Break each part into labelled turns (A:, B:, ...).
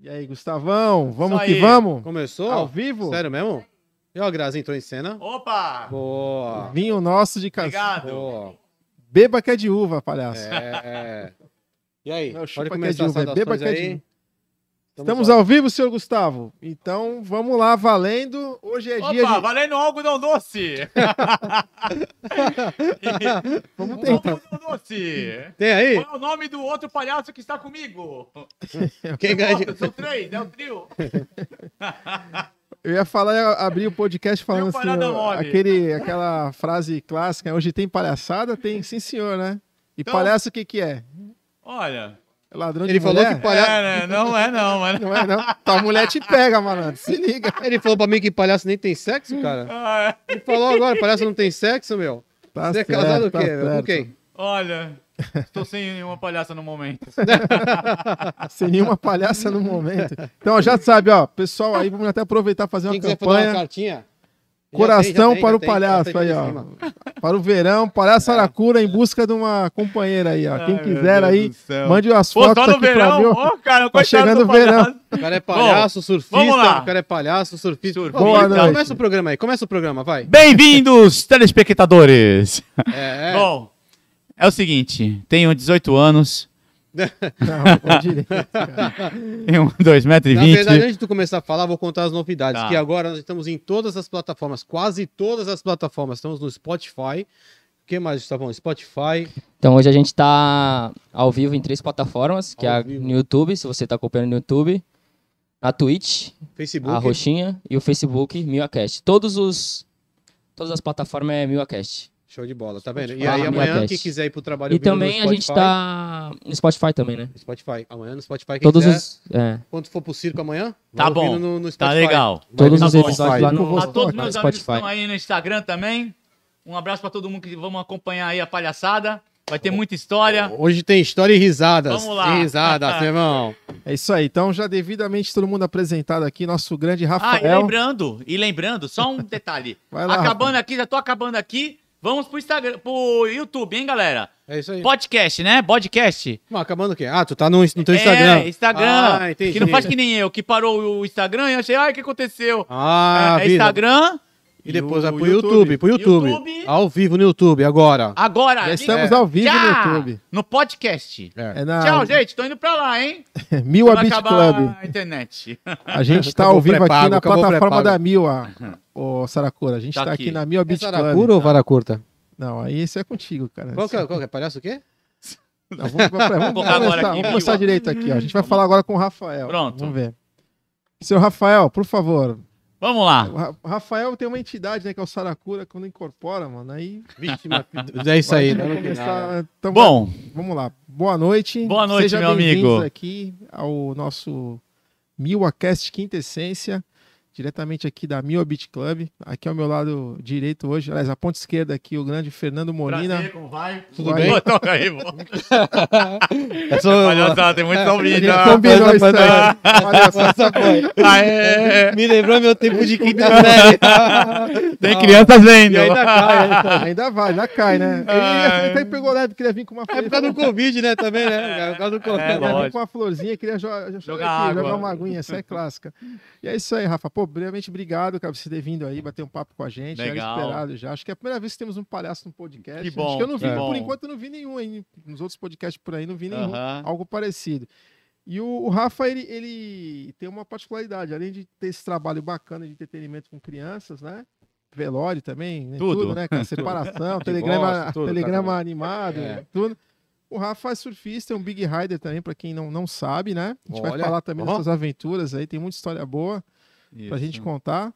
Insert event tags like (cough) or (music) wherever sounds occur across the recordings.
A: E aí, Gustavão, vamos
B: Isso
A: que
B: aí.
A: vamos?
C: Começou?
A: Ao vivo?
C: Sério mesmo? E ó, a Grazi entrou em cena.
B: Opa!
C: Boa.
A: Vinho nosso de casa.
B: Obrigado.
C: Boa.
A: Beba que é de uva, palhaço.
C: É. E aí,
A: Não, chupa
C: pode
A: que é de
C: começar as
A: uva, é beba
C: saudações
A: que é de
C: aí.
A: uva. Estamos ao vivo, senhor Gustavo. Então, vamos lá, valendo. Hoje é dia
B: Opa,
A: de...
B: valendo algodão
A: (laughs)
B: doce!
A: Vamos
B: Um
A: tentar.
B: algodão doce!
C: Tem aí?
B: Qual é o nome do outro palhaço que está comigo?
C: Quem ganha de...
B: Nossa, São três, é o trio.
A: Eu ia falar, ia abrir o podcast falando
B: Tem
A: assim,
B: parada
A: ó,
B: mole.
A: aquele, aquela frase clássica, hoje tem palhaçada? Tem, sim senhor, né? E
B: Então-
A: palhaço o que que é?
B: Olha,
A: É ladrão
C: Ele
A: de
C: falou
A: mulher?
C: que palhaço...
B: é, né, não é não, mas...
A: Não é não? Tua mulher te pega, malandro, se liga.
C: Ele falou pra mim que palhaço nem tem sexo, cara.
B: Ah,
C: Ele falou agora, palhaço não tem sexo, meu.
A: Tá
C: Você é
A: certo,
C: casado o
A: tá
C: quê? meu? Com
A: certo.
C: quem?
B: Olha, estou sem nenhuma palhaça no momento.
A: Sem nenhuma palhaça no momento. Então, ó, já sabe, ó, pessoal, aí vamos até aproveitar e fazer uma
C: Quem quiser fazer uma
A: campanha.
C: cartinha... já tem, já
A: Coração
C: tem,
A: para
C: já
A: o
C: tem, já
A: palhaço
C: tem É.
A: aí,
C: em
A: ó.
C: cima.
A: Para o verão, palhaço Aracura em busca de uma companheira aí, ó. Quem
B: Ai, meu
A: quiser
B: Deus
A: aí,
B: do céu.
A: mande as
B: Pô,
A: fotos
B: só no
A: aqui pra mim.
B: verão?
A: ó.
B: Ô, cara,
A: Tá
B: coitado
A: chegando
B: do
A: o verão.
B: palhaço.
C: O cara é palhaço,
B: vamos
C: surfista,
B: lá.
C: o cara é palhaço, surfista.
B: Surfista.
A: Boa noite.
C: Começa o programa aí, começa o programa, vai.
B: Bem-vindos, telespectadores!
C: É, é.
B: Bom, é o seguinte, tenho 18 anos,
A: Não, vou direito, cara.
B: tenho (laughs) 2,20 metros. e
C: Na
B: 20.
C: verdade, antes de tu começar a falar, vou contar as novidades.
B: Tá.
C: Que agora nós estamos em todas as plataformas, quase todas as plataformas. Estamos no Spotify. O que mais, Gustavão? Spotify.
D: Então hoje a gente tá ao vivo em três plataformas, que
C: Ao
D: é a-
C: vivo.
D: no YouTube, se você tá acompanhando no YouTube, na Twitch,
C: Facebook.
D: a Roxinha e o Facebook MiuaCast. Todos os todas as plataformas é MiuaCast.
C: Show de bola, tá vendo? E
D: Spotify,
C: aí, amanhã,
D: Minha
C: quem
D: Pet.
C: quiser ir pro trabalho
D: E
C: ouvindo
D: também
C: no
D: a gente
C: Spotify-
D: tá no Spotify também, né?
C: Spotify. Amanhã no Spotify. Quem
D: Todos
C: quiser,
D: os é,
C: quando for pro circo amanhã,
B: Tá
C: vai ouvindo
B: bom.
C: No, no
B: Tá
C: Spotify.
B: legal.
C: Vai
D: todos
C: no
D: os
C: Spotify.
D: episódios lá no,
B: A todos
D: no
B: meus amigos que
D: Spotify.
B: estão aí no Instagram também. Um abraço pra todo mundo que vamos acompanhar aí a palhaçada. Vai ter muita história.
C: Hoje tem história e risadas.
B: Vamos lá. (laughs)
C: E risadas, meu irmão.
A: É isso aí. Então, já devidamente todo mundo apresentado aqui, nosso grande
B: Ah, e
A: Rafael.
B: lembrando, e lembrando, só um detalhe.
A: (laughs) Vai lá,
B: acabando aqui, já tô acabando aqui. Vamos pro Instagram, pro YouTube, hein, galera?
C: É isso aí.
B: Podcast, né? Podcast.
C: Mas acabando o quê? Ah, tu tá no, no
A: Então,
C: teu Instagram.
B: É, Instagram.
C: Ah, entendi.
B: que não faz que nem eu, que parou o Instagram e eu achei, ai, o que aconteceu?
C: Ah,
B: é, é
C: vida.
B: Instagram.
C: E depois
A: E o
C: vai pro YouTube, pro YouTube.
B: YouTube.
C: Ao vivo no YouTube, agora.
B: Agora.
A: Já estamos
B: liga-
A: ao vivo
B: Já!
A: no YouTube.
B: No podcast.
A: É na
B: Tchau, gente. Tô indo pra lá, hein?
A: (laughs) Mil
B: Vai
A: Abit
B: acabar
A: Club.
B: a internet. (laughs)
A: A gente
C: (laughs)
A: está
C: Acabou
A: ao vivo aqui
C: pré-pago,
A: na
C: acabou
A: plataforma
C: pré-pago. Uhum.
A: da Mil, ó, ô Saracura. A gente
B: Tá
A: está aqui
B: aqui.
A: na Mil
C: É
A: Abit Club.
B: tá?
C: saracura ou vara curta?
A: Não, aí isso é contigo, cara.
C: Qual que é? Qual que é? Palhaço o quê?
A: Não, vamos, vamos- vamos
B: colocar agora
A: começar,
B: aqui,
A: vamos
B: viu?
A: começar direito aqui. ó. A gente vai falar agora com o Rafael.
B: Pronto.
A: Vamos ver. Seu Rafael, por favor.
B: Vamos
A: O
B: lá.
A: Ra- o Rafael tem uma entidade, né, que é o Saracura, quando incorpora, mano, aí...
C: Vixe, mas
A: (laughs)
C: é isso aí.
A: vai
C: né?
A: começar... Então,
B: Bom,
A: Vamos lá. Boa noite.
B: Boa noite,
A: Seja
B: meu
A: bem-vindos
B: amigo.
A: aqui ao nosso MilwaCast Quinta Essência, diretamente aqui da Milwa Beach Club. Aqui ao meu lado direito hoje, aliás, a ponta esquerda aqui, o grande Fernando Molina.
B: prazer, como vai?
A: Tudo bem?
B: Pô, toca aí, (laughs) pô.
C: É só-
B: Palhaçada, tem muito
A: A
B: salvinho.
A: gente
B: tá?
A: combinou
C: Mas-
A: isso aí. Olha só.
B: (laughs) Aê!
C: Me lembrou meu tempo
B: (laughs)
C: de quinta série.
B: Tem crianças vendo.
C: (laughs) E ainda cai, né?
A: Então, Ainda vai, ainda cai, né? Ele
B: Ai.
A: até pegou leve, queria vir com uma
C: É por causa do Covid, né? Também, né? É por causa do Covid.
B: É,
A: Queria vir
B: lógico.
A: com uma florzinha, queria jo- jo-
B: Jogar
A: aqui,
B: água.
A: jogar uma aguinha, essa é clássica. E é isso aí, Rafa. Pô, realmente obrigado, cara, por você ter vindo aí, bater um papo com a gente.
B: Legal.
A: Era esperado já. Acho que é a primeira vez que temos um palhaço no podcast.
B: Que bom,
A: Acho que eu não vi,
B: que
A: por
B: bom.
A: enquanto eu não vi nenhum aí. Nos outros podcasts por aí, não vi nenhum.
B: (laughs) Aham.
A: Algo parecido. E o, o Rafa, ele, ele tem uma particularidade, além de ter esse trabalho bacana de entretenimento com crianças, né? Velório também, né?
B: (laughs) Tudo.
A: né? cara? separação, telegrama,
C: tudo,
B: tá
A: telegrama
C: cara.
A: animado,
C: É.
A: tudo. O Rafa é surfista, é um big rider também, pra quem não, não sabe, né? A gente vai
C: Olha,
A: falar também das
C: ó.
A: suas aventuras aí, tem muita história boa pra gente
B: Isso.
A: contar.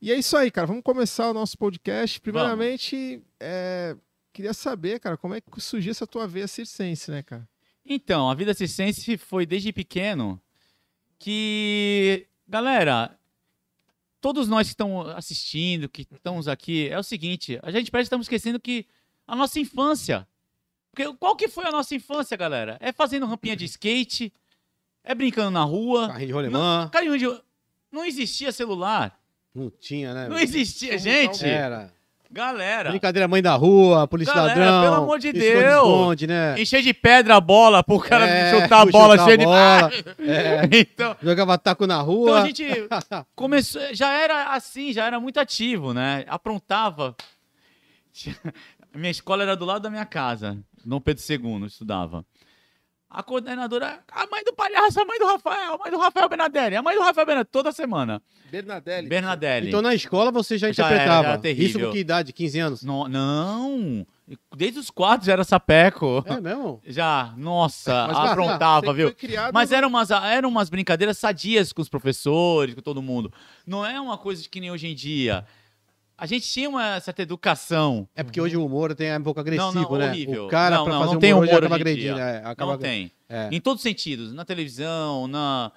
A: E é isso aí, cara, vamos começar o nosso podcast. Primeiramente, é, queria saber, cara, como é que surgiu essa tua veia circense, né, cara?
B: Então, a vida circense foi desde pequeno que, galera, todos nós que estão assistindo, que estamos aqui, é o seguinte, a gente parece que estamos esquecendo que a nossa infância, porque qual que foi a nossa infância, galera? É fazendo rampinha de skate, é brincando na rua,
C: Carrinho de rolemã.
B: carinho de... Não existia celular,
C: Não tinha, né?
B: não existia,
A: Como
C: é.
B: gente.
C: Era.
B: Galera,
C: Brincadeira, mãe da rua, polícia
B: Galera,
C: ladrão.
B: pelo amor de
C: esconde,
B: Deus.
C: esconde, né?
B: encher de pedra a bola pro cara
C: É,
B: (laughs) chutar a bola
C: chutar
B: cheia
C: a
B: de.
C: bola. É,
B: então,
C: Jogava taco na
B: então
C: rua.
B: a
C: (laughs)
B: gente começou. Já era assim, já era muito ativo, né? Aprontava. Minha escola era do lado da minha casa, Dom Pedro II, eu estudava. A coordenadora, a mãe do palhaço, a mãe do Rafael, a mãe do Rafael Benadelli, a mãe do Rafael Benadelli, toda semana.
A: Bernadelli.
B: Benadelli.
C: Então na escola você já
B: Já
C: interpretava.
B: era, já era terrível.
C: Isso com que idade? 15 anos?
B: No- não! Desde os quatro já era sapeco.
C: É mesmo?
B: Já, nossa,
C: Mas, cara,
B: aprontava, viu? Mas
A: é
B: eram umas, eram umas brincadeiras sadias com os professores, com todo mundo. Não é uma coisa de que nem hoje em dia. A gente tinha uma certa educação.
C: É porque hoje o humor tem é um pouco agressivo,
B: Uhum. não, não,
C: né?
B: horrível.
C: O cara
B: Não,
C: pra
B: não,
C: fazer
B: não tem
C: humor, hoje
B: humor
C: acaba
B: hoje em
C: agredindo,
B: dia.
C: é, acaba
B: não tem.
C: É.
B: Em todos os sentidos. Na televisão, na.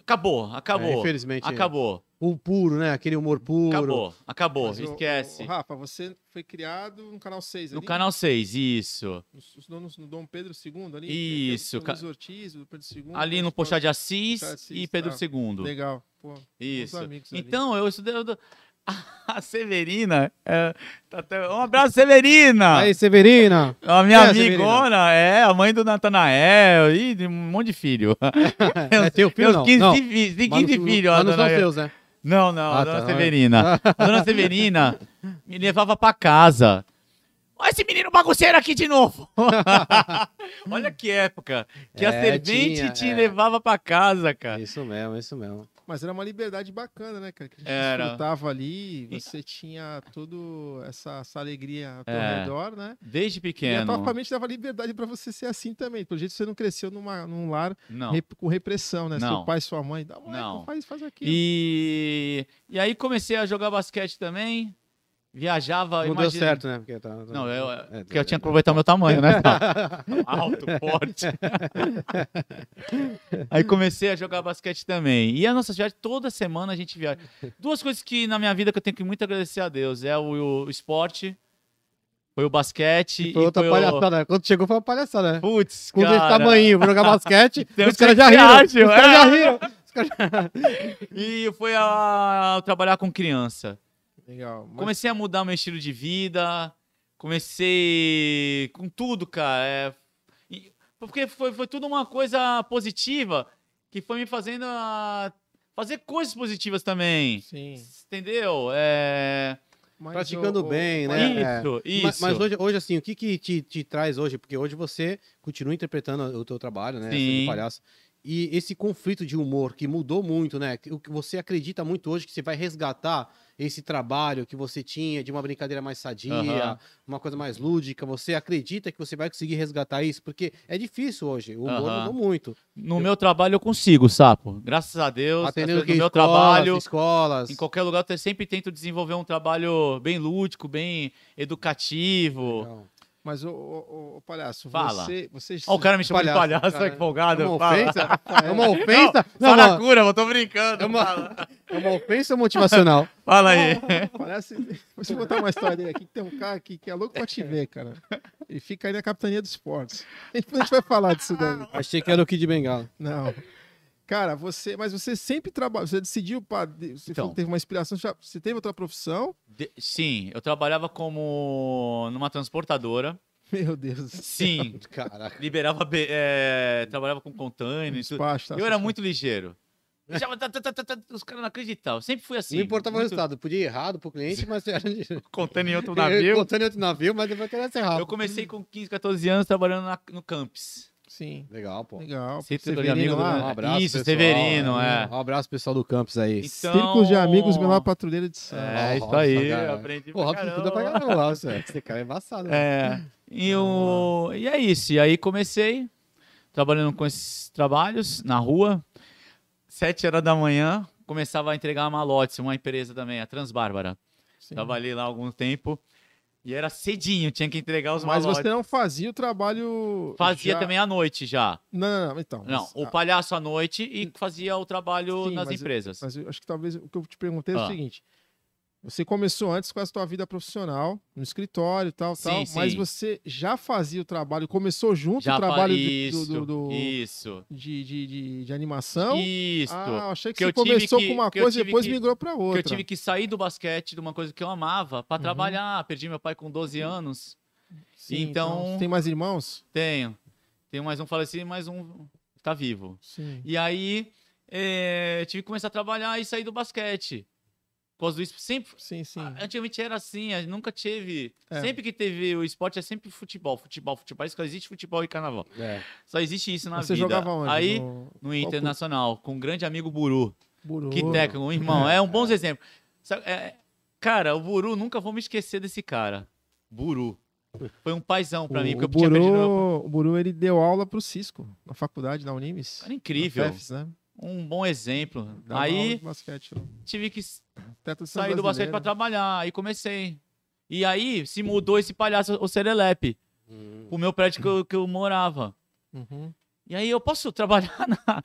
B: Acabou,
C: É,
B: acabou.
C: infelizmente.
B: acabou,
C: O puro, né? Aquele humor puro.
B: acabou, acabou. Esquece.
A: Rafa, você foi criado no canal 6
B: no
A: ali.
B: canal 6, isso.
A: Nos- os donos no Dom Pedro II ali.
B: Isso,
A: Tem- tem o
B: ca-
A: Luiz Ortiz, o Pedro II.
B: Ali no Pochá de Assis
A: Pochá de Assis,
B: e
A: tá.
B: Pedro II.
A: Legal. Pô,
B: Isso.
A: amigos ali.
B: Então, eu estudei. (laughs) eu dou- A Severina. é, tá até- Um abraço, Severina!
C: Aí, Severina.
B: A minha
C: é, Severina?
B: amigona é a mãe do Natanael e de um monte de filho.
C: É teu filho,
B: Meus
C: não?
B: 15,
C: Não.
B: fi- de
C: Mas
B: 15
C: não-
B: filhos. a
C: mas não são
B: dona-
C: seus, né?
B: Não, não, a
C: Ah,
B: dona
C: tá. (laughs)
B: Severina. A dona Severina me levava pra casa. Olha esse menino bagunceiro aqui de
C: (laughs)
B: novo. Olha que época que a
C: É,
B: servente
C: tinha,
B: te
C: é.
B: levava pra casa, cara.
C: Isso mesmo, isso mesmo.
A: Mas era uma liberdade bacana, né, cara? Que a gente
B: Era.
A: desfrutava ali, você tinha toda essa, essa alegria ao teu
B: É.
A: redor, né? E
B: Desde
A: a tua
B: pequeno.
A: família te dava liberdade pra você ser assim também. Pelo jeito, você não cresceu numa, num lar
B: Não.
A: rep- com repressão, né?
B: Não.
A: Seu pai, sua mãe, dá uma
B: Não.
A: faz, faz aquilo.
B: E, e aí comecei a jogar basquete também. Viajava.
C: Não deu
B: imagina-
C: certo, né? Porque tá, tá-
B: Não,
C: (laughs)
B: eu,
C: É,
B: porque eu tinha que aproveitar o meu tamanho,
C: (laughs)
B: né? cara? Alto, forte. aí comecei a jogar basquete também. E a nossa viagem, toda semana a gente viaja. Duas coisas que na minha vida que eu tenho que muito agradecer a Deus: é o, o esporte, foi o basquete.
C: E Foi outra
B: e foi o...
C: palhaçada. né? Quando chegou foi uma palhaçada, né?
B: Putz,
C: Com esse
B: cara.
C: tamanhinho, vou jogar basquete,
B: Tem
C: os
B: um
C: caras já
B: que
C: riram. Os
B: acha,
C: caras já
B: é.
C: riram.
B: E foi a trabalhar com criança.
A: Legal. Mas
B: Comecei a mudar meu estilo de vida, comecei com tudo, cara. é, e- porque foi, foi tudo uma coisa positiva que foi me fazendo a fazer coisas positivas também.
A: Sim.
B: Entendeu? É,
A: Mas
C: Praticando
A: o- o-
C: bem,
A: o-
C: né? É.
B: Isso,
C: Ma-
B: isso.
C: Mas, hoje, hoje, assim, o que, que te, te traz hoje? Porque hoje você continua interpretando o teu trabalho, né?
B: Sim.
C: Sendo palhaço. E esse conflito de humor que mudou muito, né? que- O que você acredita muito hoje que você vai resgatar esse trabalho que você tinha de uma brincadeira mais sadia,
B: Aham.
C: uma coisa mais lúdica. Você acredita que você vai conseguir resgatar isso? Porque é difícil hoje. O humor
B: Aham.
C: mudou muito.
B: No meu trabalho eu consigo, sapo. Graças a Deus, as
C: Atendendo
B: pessoas
C: que
B: no meu
C: escolas,
B: trabalho,
C: assim, escolas.
B: em qualquer lugar, eu te- sempre tento desenvolver um trabalho bem lúdico, bem educativo.
C: Não.
A: Mas, o, o, o palhaço,
B: Fala.
A: você... você
B: Ó, o cara me chamou
C: Palhaço,
B: de palhaço,
C: cara.
B: cara. folgado.
C: É uma
B: fala.
C: ofensa?
B: (laughs)
C: É uma ofensa? Não,
B: Não,
C: mano,
B: Saracura, eu tô brincando.
C: É uma-
B: Fala,
C: é uma ofensa motivacional.
B: (laughs) Fala aí.
A: Parece. Deixa eu contar uma história dele aqui, que tem um cara aqui que é louco pra te ver, cara. Ele fica aí na capitania dos esportes. (laughs) A gente, a gente vai falar disso daí.
C: Achei que era o Kid Bengala.
A: Não. Cara, você. Mas você sempre trabalhou. Você decidiu. Pra, você
B: Então.
A: falou que teve uma inspiração. já- você teve outra profissão? (laughs)
B: De- Sim, eu trabalhava como numa transportadora.
A: Meu Deus.
B: Sim,
C: Caraca.
B: liberava. be- é, Trabalhava com container. e tudo.
A: Despacho, tá?
B: Eu era muito ligeiro. Deixava tá, tá, tá, tá, tá, os caras não acreditavam. Sempre fui assim.
C: não importava o
B: muito
C: resultado, podia ir errado pro
B: (laughs)
C: cliente, mas era
B: Contando em outro navio.
C: contando em outro navio, mas depois que era ser
B: Eu
C: rápido.
B: comecei com 15, 14 anos trabalhando na- no Camps.
A: Sim.
C: Legal, pô.
A: Legal.
B: Círculo de
A: Severino
B: amigos do
A: lá.
B: Leonardo. Ah, Isso, Severino, é.
C: Um abraço, pessoal do Campus aí.
B: Então-
A: Círculos de amigos, menor patrulheira de São.
B: É,
C: Ah,
B: isso
C: nossa,
B: aí.
C: cara.
B: Aprendi
C: Pô,
B: pra
C: Robson estuda pra
B: caramba.
C: caramba, lá, você- esse cara é embaçado. né?
B: É.
A: Hum.
B: E, o... e é isso. E aí comecei trabalhando com esses trabalhos na rua. Sete horas da manhã, começava a entregar malotes, uma empresa também, a Transbárbara.
A: Sim.
B: Trabalhei lá há algum tempo. E era cedinho, tinha que entregar os
A: Mas
B: malotes.
A: você não fazia o trabalho.
B: Fazia
A: já-
B: também à noite já.
A: Não, não, não. Então.
B: Não,
A: mas-
B: o palhaço à noite e fazia o trabalho
A: Sim,
B: nas
A: mas-
B: empresas.
A: Mas eu acho que talvez o que eu te perguntei é o
B: Ah.
A: seguinte: Você começou antes com a sua vida profissional, no escritório e tal,
B: Sim,
A: tal,
B: sim.
A: mas você já fazia o trabalho, começou junto
B: Já
A: o
B: fa-
A: trabalho de- do-
B: isso,
A: do- do-
B: isso,
A: de, de, de, de animação.
B: isso.
A: Ah, achei que,
B: Que
A: você
B: eu tive
A: começou
B: que-
A: com uma
B: que eu
A: coisa e
B: tive
A: depois
B: que-
A: migrou pra
B: que
A: outra.
B: eu tive que sair do basquete, de uma coisa que eu amava, pra
A: Uhum.
B: trabalhar. Perdi meu pai com 12 anos.
A: Sim,
B: então-
A: Tem mais irmãos?
B: Tenho. Tenho mais um falecido e mais um tá vivo.
A: Sim.
B: E aí, eh, tive que começar a trabalhar e sair do basquete. Por causa do es- sempre.
A: Sim, sim.
B: Ah, Antigamente era assim, eh, nunca teve.
A: É.
B: Sempre que teve o esporte é sempre futebol, futebol, futebol. Isso Só existe futebol e carnaval.
C: É.
B: Só existe isso na
A: Mas você
B: vida.
A: jogava onde?
B: Aí,
A: No
B: no Internacional, com um grande amigo Buru.
A: Buru.
B: Que técnico,
A: (laughs)
B: um irmão. É um bom exemplo. Sabe, é, cara, o Buru, nunca vou me esquecer desse cara. Buru. Foi um paizão pra mim, porque
A: o,
B: eu tinha perdido meu...
A: Buru, o Buru, ele deu aula pro Cisco, na faculdade, na Unimes.
B: Cara incrível.
A: Na FEFS, né?
B: Um bom exemplo.
A: Dava aula
B: aí
A: de basquete, ó.
B: tive que
A: Teto de São
B: sair do basquete
A: Brasileiro.
B: pra trabalhar. Aí comecei. E aí se mudou esse palhaço, o Serelepe,
C: Hum.
B: pro meu prédio que eu, que eu morava.
A: Uhum.
B: E aí eu posso trabalhar (laughs) na-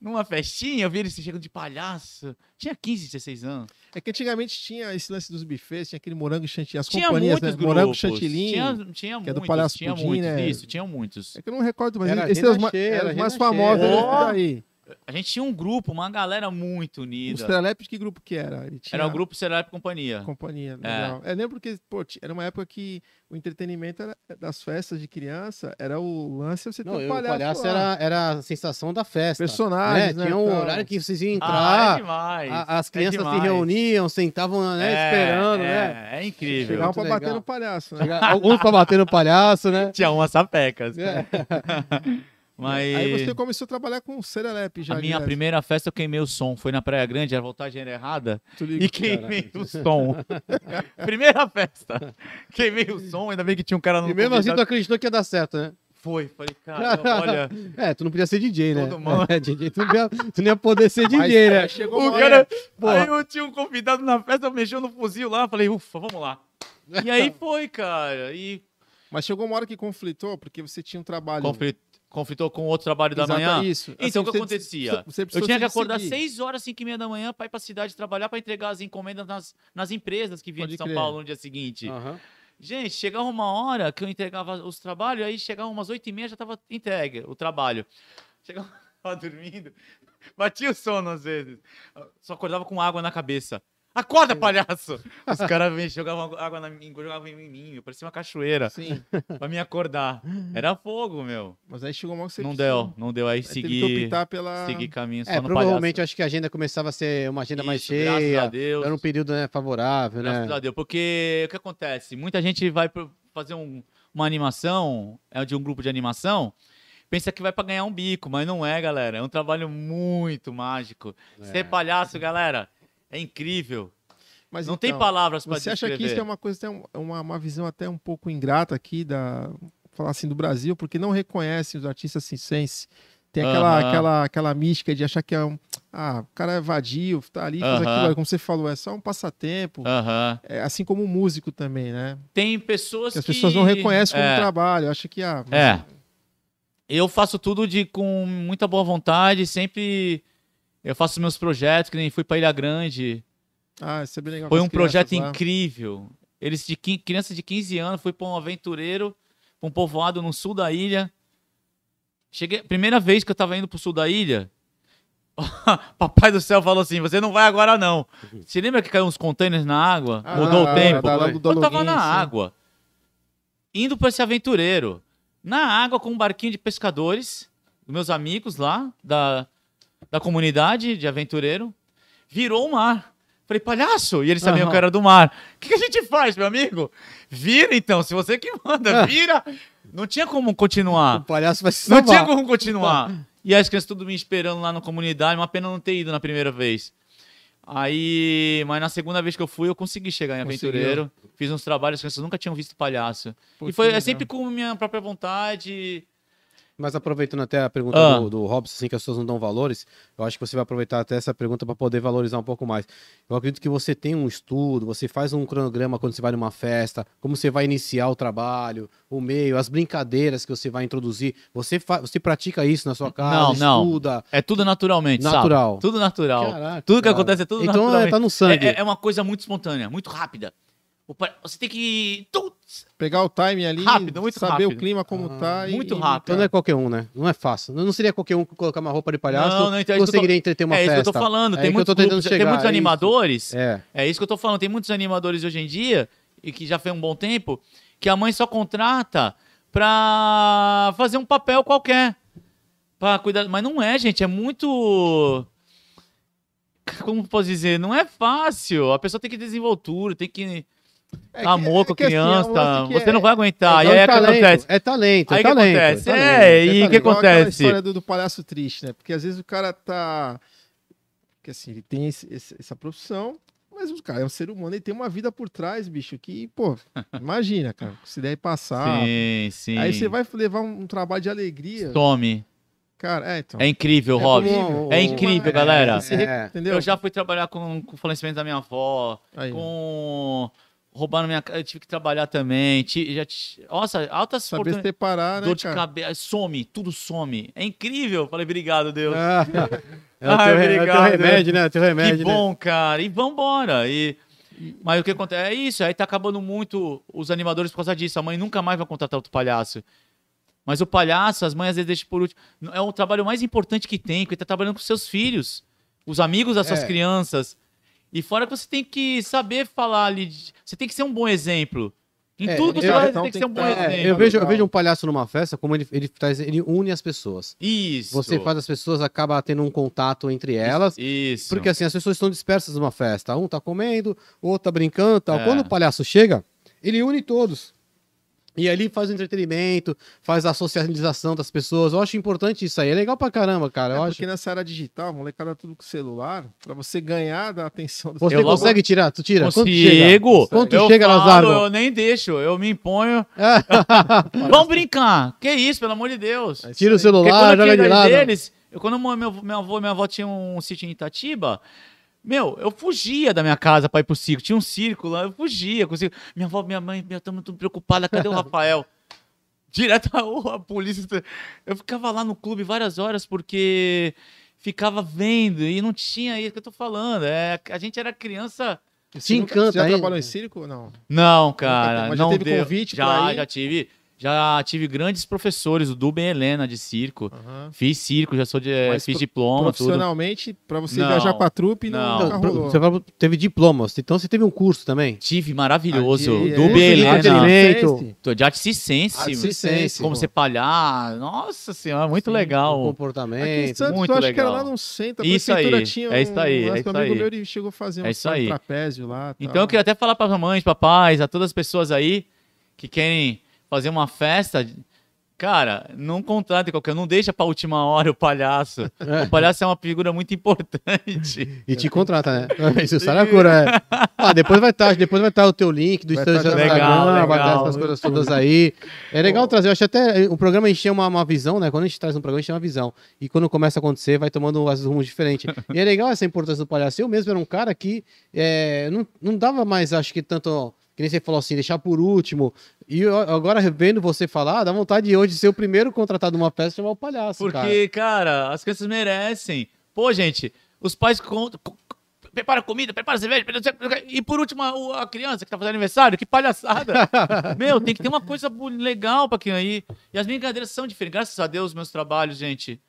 B: numa festinha? Eu vi eles chegando de palhaço. Tinha 15, 16 anos.
A: É que antigamente tinha esse lance dos bufês, tinha aquele morango chantilly, as
B: tinha
A: companhias,
B: muitos
A: né?
B: grupos.
A: Morango chantilly.
B: Tinha, tinha
A: que é do
B: muitos.
A: Palhaço
B: tinha
A: Pudim,
B: muitos,
A: né?
B: isso, tinha muitos.
A: É que eu não recordo, mas
C: Era
A: esses eram os
C: Renan
A: ma-
C: Cheira,
A: eram os mais
C: Renan
A: famosos né?
B: Cheira.
A: eram esses daí.
B: A gente tinha um grupo, uma galera muito
A: Os
B: unida.
A: Trelep, que grupo que era? Ele tinha
B: Era o grupo É. Serelepe Companhia.
A: companhia. Legal. É, Eu lembro porque, pô, ti- era uma época que o entretenimento era- das festas de criança era o lance você ter
C: Não,
A: um
C: eu- o
A: palhaço.
C: palhaço
A: lá.
C: era, era a sensação da festa.
A: Personagens,
C: né?
A: né,
C: Tinha um
A: tal.
C: horário que vocês
B: Ah,
C: iam
B: é
C: entrar,
B: demais.
C: a- as
B: é
C: crianças se
B: demais.
C: reuniam, sentavam né, esperando,
B: é,
C: né?
B: É incrível.
A: Chegava pra
C: Muito
A: bater
C: legal.
A: no palhaço, né?
C: Chega- Alguns pra bater no palhaço, né?
B: Tinha umas sapecas.
C: É.
B: (laughs) Mas
A: Aí você começou a trabalhar com o Serelepe já.
B: a minha
A: direto.
B: primeira festa eu queimei o som. Foi na Praia Grande, a voltagem era errada.
A: Tu ligou?
B: E queimei o som. (laughs) primeira festa. Queimei o som, ainda bem que tinha um cara no
C: E mesmo assim tu acreditou que ia dar certo, né?
B: Foi, falei, cara, olha.
C: É, tu não podia ser DJ, né?
B: Todo mundo.
C: (laughs) É, DJ, tu, não podia, tu não ia poder ser
A: Mas,
C: DJ, né?
A: é, Chegou
B: O
A: uma
B: cara,
A: hora-
C: porra.
B: aí eu tinha um convidado na festa, mexeu no fuzil lá, falei, ufa, vamos lá. E aí foi, cara. E
A: Mas chegou uma hora que conflitou, porque você tinha um trabalho.
B: conflit- conflitou com outro trabalho da
A: Exato, é
B: manhã.
A: Isso. Assim,
B: Então, o que
A: você-
B: acontecia?
A: você
B: Eu
A: precisou
B: tinha que
A: se
B: acordar
A: decidir.
B: 6 horas, 5 e meia da manhã para ir para cidade trabalhar, para entregar as encomendas nas, nas empresas que vinham
A: Pode
B: de São
A: crer.
B: Paulo no dia seguinte.
C: Aham.
B: Gente, chegava uma hora que eu entregava os trabalhos, aí chegava umas 8 e meia já estava entregue o trabalho. Chegava (laughs) tava dormindo, batia o sono às vezes, só acordava com água na cabeça. Acorda, palhaço! Os caras me jogavam água na mim, jogavam em mim, eu parecia uma cachoeira,
A: Sim,
B: pra me acordar. Era fogo, meu.
A: mas aí chegou uma hora que você
B: Não
A: precisou-
B: deu, não deu. Aí
A: Aí Teve que
B: segui,
A: optar pela.
B: segui caminho só
C: É,
B: no
C: provavelmente
B: palhaço.
C: acho que a agenda começava a ser uma agenda mais
B: Isso, Graças a
C: cheia.
B: Deus.
C: Era um período né, favorável,
B: Graças
C: né?
B: a Deus. Porque o que acontece? Muita gente vai pro- fazer um- uma animação, é de um grupo de animação, pensa que vai pra ganhar um bico, mas não é, galera. É um trabalho muito mágico.
A: É.
C: É.
B: Ser palhaço, galera, é incrível.
A: Mas
B: não tem
A: então,
B: palavras pra
A: Você acha
B: descrever.
A: que isso é uma coisa, até um- é uma, uma visão até um pouco ingrata aqui da falar assim do Brasil, porque não reconhecem os artistas circenses. Tem aquela,
B: Aham.
A: aquela, aquela mística de achar que é um. Ah, o cara é vadio, tá ali, faz
B: Aham. Ah.
A: aquilo. Como você falou, é só um passatempo.
B: Aham.
A: É, assim como o músico também, né?
B: Tem pessoas
A: Que
B: que...
A: as pessoas não reconhecem como
B: é,
A: trabalho. Acha que, ah, mas-
B: É. Eu faço tudo de com muita boa vontade, sempre... Eu faço meus projetos, que nem fui pra Ilha Grande...
A: ah, isso é bem legal.
B: Foi
A: com
B: um
A: as
B: projeto
A: crianças lá.
B: incrível. Eles de quin- criança de 15 anos foi para um aventureiro, para um povoado no sul da ilha. Cheguei, primeira vez que eu tava indo pro sul da ilha, (laughs) papai do céu falou assim: "Você não vai agora não". Você lembra que caiu uns containers na água?
A: Ah,
B: Mudou
A: da-
B: o tempo.
A: da- da-
C: foi.
A: do
B: eu tava
A: Dologuin,
B: na
A: sim.
B: água. Indo para esse aventureiro, na água com um barquinho de pescadores, dos meus amigos lá da da comunidade de aventureiro, virou o mar. Falei, palhaço! E eles sabiam
C: Aham.
B: que eu era do mar. O que, que a gente faz, meu amigo? Vira então, se você que
C: É.
B: manda, vira! Não tinha como
C: O
B: continuar.
C: palhaço vai se
B: Não tinha
C: salvar.
B: como continuar. E as crianças tudo me esperando lá na comunidade, uma pena não ter ido na primeira vez. Aí, mas na segunda vez que eu fui, eu consegui chegar em
A: Conseguiu.
B: aventureiro. Fiz uns trabalhos, as crianças nunca tinham visto palhaço.
A: Pô,
B: e foi
A: que
B: é sempre com minha própria vontade.
C: Mas aproveitando até a pergunta
B: Ah.
C: do, do Robson, assim, que as pessoas não dão valores, eu acho que você vai aproveitar até essa pergunta para poder valorizar um pouco mais. Eu acredito que você tem um estudo, você faz um cronograma quando você vai numa festa, como você vai iniciar o trabalho, o meio, as brincadeiras que você vai introduzir. Você, fa- você pratica isso na sua casa,
B: Não, não.
C: estuda.
B: É tudo naturalmente, sabe?
C: Natural.
B: Tudo natural.
C: Caraca,
B: tudo que
C: cara.
B: acontece é tudo
C: Então é,
B: naturalmente.
C: tá no sangue.
B: É, é- é uma coisa muito espontânea, muito rápida. O pa- Você tem que. Tuts!
A: Pegar o time ali,
B: Rápido, muito
A: saber
B: rápido.
A: o clima como
C: Ah,
A: tá. e-
B: muito
A: e
B: rápido.
C: Então não é qualquer um, né? Não é fácil. Não seria qualquer um que colocar uma roupa de palhaço
B: Não, não, então é isso que eu tô-
C: conseguiria entreter uma
B: é
C: festa.
B: isso que eu tô falando.
C: É
B: Tem
C: aí que eu
B: muitos,
C: tô tentando
B: grupos- tem
C: chegar,
B: muitos
C: é isso.
B: animadores.
C: É.
B: É isso que eu tô falando. Tem muitos animadores hoje em dia, e que já fez um bom tempo, que a mãe só contrata pra fazer um papel qualquer. Pra cuidar. Mas não é, gente. É muito. Como posso dizer? Não é fácil. A pessoa tem que desenvoltura, tem que.
A: É que-
B: Amor com
A: é que assim, é um
B: criança.
A: lance que
B: Você
A: é-
B: não vai aguentar.
C: É
B: e aí é que
C: talento,
B: acontece.
C: É talento, é
B: Aí que
C: talento.
B: acontece,
A: tá
C: talento,
B: é, e
C: talento.
B: que
A: Igual aquela
B: acontece?
A: história do, do palhaço triste, né? Porque às vezes o cara tá. Porque assim, ele tem esse- esse- essa profissão, mas o cara é um ser humano, ele tem uma vida por trás, bicho, que,
B: (laughs)
A: pô, imagina, cara, se der passar.
B: Sim, sim.
A: Ah, Aí você vai levar um, um trabalho de alegria.
B: Tome.
A: Cara, é, então.
B: É incrível,
A: É
B: Rob.
A: como-
B: É incrível, galera.
A: esse re-
C: É.
A: Entendeu?
B: Eu já fui trabalhar com, com o falecimento da minha avó,
A: Aí, ó.
B: com. Roubaram minha casa, eu tive que trabalhar também. ti- já ti- Nossa, altas
A: Saber se
B: oportunidades.
A: separar, né,
B: Dor de
A: cara?
B: cabeça, some, tudo some. É incrível. Falei, obrigado, Deus.
C: Ah,
B: (laughs)
C: é o
B: Ai,
C: teu, re- é o teu
B: obrigado.
C: remédio, né? É o teu remédio,
B: que
C: né?
B: bom, cara. E vambora. E... Mas o que acontece? É isso, aí tá acabando muito os animadores por causa disso. A mãe nunca mais vai contratar outro palhaço. Mas o palhaço, as mães às vezes deixam por último. É o trabalho mais importante que tem, porque tá trabalhando com seus filhos, os amigos das suas
C: É.
B: crianças. E fora que você tem que saber falar ali. de- Você tem que ser um bom exemplo. Em
C: É,
B: tudo que você
C: eu-
B: faz, você
A: então
B: tem que
A: tem
B: ser um bom
A: que- é,
B: exemplo.
C: eu, vejo, eu
A: legal.
C: vejo um palhaço numa festa, como ele, ele, traz, ele une as pessoas.
B: Isso.
C: Você faz as pessoas, acaba tendo um contato entre elas.
B: Isso.
C: Porque assim, as pessoas estão dispersas numa festa. Um tá comendo, outro tá brincando tal.
B: É.
C: Quando o palhaço chega, ele une todos. E ali faz o entretenimento, faz a socialização das pessoas. Eu acho importante isso aí. É legal pra caramba, cara.
A: É
C: Eu acho.
A: porque nessa era digital, molecada tudo com celular, pra você ganhar da atenção do
C: Você
B: Eu logo-
C: consegue tirar? Tu tira? Quando tu chega?
B: Consigo.
C: Quando tu
B: eu
C: chega,
B: falo,
C: Lazaro?
B: Eu nem deixo, eu me imponho. Vamos brincar. Que isso, pelo amor de Deus.
A: É isso
C: (laughs) Tira o
A: aí.
B: Porque
C: celular,
B: quando eu
C: "Ah, joga de
B: tirei
C: lado.
B: deles, eu, quando meu, meu, meu avô e minha avó tinham um sítio em Itatiba, meu, eu fugia da minha casa pra ir pro circo. Tinha um circo lá, eu fugia. com o circo. Minha avó, minha mãe, minha estamos tudo preocupada, cadê o Rafael? (laughs) Direto a, a polícia. tá- Eu ficava lá no clube várias horas porque ficava vendo e não tinha isso que eu tô falando. É, a gente era criança.
A: Você
C: Te
A: nunca-
C: encanta
A: você já
C: ainda?
A: trabalhou em circo ou não?
B: Não, cara,
A: Mas já
B: não
A: teve
B: deu.
A: convite
B: já,
A: pra ir?
B: já tive, já tive grandes professores, o Duben e Helena de circo.
A: Aham.
B: Fiz circo, já sou de, eh,
A: Mas
B: fiz
A: pro-
B: diploma, tudo.
A: Profissionalmente, pra você
B: Não,
A: viajar pra trupe,
B: não.
A: não,
C: Então,
A: nunca
C: pro-
A: rolou.
C: você falou- teve diplomas, então você teve um curso também?
B: Tive maravilhoso,
A: Ali, é,
B: Duben e
C: Belém,
A: arte
B: Helena,
C: né?
A: circense.
B: tô de arte circense,
C: Arte
B: mano.
C: circense,
B: como
C: pô.
B: você palhar, nossa senhora, muito
C: O
B: legal.
A: Aqui É em
C: Um comportamento.
A: Santos,
B: muito
A: eu acho que era
B: legal.
A: lá no centro, a
B: Isso
A: prefeitura
B: aí,
A: tinha
B: é isso aí,
A: um
B: é isso
A: amigo
B: aí.
A: meu, ele chegou a fazer um
B: É isso aí.
A: trapézio lá. tal.
B: Então eu queria até falar para as mamães, papais, a todas as pessoas aí que querem fazer uma festa, cara, não contratem qualquer, não deixa para última hora o palhaço. O palhaço é uma figura
A: (laughs)
B: muito importante.
C: E te
B: (laughs)
C: contrata, né? Isso sai na cura, é. Ah, depois vai estar, depois vai estar o teu link do
A: Vai
C: Instagram,
A: tá
B: legal, legal. Uhum.
C: vai estar essas coisas todas aí. É legal trazer, eu acho até eh, o programa encher uma, uma visão, né? Quando a gente traz um programa, encher uma visão. E quando começa a acontecer, vai tomando às vezes, rumos diferentes. E é legal essa importância do palhaço. Eu mesmo era um cara que eh, não, não dava mais, acho que tanto. Que nem você falou assim, deixar por último. E eu- agora, vendo você falar, dá vontade de hoje ser o primeiro contratado numa festa e chamar o palhaço. cara.
B: Porque, cara, as crianças merecem. Pô, gente, os pais contam. co- co- Prepara comida, prepara cerveja, prepara- e por último a, o- a criança que tá fazendo aniversário, que palhaçada! Meu, tem que ter uma coisa bo- legal pra criança aí. E as brincadeiras são diferentes. Graças a Deus, meus trabalhos, gente.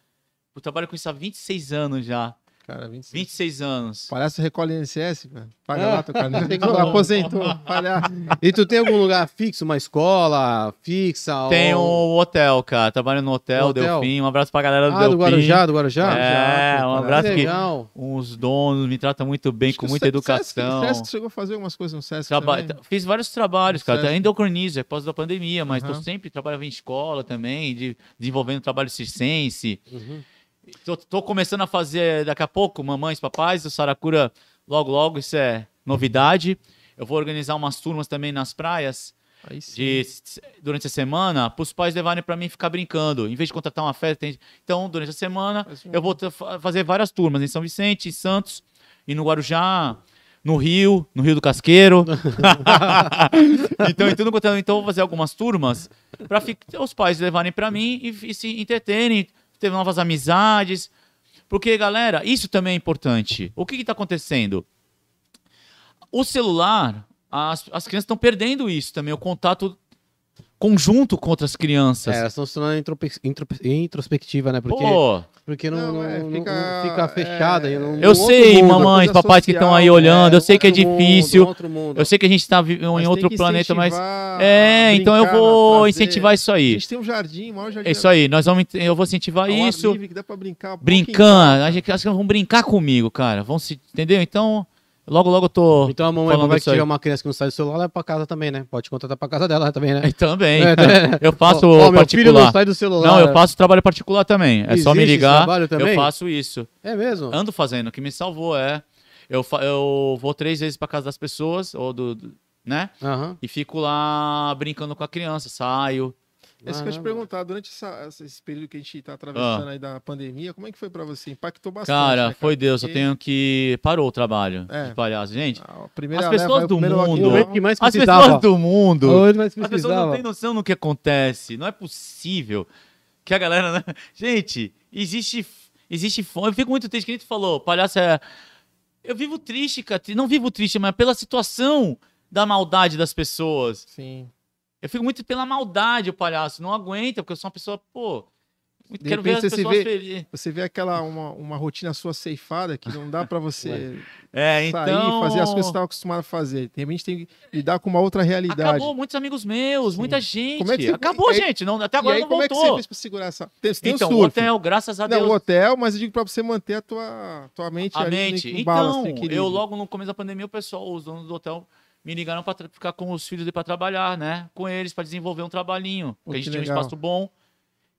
B: Eu trabalho com isso há 26 anos já.
A: Cara, 25.
B: 26 anos.
A: Palhaço recolhe INSS, velho. Paga
C: Ah.
A: lá, teu carnê.
C: Tem que-
A: Aposentou, palhaço.
C: E tu tem algum lugar fixo, uma escola fixa?
B: Tem
C: ou-
B: um hotel, cara. Trabalho no hotel,
C: Hotel?
B: Delfim. Um abraço pra galera do
C: Ah,
B: Delfim.
C: do Guarujá, do Guarujá?
B: É, um abraço que
C: Legal.
B: uns donos me tratam muito bem,
A: Acho que
B: com
A: o
B: muita
A: Sesc-
B: educação.
A: Sesc, Sesc chegou a fazer algumas coisas no Sesc
B: Traba-
A: também.
B: tra- Fiz vários trabalhos,
A: Tá
B: cara.
A: certo.
B: Ainda organizo, é por causa da pandemia, mas estou
A: Aham.
B: sempre trabalhando em escola também, de- desenvolvendo trabalho circense.
C: Uhum.
B: Tô, tô começando a fazer daqui a pouco, mamães, papais, o Saracura, logo, logo, isso é novidade. Eu vou organizar umas turmas também nas praias
A: Aí sim.
B: de, durante a semana para os pais levarem para mim ficar brincando. Em vez de contratar uma festa, tem- então durante a semana
A: Faz um-
B: eu vou ter- fa- fazer várias turmas em São Vicente, em Santos e no Guarujá, no Rio, no Rio
A: (laughs)
B: do Casqueiro. então, em tudo quanto é- então eu vou fazer algumas turmas para os pais levarem para mim e, e se entreterem, ter novas amizades. Porque, galera, isso também é importante. O que está acontecendo? o celular, as, as crianças estão perdendo isso também, o contato conjunto com outras
C: É,
B: crianças.
C: elas estão se tornando intrope- introspe- introspectiva, né? Porque,
B: Pô,
C: porque não,
A: Não, é,
C: não- não- não
A: fica-
C: fica,
A: é,
C: fechada. e não-
B: eu
C: um
B: sei,
C: outro mundo. né,
B: mamães,
A: coisa
B: papais que estão aí
A: social,
B: olhando, eu sei que é
C: Outro mundo,
B: difícil,
C: outro mundo.
B: eu sei que a gente está em
A: Mas
B: outro
A: tem que
B: planeta, mas.
A: incentivar,
B: É, então eu
A: brincar,
B: vou
A: trazer.
B: incentivar isso
A: A
B: aí.
A: gente tem um jardim, o maior jardim.
B: É isso aí, nós vamos, eu vou incentivar
A: ao ar
B: isso.
A: livre que dá pra
C: um
A: brincar. um
B: Brincando, a gente, as crianças vão brincar comigo, cara. Vão se, entendeu? Então, logo, logo eu tô.
C: Então a mamãe
B: Falando
C: vai que
B: isso aí.
C: tiver uma criança que não sai do celular, leva pra casa também, né? Pode contratar pra casa dela também, né?
B: É, (laughs) Também.
C: (laughs) É, né?
B: Eu faço
C: Ó, ó, meu filho
B: particular.
C: não sai do celular.
B: Não, eu faço trabalho particular também. É só
C: Existe
B: me
C: esse
B: ligar.
C: trabalho
B: Eu
C: também?
B: faço isso.
C: É mesmo?
B: Ando fazendo, o que me salvou é. Eu, fa- eu vou três vezes pra casa das pessoas, ou do. do- né?
C: Aham.
B: E fico lá brincando com a criança, saio.
A: É isso que eu ia te
C: Caramba.
A: perguntar. Durante essa- esse período que a gente tá atravessando aí da pandemia, como é que foi pra você? Impactou bastante.
B: Ah. cara,
A: né,
B: foi Deus, eu
A: Porque
B: tenho que. Parou o trabalho
A: É.
B: de palhaço. Gente,
A: a primeira
B: as pessoas
A: leva, é o
B: do
A: primeiro
B: mundo-
C: O
A: lockdown,
C: momento que mais
B: as
C: precisava.
B: pessoas do mundo.
C: O momento que mais
B: As pessoas não
C: precisava.
B: têm noção do que acontece. Não é possível que a galera. né? (laughs) Gente, existe, existe fome. Eu fico muito triste. Que nem tu falou, palhaço é. Eu vivo triste, cara. Não vivo triste, mas pela situação da maldade das pessoas.
A: Sim.
B: Eu fico muito pela maldade, o palhaço. Não aguenta, porque eu sou uma pessoa, pô. Muito
A: De
B: quero ver as
A: repente você se vê-
B: pessoas felizes.
A: Você vê aquela uma, uma rotina sua ceifada que não dá pra você
B: É,
A: sair,
B: então.
A: fazer as coisas que você estava acostumado a fazer. De repente tem que lidar com uma outra realidade.
B: Acabou muitos amigos meus,
A: Sim.
B: muita gente.
A: Como é que você-
B: Acabou,
A: e aí-
B: gente. Não,
A: e
B: até agora
A: aí,
B: não
A: como é que você
B: voltou.
A: fez pra segurar essa. Tem, tem
B: então,
A: o
B: o
A: surf.
B: hotel, graças a
A: Não,
B: Deus.
A: o hotel, mas eu digo pra você manter a tua, tua mente
B: A
A: ali né,
B: mente.
A: com
B: Então,
A: balas, tem equilíbrio.
B: eu logo no começo da pandemia, o pessoal, os donos do hotel, me ligaram para ficar com os filhos para trabalhar, né? Com eles, para desenvolver um trabalhinho.
A: Pô,
B: Porque a gente
A: que
B: tinha um
A: legal.
B: espaço bom.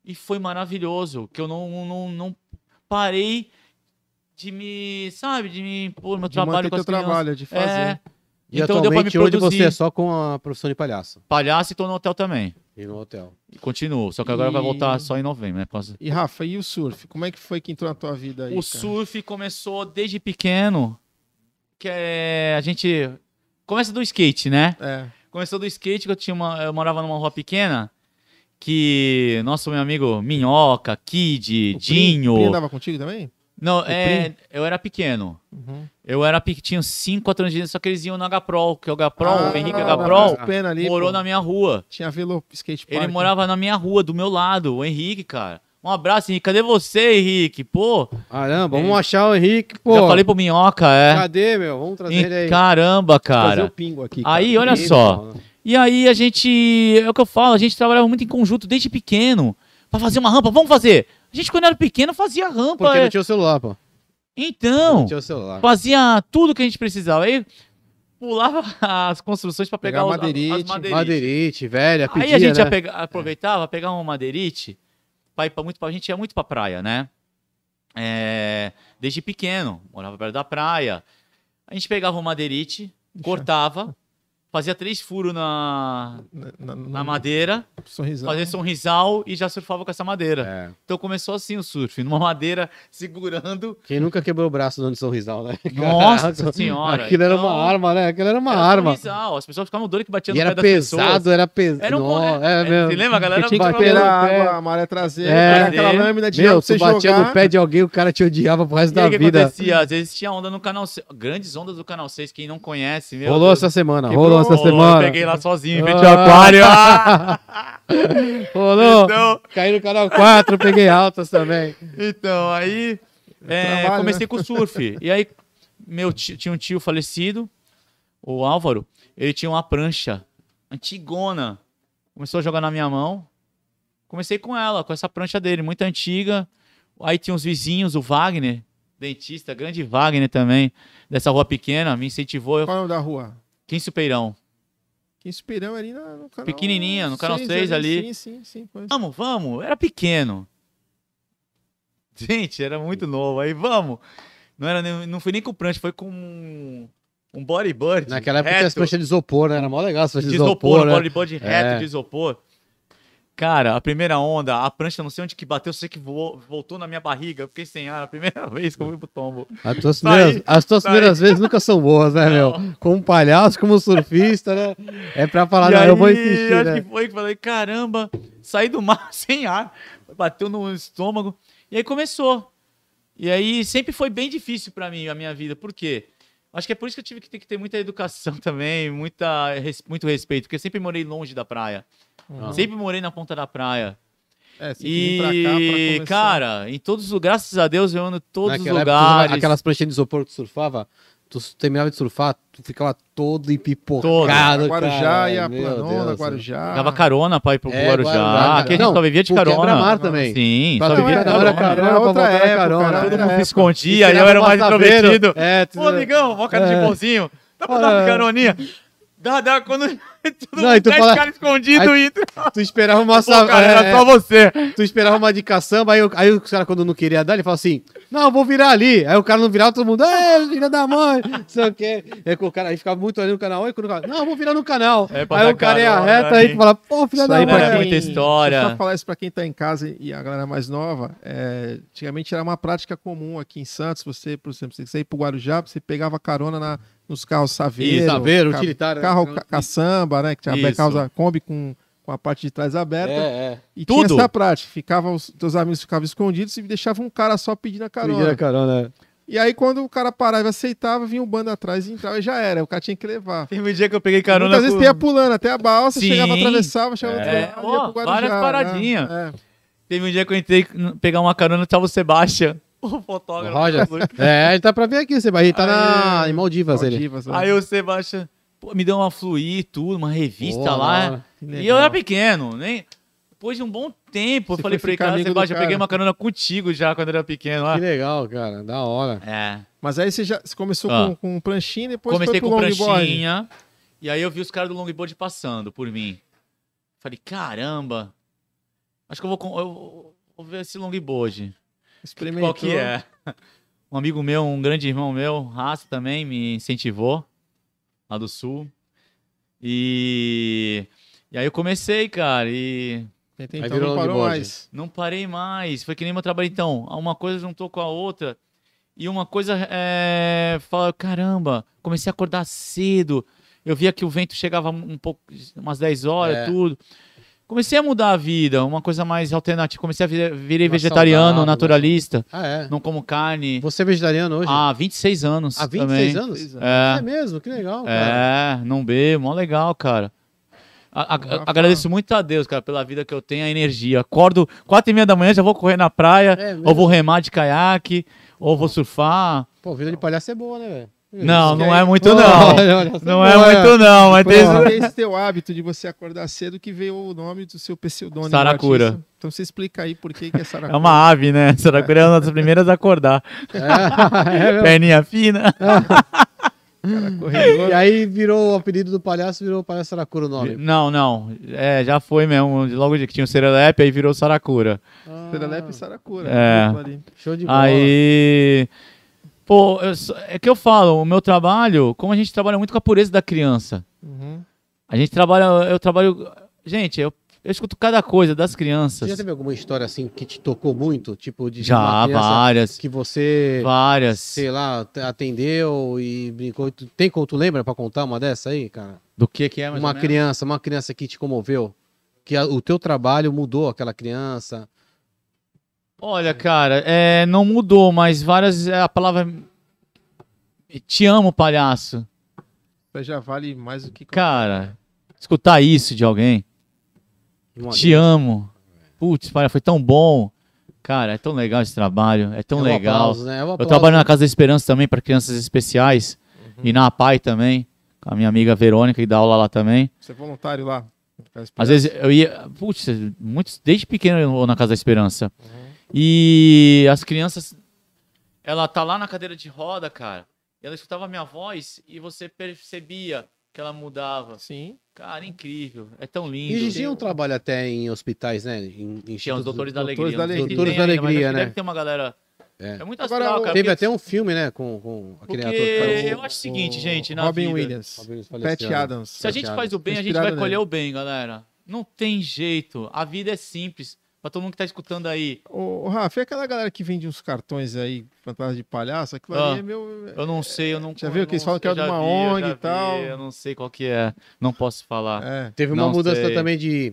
B: E foi maravilhoso, que eu não, não, não parei de me, sabe, de me impor meu
A: De
B: trabalho
A: manter
B: com
A: teu
B: as crianças.
A: trabalho, de
B: É,
A: fazer.
C: E
B: Então deu pra me
C: atualmente hoje
B: produzir.
C: você é só com a profissão de palhaço.
B: palhaço e tô no hotel também.
C: E no hotel.
B: E continuo, só que agora
A: E-
B: vai voltar só em novembro, né? Por causa-
A: E Rafa, e o surf? Como é que foi que entrou na tua vida aí?
B: O surf começou desde pequeno, que é, a gente começa do skate, né?
A: cara?
B: Começou do skate, que eu tinha uma. Eu morava numa rua pequena. Que. Nosso meu amigo Minhoca,
A: É.
B: Kid,
A: O
B: Dinho.
A: Pri, Pri andava contigo também?
B: não, é. Eu era pequeno.
A: Uhum.
B: Eu era pequeno, tinha uns 5, 4 anos de idade, só que eles iam no Agaprol, que é o Agaprol, o Henrique
A: Ah,
B: Agaprol,
A: mas o Pena ali,
B: morou
A: pô.
B: na minha rua.
A: Tinha velo skate
B: Ele
A: park,
B: morava na minha rua, do meu lado, o Henrique, cara. Um abraço, Henrique. Cadê você, Henrique? Pô,
C: Caramba, vamos achar o Henrique, pô.
B: já falei pro Minhoca, é.
C: Cadê, meu? Vamos trazer ele aí.
B: Caramba,
A: Fazer o
B: cara.
A: pingo aqui.
B: Aí, olha
C: Isso,
B: só.
C: mano.
B: E aí a gente, é o que eu falo, a gente trabalhava muito em conjunto desde pequeno Pra fazer uma rampa. Vamos fazer. A gente quando era pequeno fazia rampa.
C: Porque
B: é.
C: não tinha o celular, pô.
B: Então,
C: Não tinha o celular.
B: fazia tudo que a gente precisava. Aí pulava (laughs) as construções pra pegar,
A: Pegar
B: os- as
A: madeirite,
B: madeirites.
C: Madeirite, velha, pedia,
B: Aí a gente ia
C: né?
B: pega- aproveitava, pegava uma madeirite, pra ir pra muito, pra- a gente ia muito pra praia, né? É, desde pequeno, morava perto da praia. A gente pegava uma madeirite, cortava, fazia três furos na,
A: Na, na,
B: na
A: na,
C: Uhum.
B: madeira,
A: sorrisão.
B: fazia sorrisal e já surfava com essa madeira.
C: É.
B: Então começou assim o surf, numa (laughs) madeira segurando.
C: Quem nunca quebrou o braço dando sorrisal, né?
B: Nossa
C: Caraca,
B: senhora,
C: (laughs) Aquilo era uma
B: então-
C: arma, né? Aquilo era uma
B: Era
C: arma.
B: Sorrisal. As pessoas ficavam doidas que batiam
C: E
B: no
C: era
B: pé das pessoas.
C: pesado, era pesado.
B: Era um co- é,
C: mesmo.
B: você lembra, a galera?
C: Tinha que
B: Era um
C: bater
A: Pera,
C: na
A: a água,
C: água.
A: a maré traseira,
C: É.
A: aquela lâmina de
C: Meu,
A: água pra você
C: tu batia
A: jogar.
C: no pé de alguém, o cara te odiava pro resto
B: E aí
C: da
B: o que
C: vida.
B: acontecia? Às vezes tinha onda no canal 6, grandes ondas do canal 6, quem não conhece, meu
C: Rolou
B: Deus.
C: essa semana,
A: Quebrou.
C: rolou essa
B: Rolou, Eu
C: semana.
B: peguei lá sozinho, em frente ao
C: Ah.
B: aquário.
C: (laughs)
B: Ah!
C: Rolou.
B: Então-
C: Caí no canal 4, peguei altas também.
B: Então, aí é,
A: trabalho,
B: comecei com o surf. E aí, meu tio, tinha um tio falecido, o Álvaro, ele tinha uma prancha antigona. Começou a jogar na minha mão. Comecei com ela, com essa prancha dele, muito antiga. Aí tinha uns vizinhos, o Wagner, dentista, grande Wagner também, dessa rua pequena, me incentivou. Eu...
A: Qual é o nome da rua?
B: Quem superão?
A: Que Inspirão ali na, no canal.
B: Pequenininha, no canal
A: seis
B: seis
A: Sim,
B: ali.
A: sim, sim. pois.
B: Vamos, vamos. Era pequeno. Gente, era muito novo. Aí vamos. Não, era nem, não fui nem com prancha, foi com um um bodyboard.
C: Naquela época tinha as
B: reto,
C: pranchas de isopor, né? Era mó legal as pranchas
B: de
C: de
B: isopor,
C: isopor,
B: um
C: né?
B: bodyboard reto
C: É.
B: de isopor. Cara, a primeira onda, a prancha não sei onde que bateu, sei que voou, voltou na minha barriga. Eu fiquei sem ar a primeira (laughs) vez que eu fui pro tombo.
C: As tuas
B: Tá aí,
C: primeiras, as tuas
B: tá
C: primeiras vezes nunca são boas, né,
B: Não.
C: meu? Como palhaço, como surfista, né? É pra falar,
B: e
C: não,
B: aí,
C: eu vou insistir,
B: acho
C: né?
B: que foi que falei, caramba, saí do mar (laughs) sem ar, bateu no estômago. E aí começou. E aí sempre foi bem difícil pra mim a minha vida. Por quê? Acho que é por isso que eu tive que ter, que ter muita educação (laughs) também, muita, res- muito respeito, porque eu sempre morei longe da praia.
A: Uhum.
B: Sempre morei na ponta da praia.
A: É, você
B: E,
A: vem pra cá pra começar.
B: cara, em todos os lugares, graças a Deus, eu ando em todos
C: Naquela
B: os
C: época,
B: lugares.
C: aquelas pranchinhas de isopor que tu surfava, tu terminava de surfar, tu ficava todo empipocado,
B: Todo.
C: cara.
A: Guarujá e a
C: Meu
A: Planona,
C: Deus,
A: Guarujá.
B: Dava carona pra ir pro
C: É,
B: Guarujá.
C: Guarujá,
B: que a gente
C: não,
B: só vivia de
C: porque é
B: carona.
C: Gramado também.
B: Sim,
C: Pra
B: só
A: Não,
C: vir
B: vivia
A: é,
B: de
C: na hora
B: carona.
C: era
A: Era
C: carona, pra
A: outra
C: voltar era
A: época,
C: carona. né?
A: era
B: Todo
A: outra
B: mundo se
A: época.
B: escondia,
C: É, Tirava
B: eu era o mais
C: passaveiro,
B: introvertido.
C: É, tu-
B: Ô, amigão, mó cara
C: É.
B: de bonzinho. Tá Dá pra dar
C: Ah.
B: uma caroninha? Dá, dá, quando... (laughs) Todo
C: Não, e
B: mundo,
C: tu
B: 10
C: fala-
B: caras escondidos e...
C: tu esperava uma
B: Pô, cara, era
C: é,
B: só você.
C: Tu esperava uma de caçamba, aí, o- aí o cara, quando não queria dar, ele falava assim: Não, eu vou virar ali. Aí o cara não virava, todo mundo, é, filha da mãe, (laughs) não sei o quê. Aí o cara aí ficava muito ali no canal, e quando o cara, não, eu vou virar no canal.
B: É, pra
C: aí
B: dar
C: o cara ia
B: carona,
C: reto
B: né?
C: aí e falava, pô, filha
A: Isso
C: da
A: aí
C: mãe.
A: pra
B: Era
A: quem-
B: muita
A: Deixa eu só
B: história.
A: falar isso para quem tá em casa e a galera mais nova. é, antigamente era uma prática comum aqui em Santos. Você, por exemplo, você ia pro Guarujá, você pegava carona na- nos carros Saveiro.
C: Isso, Saveiro,
A: ca-
C: utilitário, né?
A: Carro ca- caçamba, né? Que tinha
B: Isso.
A: carros a Kombi com, com a parte de trás aberta.
C: É, é.
A: E
B: Tudo.
A: tinha essa prática. Ficava, os teus amigos ficavam escondidos e deixavam um cara só pedindo a carona.
C: Pedir a carona.
A: E aí, quando o cara parava e aceitava, vinha um bando atrás e entrava e já era. O cara tinha que levar.
B: Teve um dia que eu peguei carona
A: Muitas vezes
B: com-
A: tu ia pulando até a balsa,
B: Sim.
A: chegava, atravessava, chegava,
B: É.
A: atravessava,
B: Ó, várias paradinhas.
A: né? É.
B: Teve um dia que eu entrei n- pegar uma carona, tava o Sebastião, (laughs) o
C: O
B: fotógrafo.
C: Roger. É, ele tá pra vir aqui, Seba. Ele tá na,
A: Aí,
C: em Maldivas, ele.
A: Maldivas, né?
B: Aí o Sebastião pô, me deu uma fluir, tudo, uma revista
C: Boa,
B: lá. é?
C: da hora.
A: Que
B: E eu
A: legal.
B: era pequeno, nem. Depois de um bom tempo, eu
A: Você
B: falei
A: foi
B: pra ele,
A: ficar
B: cara,
A: amigo do
B: Sebastião, eu
A: cara.
B: peguei uma carona contigo já quando eu era pequeno. ó.
C: Que legal, cara. Da hora.
B: É.
A: Mas aí você já você começou
B: Ah.
A: com, com pranchinha e depois
B: Comecei
A: foi
B: com um
A: pro longboard.
B: pranchinha. E aí eu vi os caras do longboard passando por mim. Falei, caramba. Acho que eu vou, com- eu vou ver esse longboard.
A: Experimentou.
B: Qual que é? (laughs) Um amigo meu, um grande irmão meu, Raça também, me incentivou lá do sul. E, e aí eu comecei, cara, e
A: Tentei,
C: Aí
A: Então
C: virou
A: não parou
C: longboard.
A: mais.
B: não parei mais. Foi que nem meu trabalho. Então, uma coisa juntou com a outra. E uma coisa é. Fala, caramba, comecei a acordar cedo. Eu via que o vento chegava um pouco, umas 10 horas,
C: É.
B: tudo. Comecei a mudar a vida, uma coisa mais alternativa. Comecei a vir, virei
C: Mais
B: vegetariano,
C: saudável, né?
B: naturalista.
C: Ah, é.
B: Não como carne.
C: Você é vegetariano hoje?
B: Há 26 anos.
C: Há 26
B: Ah, também.
C: anos?
A: Seis anos.
C: É.
B: É.
C: mesmo, que legal, cara.
B: É, não bebo, mó legal, cara. A- a-
A: Rafa.
B: agradeço muito a Deus, cara, pela vida que eu tenho, a energia. Acordo quatro e meia da manhã, já vou correr na praia,
C: É mesmo?
B: ou vou remar de caiaque, ou vou surfar.
C: Pô, vida de palhaço é boa, né, velho?
B: Não,
A: isso que
B: não
A: é-
B: é muito não.
C: (laughs) Olha, olha, essa
B: Não
C: boa,
B: é
C: né?
B: muito não, mas tem...
C: Porra.
A: Você tem esse teu hábito de você acordar cedo que veio o nome do seu pseudônimo.
B: Saracura.
A: artista. Então você explica aí por que, que é Saracura.
B: É uma ave, né? Saracura é uma das primeiras a acordar.
C: É, é mesmo.
B: Perninha fina. é,
A: Cara, corredor.
C: E aí virou o apelido do palhaço, virou palhaço Saracura o nome.
B: Não, não. É, já foi mesmo. Logo de que tinha o Serelepe, aí virou Saracura.
C: Ah,
A: Serelepe e Saracura.
B: É.
A: dupla ali.
C: show de bola.
B: Aí. Pô, eu só- é que eu falo, o meu trabalho, como a gente trabalha muito com a pureza da criança.
A: Uhum.
B: A gente trabalha, eu trabalho. Gente, eu, eu escuto cada coisa das
C: Você
B: crianças.
C: já teve alguma história assim que te tocou muito? Tipo, de uma
B: Já,
C: criança
B: várias.
C: que você,
B: Várias.
C: sei lá, t- atendeu e brincou. Tu- Tem como tu lembra pra contar uma dessa aí, cara?
B: Do que que é, mais
C: uma
B: ou menos?
C: criança, uma criança que te comoveu. Que a- o teu trabalho mudou aquela criança.
B: Olha, cara, é, não mudou, mas várias. é, A palavra. Te amo, palhaço.
A: Mas já vale mais do que.
B: Cara, escutar isso de alguém.
C: Uma
B: Te amo. Putz, palhaço, foi tão bom. Cara, é tão legal esse trabalho. É tão
C: É um
B: legal.
C: aplauso, né? É um
B: Eu
C: aplauso.
B: trabalho na Casa da Esperança também para crianças especiais e na APAI também, com a minha amiga Verônica que dá aula lá também.
A: Você é voluntário lá. É.
B: Às vezes eu ia, putz, muitos desde pequeno eu vou na Casa da Esperança. E as crianças ela tá lá na cadeira de roda, cara. E ela escutava a minha voz e você percebia que ela mudava.
A: Sim.
B: Cara, incrível. É tão
C: E
B: lindo.
C: existia um trabalho até em hospitais, né? Em, em
B: Tinha os
C: institutos-
B: doutores da
A: Doutores
B: alegria.
A: da
B: não sei se
A: Alegria.
B: tem ainda, mas
C: Doutores da
B: acho que
C: Alegria,
B: Deve
C: né?
B: ter uma galera É muito
A: Agora,
B: astral,
A: o-
B: cara.
C: Teve
B: porque-
C: até um filme, né, com, com aquele
B: Porque
C: ator que faz
B: eu acho o seguinte, gente, na
A: Robin
B: vida,
A: Williams.
C: Robin Williams
A: Pat
C: faleceu, né?
A: Adams.
B: Se a gente
C: Chateado.
B: faz o bem, a gente
A: Inspirado
B: vai
A: nele.
B: colher o bem, galera. Não tem jeito. A vida é simples. Pra todo mundo que tá escutando aí,
A: Ô, ô, Rafa, é aquela galera que vende uns cartões aí, fantasma de palhaço, aquilo
B: Ah.
A: ali é meu.
B: eu não sei, eu não
A: Já viu que eles
B: eu
A: falam
B: não-
A: que
B: eu
A: é de
B: já
A: uma
B: vi, eu
A: ONG
B: já
A: e tal?
B: vi, Eu não sei qual que é. Não posso falar.
A: É.
C: Teve uma
B: Não
C: mudança
B: sei.
C: também de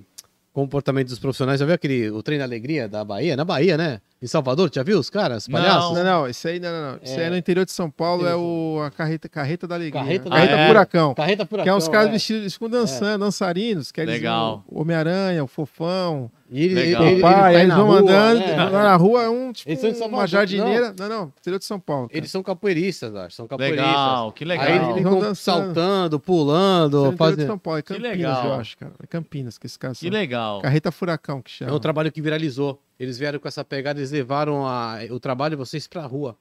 C: comportamento dos profissionais. Já viu aquele o trem da alegria da Bahia? Na Bahia, né? Em Salvador, já viu os caras?
B: Não.
C: Palhaços?
A: Não, não, isso aí não, não, não. Isso aí é no interior de São Paulo, é o, a carreta, carreta da alegria. Carreta,
C: Carreta da-
A: carreta
B: Ah, é?
A: furacão.
C: Carreta por
A: Que é uns caras
C: é.
A: vestidos, eles ficam dançando, dançarinos, que é eles
B: Legal.
A: o Homem-Aranha, o Fofão,
C: E ele,
B: Legal.
C: ele, ele,
A: o pai,
C: sai
A: eles
C: na
A: vão
C: rua,
A: andando,
C: né?
A: lá na rua é um, tipo,
C: Eles são de São
A: uma
C: Paulo,
A: jardineira. Não, não, interior de São Paulo. cara.
C: Eles são capoeiristas, acho.
A: É,
C: São capoeiristas.
B: Legal, que legal.
C: Aí eles
A: Eles vão
C: ficam
A: dançando. Isso
C: saltando,
A: é no
C: pulando,
A: interior de
C: fazendo.
A: São Paulo, é
B: Que
A: Campinas,
B: legal.
A: eu acho, cara. É Campinas que esse cara
B: Que legal.
A: Carreta furacão que
C: É
A: chama.
C: um trabalho que viralizou. Eles vieram com essa pegada, eles levaram a- o trabalho de vocês pra rua.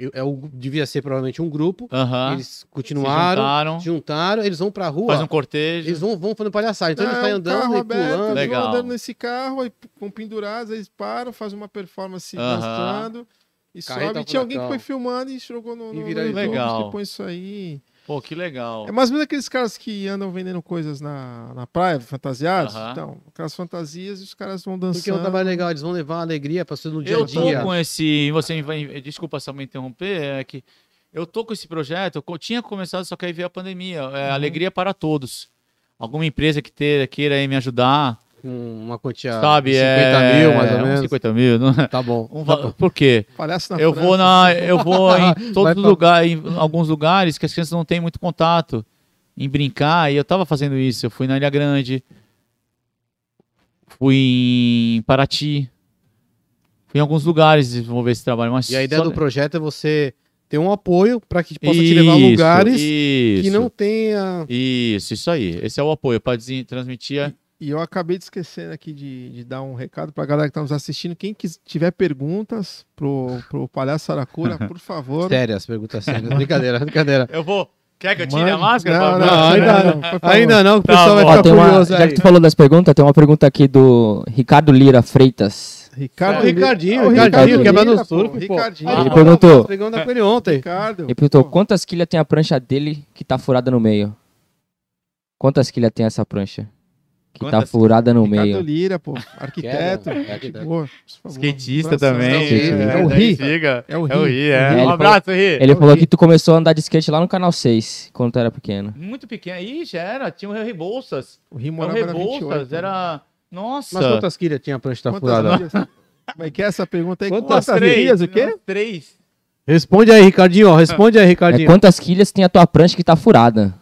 C: Eu- É o, devia ser provavelmente um grupo.
B: Aham. Se
C: Eles continuaram,
B: juntaram,
C: juntaram, eles vão pra rua.
B: faz um cortejo.
C: Eles vão, vão fazendo palhaçada. Então
A: Ah,
C: eles saem
A: um
C: andando
A: carro
C: e
A: aberto,
C: pulando.
A: Eles
B: Legal.
A: vão andando nesse carro, aí com pendurados, aí eles param, fazem uma performance
B: Aham.
A: dançando. E
C: Carreta
A: sobe. E Tinha alguém que foi
C: furacão.
A: filmando e jogou no,
C: E
A: no, no
C: viralizou.
A: YouTube,
B: Legal.
A: que põe isso aí.
B: Pô, que legal.
A: É mais ou menos aqueles caras que andam vendendo coisas na, na praia, fantasiados.
B: Aham.
A: Então, aquelas fantasias e os caras vão
C: Porque é um
A: dançando.
C: trabalho legal, eles vão levar alegria pra você no dia a
B: Eu tô
C: dia.
B: com esse. Você me vai, desculpa só me interromper, é que eu tô com esse projeto, eu co- tinha começado, só que aí veio a pandemia. É
A: Uhum.
B: Alegria para todos. Alguma empresa que te- queira aí me ajudar,
C: Com uma quantia
B: sabe?
C: de 50
B: é,
C: mil, mais ou
B: uns
C: menos.
B: 50 mil, não é?
C: Tá bom.
B: Um val- Por quê?
A: Palhaço na
B: Eu
A: França.
B: vou, na, eu vou em
C: é (laughs) Vai
B: todos
C: pra-
B: os lugares, em alguns lugares que as crianças não têm muito contato em brincar, e eu tava fazendo isso. Eu fui na Ilha Grande, fui em Paraty, fui em alguns lugares desenvolver esse trabalho. Mas
C: E a ideia
B: só-
C: do projeto é você ter um apoio pra que possa te levar a um
B: Isso,
C: lugares
B: isso,
C: que não tenha.
B: Isso, isso aí. Esse é o apoio para transmitir. a-
A: E eu acabei de esquecendo aqui de, de dar um recado pra galera que tá nos assistindo. Quem quis- tiver perguntas pro, pro Palhaço
B: (laughs)
A: Saracura, por favor.
C: Sério, as perguntas sérias. brincadeira, brincadeira.
B: Eu vou. Quer que eu tire a
A: Mande-
B: máscara?
A: Não,
B: Pablo?
C: Não, ainda não.
A: por favor.
C: Ainda não, que o
B: Tá
C: pessoal vai
B: bom.
D: Ó,
C: ficar
D: Ah, tem uma,
C: curioso
D: já que
C: aí.
D: tu falou das perguntas, tem uma pergunta aqui do Ricardo Lira Freitas.
A: Ricardo,
C: Ah, o Ricardinho,
A: Ah,
C: o Ricardinho,
D: Ricardinho,
C: quebra no
A: Lira, pô,
C: surf, pô.
A: Ricardinho.
C: Ah,
D: Ele
C: pô,
D: perguntou.
C: nós brigamos com ele ontem.
A: Ricardo.
D: Ele perguntou
A: Pô,
D: quantas quilhas tem a prancha dele que tá furada no meio. Quantas quilhas tem essa prancha? Que tá
B: Quantas?
D: furada no
A: Ricardo
D: meio.
A: Lira, pô, arquiteto.
C: Quebra, é arquiteto.
A: Pô, por favor,
B: Skatista
A: abração.
B: também.
D: Skatista.
B: né?
A: É o
B: Da
A: Ri.
B: antiga.
A: É o
B: É o
A: Ri.
B: Ri, é.
D: Ele
B: Um
D: falou-
B: abraço, Ri.
D: Ele
A: Eu
D: falou
A: vi.
D: que tu começou a andar de skate lá no canal 6, quando tu era pequeno.
B: Muito pequeno. Ih, já era. Tinha o Rio Bolsas.
A: O Rio
B: O
A: morava na 28.
B: Rebouças era. Nossa!
C: Mas quantas quilhas tinha a prancha da furada?
A: Quantas (laughs) milhas? Como é que é essa pergunta aí?
C: Quantas
A: milhas, o quê?
B: umas Três.
C: Responde aí, Ricardinho. ó, Responde aí,
D: É
C: Ricardinho.
D: quantas quilhas tem a tua prancha que tá furada?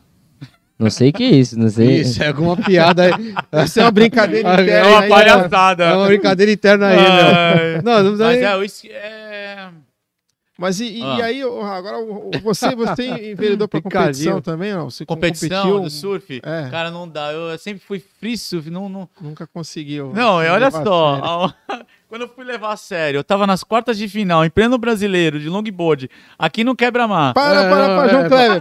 D: Não sei o que é isso, não sei.
C: Isso, é alguma piada aí.
A: Isso (laughs) é uma brincadeira
C: Ah,
A: interna.
B: É
C: uma
A: aí,
B: uma
A: né?
B: palhaçada.
C: É uma brincadeira interna aí, meu.
B: Ai.
C: Não, não precisa
B: Ah. Mas
C: nem-
B: é, o is- é...
A: Mas e, e-
B: Ah.
A: e aí, ô, agora o- o- você, você enveredou pra
C: Ricardinho.
A: competição também, não? Você
B: competição
A: competiu,
B: do surf.
A: É.
B: Cara, não dá. Eu sempre fui free surf. Não, não...
A: nunca conseguiu.
B: não e olha
A: levar a sério.
B: só. a- (laughs) Quando eu fui levar a sério, eu tava nas quartas de final, em pleno brasileiro, de longboard, aqui no Quebra-Mar.
A: Para, para,
C: É,
A: para,
C: é,
A: João Kleber. Para,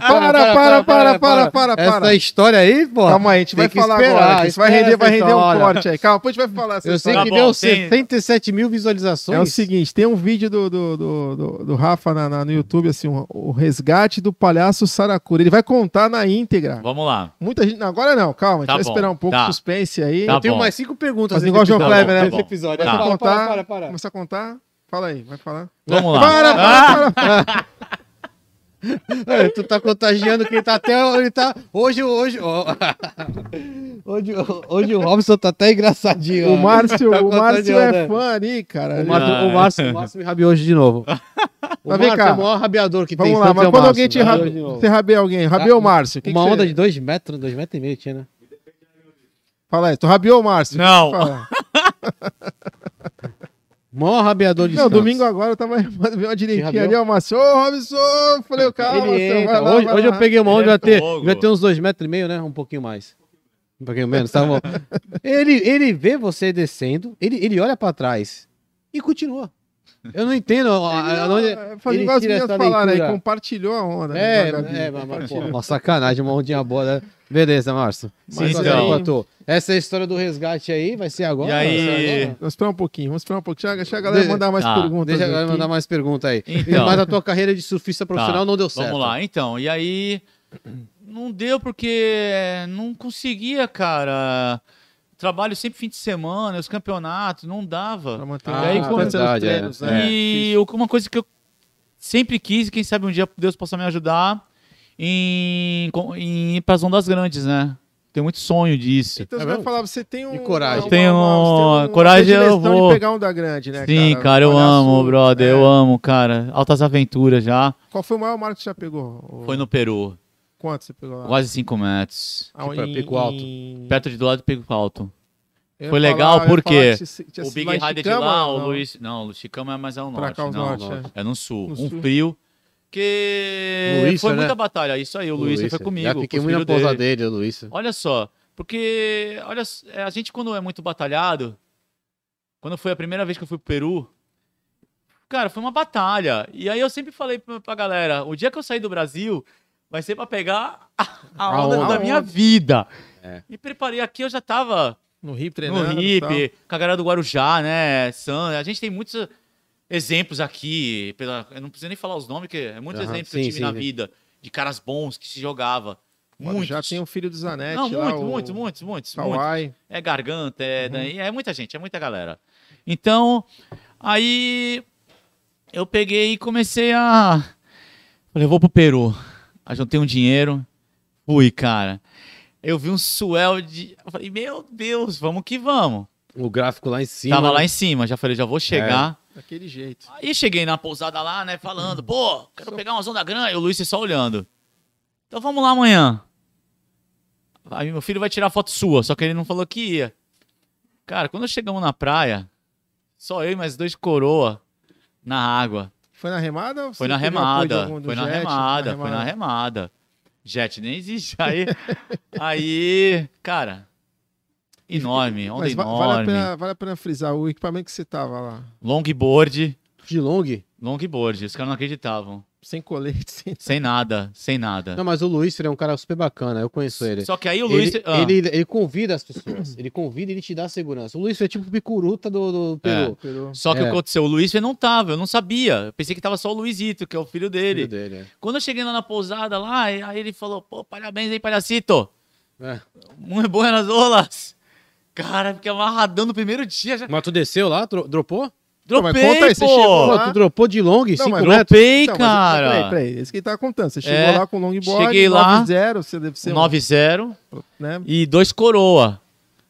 A: para, para, para, para,
C: Essa
A: para.
C: história aí, pô.
A: Calma aí, a gente
C: tem
A: vai
C: que
A: falar
C: esperar,
A: agora. que Isso vai
C: espera
A: render, vai
C: essa
A: render um
C: história.
A: corte aí. Calma, depois a gente vai falar essa
C: Eu sei
A: história.
B: Tá
C: que
B: bom,
C: deu
B: tem-
C: 77 mil visualizações.
A: É o seguinte, tem um vídeo do, do, do, do- do Rafa na- na- no YouTube, assim, o, o resgate do palhaço Saracura. Ele vai contar na íntegra.
B: Vamos lá.
A: Muita gente. não, Agora não, calma, a gente
B: Tá
A: vai
B: bom,
A: esperar um pouco
B: tá.
A: de suspense aí.
B: Tá
C: Eu tenho
B: bom.
C: mais cinco perguntas.
A: Mas
C: nesse
A: igual o João
C: episódio.
A: Kleber, né?
C: Nesse episódio.
B: Tá.
A: Vou
C: Para, para,
A: contar.
C: para, para.
A: Começa a contar? Fala aí, vai falar. Ah!
B: Vamos lá.
A: Para, para, para.
C: É, tu tá contagiando quem tá até. Ele tá. Hoje, hoje. ó. Hoje, hoje o Robson tá até engraçadinho. ó.
A: O Márcio,
C: Tá
A: o Márcio é
C: contagiando,
A: fã ali, cara.
C: O Márcio, o Márcio, o Márcio me rabiou hoje de novo. O
A: Mas vem
C: Márcio
A: cá.
C: é o maior rabiador que
A: Vamos
C: tem.
A: lá,
C: tanto é
A: mas
C: o
A: quando
C: Márcio,
A: alguém te
C: rabiou
A: rabe...
C: de novo.
A: você rabeia alguém, rabeou o Márcio. que
C: Uma
A: que você-
C: onda de 2 metros, 2 metros e meio tinha, né?
A: Fala aí, tu rabiou o (laughs) Márcio.
B: Não.
A: Fala.
B: (laughs)
C: Maior rabiador de
A: Não,
C: Santos.
A: domingo agora eu tava (laughs) vi uma
C: Te
A: direitinha
C: rabiou?
A: ali, ó, o Márcio. Ô, Robson! Falei, o carro,
C: Ele
A: Márcio,
C: entra. hoje, hoje eu peguei uma
B: Ele
C: onda,
B: é
C: vai ter,
B: fogo.
C: vai ter uns 2 metros e meio, né? Um pouquinho mais. Um pouquinho menos, tá bom.
A: (laughs)
C: ele, ele vê você descendo, ele, ele olha pra trás e continua. Eu não entendo. a- a-
A: Ele não-
C: Ah, onde-
A: é, faz
C: ele
A: igual as
C: tira
A: meninas
C: essa
A: falaram aí,
C: leitura.
A: compartilhou a onda. né,
C: É,
A: da Gabi.
C: é, mas, mas, pô, uma sacanagem, uma ondinha boa. Né? Beleza, Márcio.
A: Sim,
C: Mas
B: então.
C: aí, Patu, Essa é a história do resgate aí, vai ser agora?
B: E aí-
C: Vai ser agora?
A: Vamos esperar um pouquinho, vamos esperar um pouquinho. Deixa a galera
C: Deixa- Ah,
A: mandar mais
B: tá,
A: perguntas.
C: Deixa agora
A: aqui.
C: mandar mais perguntas aí.
B: Então.
C: Mas a tua carreira de surfista profissional
B: Tá,
C: não deu certo.
B: Vamos lá, então. E aí, não deu porque não conseguia, cara. Trabalho sempre fim de semana, os campeonatos, não
A: Pra
B: dava.
A: manter
C: Ah,
A: a
B: E aí,
A: distância
B: quando-
A: dos
C: verdade, é.
A: treinos, né?
B: e o- uma coisa que eu sempre quis, e quem sabe um dia Deus possa me ajudar, em, com- em ir para as ondas grandes, né? Tenho muito sonho disso.
A: Então
C: É
A: você vai
C: mesmo?
A: falar, você tem um.
C: E coragem.
A: uma-
B: Eu tenho
A: uma- você tem
B: coragem, eu
A: predileção
B: vou.
A: de pegar um da grande, né?
B: Sim, cara, eu
A: Olhar
B: amo,
A: sua-
B: brother,
A: é.
B: eu amo, cara. Altas aventuras já.
A: Qual foi o maior marco que você já pegou? O-
B: Foi no Peru,
A: Quanto você pegou lá?
B: quase 5 metros.
A: Ah,
C: Tipo, é
A: em-
C: pico alto.
A: em-
B: Perto de do lado do Pico Alto.
A: Eu ia
B: Foi
A: falar-
B: legal,
A: eu ia falar
B: por quê?
A: que tinha- tinha
B: O
A: sido
B: Big
A: lá em
B: Rider de
A: Chicama,
B: lá, o
A: não?
B: Luiz. Não, o Luiz Chicama é mais ao
A: Pra
B: norte.
A: cá, ao
B: não,
A: norte,
B: não. É. no sul.
A: No
B: um
A: sul.
B: frio. Que
C: Luísa,
B: foi
C: né? é.
B: muita batalha. Isso aí, o Luiz, foi comigo.
C: Já fiquei
B: com os
C: muito na
B: filhos dele.
C: pousada dele, Luiz.
B: Olha só, porque olha, s- é, a gente quando é muito batalhado, quando foi a primeira vez que eu fui pro Peru, cara, foi uma batalha. E aí eu sempre falei pra, pra galera, o dia que eu sair do Brasil, vai ser pra pegar (laughs) a, a
C: A
B: onda,
C: onda.
B: da minha vida.
C: É.
B: Me preparei aqui, eu já tava
A: No Rio
B: no
A: treinando. e tal.
B: RIP, com a galera do Guarujá, né? San, a gente tem muitos exemplos aqui. Pela, eu não preciso nem falar os nomes, porque é muitos
C: Aham,
B: exemplos que
C: sim,
B: eu tive
C: sim,
B: na
C: sim.
B: vida de caras bons que se jogava.
A: Mano,
B: Muitos.
A: Já tem o filho do Zanetti.
B: Não,
A: lá,
B: muito,
A: o... Uhum.
B: muito, muitos, muitos, muitos.
A: Kawhi.
B: É garganta, é, daí- é muita gente, é muita galera. Então, aí eu peguei e comecei a. Falei, eu vou pro Peru. Aí juntei um dinheiro. Fui, cara. Eu vi um suel de. Eu falei, meu Deus, vamos que vamos.
C: O gráfico lá em cima.
A: né?
B: Tava lá em cima, já falei, já
A: É.
B: vou chegar.
A: Daquele jeito.
B: Aí cheguei na pousada lá, né, falando, pô, quero pegar uma zona grande. E O Luiz só olhando. Então vamos lá amanhã. Aí meu filho vai tirar foto sua, só que ele não falou que ia. Cara, quando chegamos na praia, só eu e mais dois coroa na água.
A: Foi na remada? ou
B: Foi
A: você
B: na
A: teve apoio de
B: remada,
A: algum do
B: foi na
A: jet,
B: remada, foi na remada. Jet nem existe.
A: (laughs)
B: Aí, aí cara, enorme, onda
A: Mas va-
B: enorme.
A: vale a, pena, vale a pena frisar o equipamento que você tava lá.
B: Longboard,
C: De long?
B: longboard, os caras não acreditavam.
A: Sem colete, (laughs) sem.
B: Sem nada, sem nada.
C: Não, mas o Luiz ele é um cara super bacana, eu conheço ele.
B: Só que aí o
C: ele,
B: Luiz. ah,
C: ele, ele convida as pessoas, ele convida e ele te dá segurança. O Luiz é tipo o picuruta do, do Peru.
A: Operou.
B: Só que o
C: é.
B: que aconteceu? O Luiz não tava, eu não sabia. Eu pensei que tava só o Luizito, que é o filho dele.
C: Filho dele, é.
B: Quando eu cheguei lá na pousada lá, aí ele falou: pô, parabéns aí, palhacito. Um
C: É.
B: Muito boas olas. Cara, fiquei amarradão no primeiro dia. Já...
C: Mas tu desceu lá, dro- dropou?
A: Não, mas
B: Dropei,
A: conta aí, você chegou
B: pô.
A: lá, né?
C: Pô, tu dropou de long,
A: mas
C: 5 metros?
B: Dropei,
A: Então, mas
B: cara.
A: Peraí, peraí. Esse que ele tava contando. Você chegou
B: É,
A: lá com o longboard.
B: cheguei lá,
A: 9-0, você deve ser. um,
B: 9-0
A: né?
B: e dois coroa.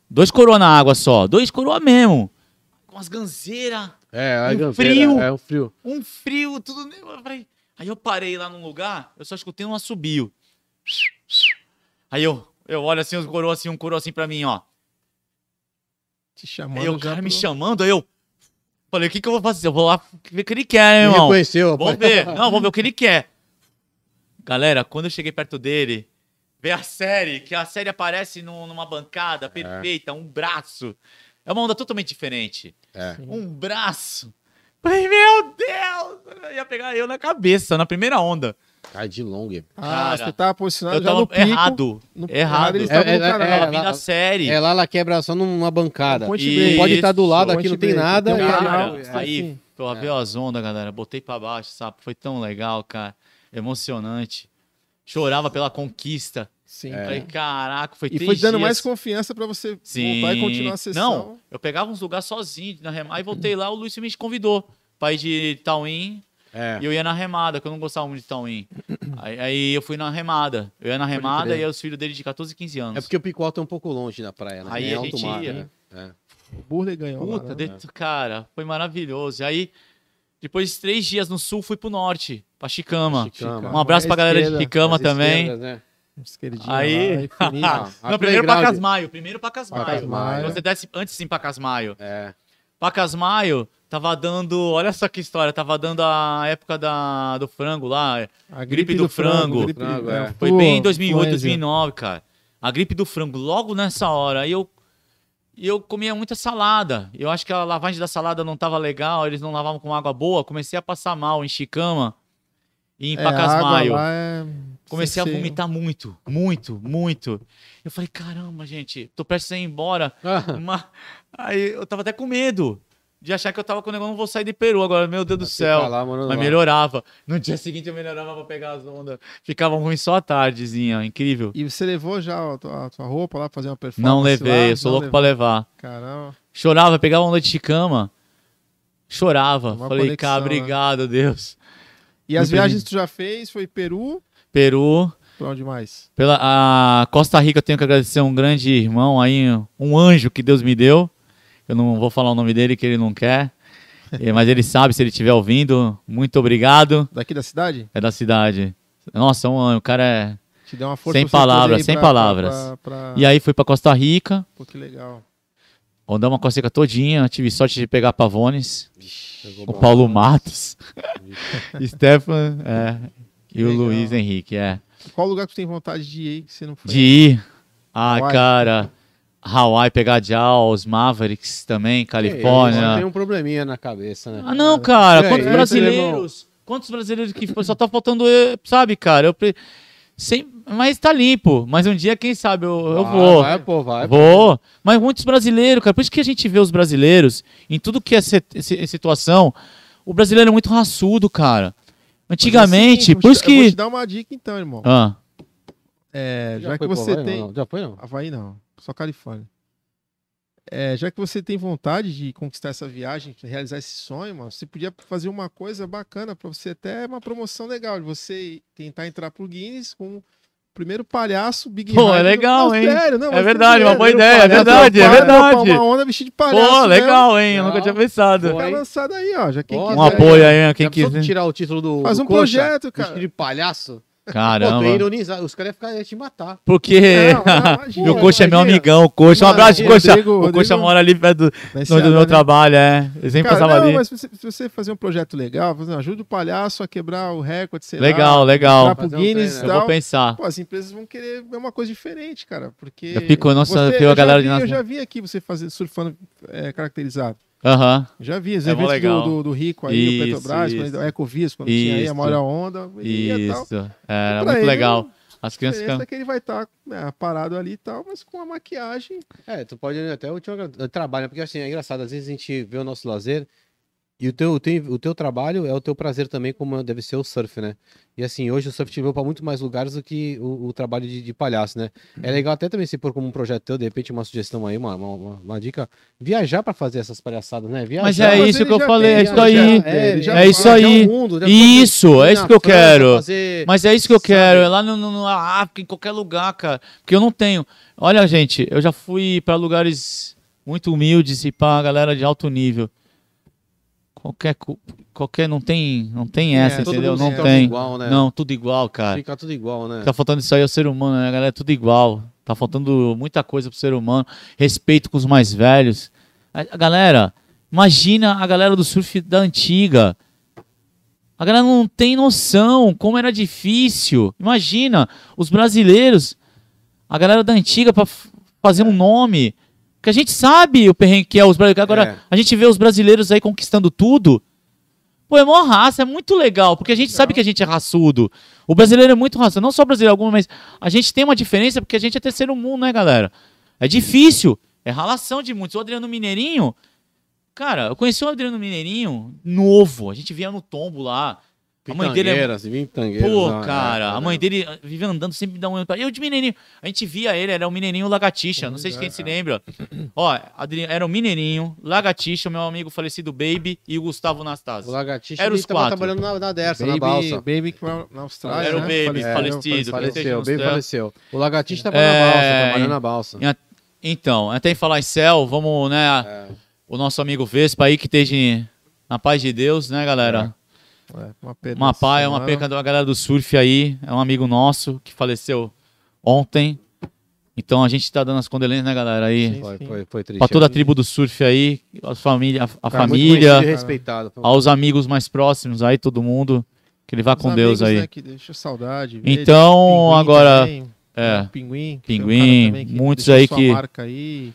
B: Dois coroa na água só. Dois coroa mesmo. Com as ganzeiras.
C: É, a
B: Um
C: ganzeira,
B: frio.
C: É, um frio.
B: um frio, tudo. né? Eu falei- Aí eu parei lá num lugar, eu só escutei um assobio. Aí eu, eu olho assim, os coroas assim, um coroa assim pra mim, ó.
A: Te chamando.
B: Aí o
A: já
B: cara
A: pro-
B: me chamando, aí eu. Falei, o que que eu vou fazer? Eu vou lá ver o que ele quer, né,
C: Ele
B: irmão?
C: reconheceu.
B: Vamos
C: pô.
B: ver. Não, vamos ver o que ele quer. Galera, quando eu cheguei perto dele, vê a série, que a série aparece num- numa
A: É.
B: bancada perfeita, um braço. É uma onda totalmente diferente.
C: É.
B: Um braço. Falei, meu Deus! Eu Ia pegar eu na cabeça, na primeira onda.
C: Cai de long.
A: Ah,
B: Cara,
A: você tava posicionado
B: eu
A: já
B: tava
A: no pico.
B: errado.
A: no-
B: errado.
A: eles
B: Eu
A: estavam
C: É,
A: no
C: é,
A: canal.
C: é,
B: tava vindo
C: lá-
B: a série.
C: É lá, ela quebra só numa bancada.
A: Ponte
B: E-
A: Break.
C: Não pode estar do lado,
A: Isso,
C: aqui não
A: Point
C: tem
A: Break.
C: nada.
A: Tem
C: e-
A: uma-
B: um Cara,
A: Caralho, é
B: aí,
A: assim.
B: porra, veio as ondas, galera. Botei pra baixo, sabe? Foi tão legal, cara. Emocionante. Chorava pela conquista.
A: Sim.
B: Falei, caraca, foi
A: É. E
B: três
A: foi dando
B: dias.
A: mais confiança pra você
B: Sim.
A: voltar e continuar a sessão.
B: Não, eu pegava uns lugares sozinho na remada. Aí voltei lá, o Luiz me convidou pra ir de Tauim
C: É.
B: e eu ia na remada, que eu não gostava muito de Tauim. Aí, aí eu fui na remada. Eu ia na remada
C: crer.
B: e aí os filhos dele de 14, 15 anos.
C: É porque o pico alto é um pouco longe da praia, né?
B: Aí
C: é
B: a gente ia.
C: né? É.
A: O Burley ganhou. lá,
B: Puta,
A: né?
B: dentro- cara, foi maravilhoso. E aí, depois de três dias no sul, fui pro norte, pra Chicama.
C: Chicama.
B: Um abraço pra
A: Mas
B: galera de
A: esquerda,
B: Chicama
C: As
B: também.
C: esquerdas, né?
A: Esquerdinha lá,
B: Aí. (laughs)
A: infinito.
C: a
B: não, Ah, primeiro pra
C: playground.
B: Casmaio. Primeiro pra Casmaio.
A: Pacasmayo.
B: Você desce antes sim pra Casmaio.
C: É.
B: Pra Casmaio, tava dando. Olha só que história, tava dando a época da, do frango lá.
A: A
B: Gripe do frango.
A: gripe-
C: Frango, é.
B: Foi
A: pô,
B: bem em 2008,
A: influenza.
B: 2009, cara. A gripe do frango, logo nessa hora. Aí eu. E eu comia muita salada. Eu acho que a lavagem da salada não tava legal, eles não lavavam com água boa. Comecei a passar mal em Chicama e em
A: É, a água
B: Pacasmayo.
A: lá é-
B: Comecei a
A: Sim, sim.
B: vomitar muito, muito, muito. Eu falei, caramba, gente, tô prestes a
A: (laughs)
B: ir embora.
C: Ah,
B: Mas- Aí eu tava até com medo de achar que eu tava com o negócio, não vou sair de Peru agora, meu Deus do
A: Tá
B: céu. Mas melhorava. No dia seguinte eu melhorava pra pegar as ondas. Ficava ruim só a tardezinha, incrível.
A: E você levou já a tua, a tua roupa lá pra fazer uma performance?
B: Não levei,
A: lá?
B: eu sou
A: Não
B: louco pra levar.
A: levou. Caramba.
B: Chorava, pegava onda de chicama. Chorava.
A: Uma
B: Falei,
A: conexão,
B: cara,
A: né?"
B: obrigado, Deus.
A: E as
B: Muito
A: viagens que tu já fez foi Peru,
B: Peru.
A: pra onde mais?
B: Pela a Costa Rica, eu tenho que agradecer um grande irmão aí, um anjo que Deus me deu. Eu não vou falar o nome dele, que ele não quer. Eh, Mas ele sabe, se ele estiver ouvindo, muito obrigado.
A: Daqui da cidade?
B: É da cidade. Nossa, um anjo, o cara é...
A: Te deu uma força
B: Sem
A: pra você poder
B: palavras,
A: ir
B: sem
A: pra-
B: palavras.
A: pra- pra-
B: E aí fui pra Costa Rica,
A: Pô, que legal.
B: rodar uma Costa Rica todinha, tive sorte de pegar Pavones, o
C: Melhor.
B: Paulo
A: (laughs)
B: Matos, Stefan é, e o
A: Legal.
B: Luiz Henrique, é.
A: Qual lugar que tu tem vontade de ir que você não foi?
B: De ir, ah,
A: Hawaii.
B: cara, Hawaii, pegar Jaws, Mavericks também,
C: Você
B: Califórnia.
C: tem um probleminha na cabeça,
A: um-
C: né?
B: ah, não, cara,
C: É,
B: quantos
C: isso,
B: brasileiros, quantos brasileiros que foi, só tá faltando, eh, sabe, cara, eu... pre- Sem, mas tá limpo, mas um dia, quem sabe, eu, eu
A: Ah,
C: Vai,
B: vou.
C: Vai, pô, vai. pô.
B: Vou. Mas muitos brasileiros, cara. Por isso que a gente vê os brasileiros em tudo que é se- se- situação. O brasileiro é muito raçudo, cara.
A: Mas
B: Antigamente,
A: assim,
B: por isso
A: eu vou te- Eu vou
B: que.
A: te dar uma dica então, irmão.
B: Ah,
A: É, já,
C: foi
A: que
C: pro
A: você
C: Havaí,
A: tem.
C: Não, não. Já foi, não?
A: Havaí não, só Califórnia. É, já que você tem vontade de conquistar essa viagem, de realizar esse sonho, mano, você podia fazer uma coisa bacana pra você, até uma promoção legal, de você tentar entrar pro Guinness com o primeiro palhaço Big
B: Pô,
A: Ride
B: é
A: do-
B: legal,
A: Não,
B: hein?
A: sério, não,
B: É
A: mas
B: verdade,
A: primeiro,
B: uma boa
A: primeiro
B: ideia, é
A: um palhaço,
B: verdade, é
A: palhaço,
B: verdade.
A: Uma onda vestido de palhaço.
B: pô,
A: mesmo.
B: legal, hein? Eu nunca
C: Legal.
B: tinha pensado.
C: Pô,
A: Tá
C: hein?
A: lançado aí, ó. Já quem
C: Ó,
B: Um
A: quiser.
B: apoio aí,
A: é,
B: a quem
C: Já pensou tu
B: quiser.
C: tirar o título do.
A: Faz
C: do
A: um
C: Coxa?
A: projeto, cara.
C: Vestido de palhaço. Pô, tu ia
B: Caramba.
C: ironizar. Os caras iam ficar- iam te matar.
B: Porque.
A: é,
B: (laughs)
A: Não, não, imagina,
B: Meu coxa é meu
A: imagina.
B: amigão, o coxa. Um
A: Mano,
B: abraço,
A: Rodrigo-
B: coxa. O
A: Rodrigo-
B: coxa mora ali perto do,
A: Nesse
B: onde do
A: ano,
B: meu
A: né?
B: trabalho, é. Eu sempre
A: Cara,
B: passava
A: não,
B: ali.
A: mas se você, se você fazer um projeto legal, fazer, ajuda o palhaço a quebrar o recorde, sei
B: Legal,
A: lá, entrar
B: legal.
A: pro
C: Fazer um
A: Guinness e
C: treino.
B: Eu vou
A: tal.
B: pensar.
A: Pô, as empresas vão querer ver uma coisa diferente, cara, porque...
B: Eu fico, nossa, né?
A: você-
B: eu vi a
A: já
B: galera
A: vi-
B: de-
A: Eu já vi aqui você fazer, surfando é, caracterizado.
B: Aham.
A: Já vi, os
B: É mó
A: eventos
B: legal.
A: do, do, do Rico aí,
B: Isso,
A: o Petrobras,
B: isso.
A: quando- o Ecovis, quando tinha aí
B: Isso.
A: a maior onda, e é tal.
B: Isso. Era
A: Pra
B: muito
A: ele, né?
B: legal. As
A: A
B: crianças
A: diferença
B: ficam.
A: é que ele vai estar parado ali e tal, mas com a maquiagem.
C: É, tu pode ir até o último gra- trabalho, né? porque assim, é engraçado, às vezes a gente vê o nosso lazer e o teu, o teu, o teu trabalho é o teu prazer também, como deve ser o surf, né? E assim, hoje o surf te levou para muito mais lugares do que o, o trabalho de, de palhaço, né?
B: Uhum.
C: É legal até também se pôr como um projeto teu, de repente uma sugestão aí, uma, uma, uma- uma dica, viajar para fazer essas palhaçadas, né? Viajar,
B: Mas
A: Não,
B: é
A: mas
B: isso
A: ele
B: que eu
A: já
B: falei, é
A: tem,
B: isso
A: já-
B: aí.
A: já- ele já
B: É isso
A: faz,
B: aí.
C: viajar o mundo, né?
B: Isso, é
C: Ir
B: isso
C: na
B: que eu
C: França,
B: quero.
C: fazer-
B: Mas é isso que eu
C: sabe?
B: quero, é lá no, no, na África, em qualquer lugar, cara. Porque eu não tenho. Olha, gente, eu já fui pra lugares muito humildes e pra galera de alto nível. Qualquer. cu- Qualquer. Não tem, não tem
A: É,
B: essa,
A: todo
B: entendeu?
A: mundo
B: Não
A: se
C: Fica
A: torna
B: tem.
C: Igual, né?
B: Não, tudo igual, cara.
C: Fica tudo igual, né?
B: Tá faltando isso aí ao ser humano, né, galera? É Tudo igual. Tá faltando muita coisa pro ser humano. Respeito com os mais velhos. A, a galera, imagina a galera do surf da antiga. A galera não tem noção como era difícil. Imagina os brasileiros, a galera da antiga para fazer um nome. Que a gente sabe o perrengue que é os brasileiros. Agora,
C: É.
B: a gente vê os brasileiros aí conquistando tudo. Pô, é mó raça, é muito legal, porque a gente sabe que a gente é raçudo. O brasileiro é muito raçudo, não só o brasileiro alguma, mas a gente tem uma diferença porque a gente é terceiro mundo, né, galera? É difícil, é ralação de muitos. O Adriano Mineirinho, cara, eu conheci o Adriano Mineirinho novo, a gente via no tombo lá. A mãe dele é
C: Pitangueiras, vintangueiras,
B: Pô,
C: né?
B: cara,
C: É,
B: a mãe dele ah, vive andando sempre dá um olho pra- Eu de mineirinho. A gente via ele, era o mineirinho lagartixa. Não sei se quem se lembra. Ó, Adri- era o mineirinho, lagartixa, o meu amigo falecido Baby e o Gustavo
C: O
B: Anastasio.
C: lagartixa
B: Era
C: ele
B: os
C: tava
B: quatro.
C: trabalhando na, na Dersa,
A: baby,
C: na balsa.
A: baby que mora na Austrália,
B: Era o
A: né?
B: Baby,
A: Faleceu, faleceu.
B: falecido, Deus
C: Faleceu,
B: nos
C: bem
B: tenha.
C: faleceu. O lagartixa tava
B: É,
C: na balsa, trabalhando na balsa.
B: e- Então, até em falar em céu, vamos, né?
C: É.
B: O nosso amigo Vespa aí que esteja em- na paz de Deus, né, galera?
A: É, uma perda.
B: Uma paz, uma
A: semana.
B: perca da galera do surf aí. É um amigo nosso que faleceu ontem. Então a gente tá dando as condolências, né, galera? Aí.
A: Sim,
C: Foi,
A: sim.
C: foi, foi triste.
B: Pra toda a tribo do surf aí, a família, a, a
A: Cara,
C: Muito
B: família,
C: conhecido e respeitado.
B: aos amigos mais próximos aí, todo mundo. Que ele vá
A: Os
B: com
A: amigos,
B: Deus aí.
A: né, que deixa saudade. ver.
B: Então,
A: Pinguim
B: agora.
A: também, né,
B: É.
A: Pinguim. que foi um
B: Pinguim,
A: cara também que
B: muitos
A: deixou
B: aí
A: sua
B: que-
A: marca aí.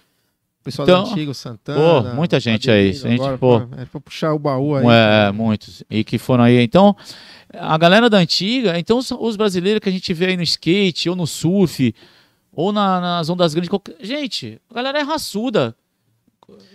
A: pessoal
B: Então-
A: antigo, Santana.
B: Pô, muita gente aí,
A: Adelino
B: se a gente
A: agora,
B: for-
A: pô, É pra puxar o baú aí. né?
B: É, muitos. E que foram aí. Então, a galera da antiga, então os, os brasileiros que a gente vê aí no skate, ou no surf, ou na- nas ondas grandes. qualquer- Gente, a galera é raçuda.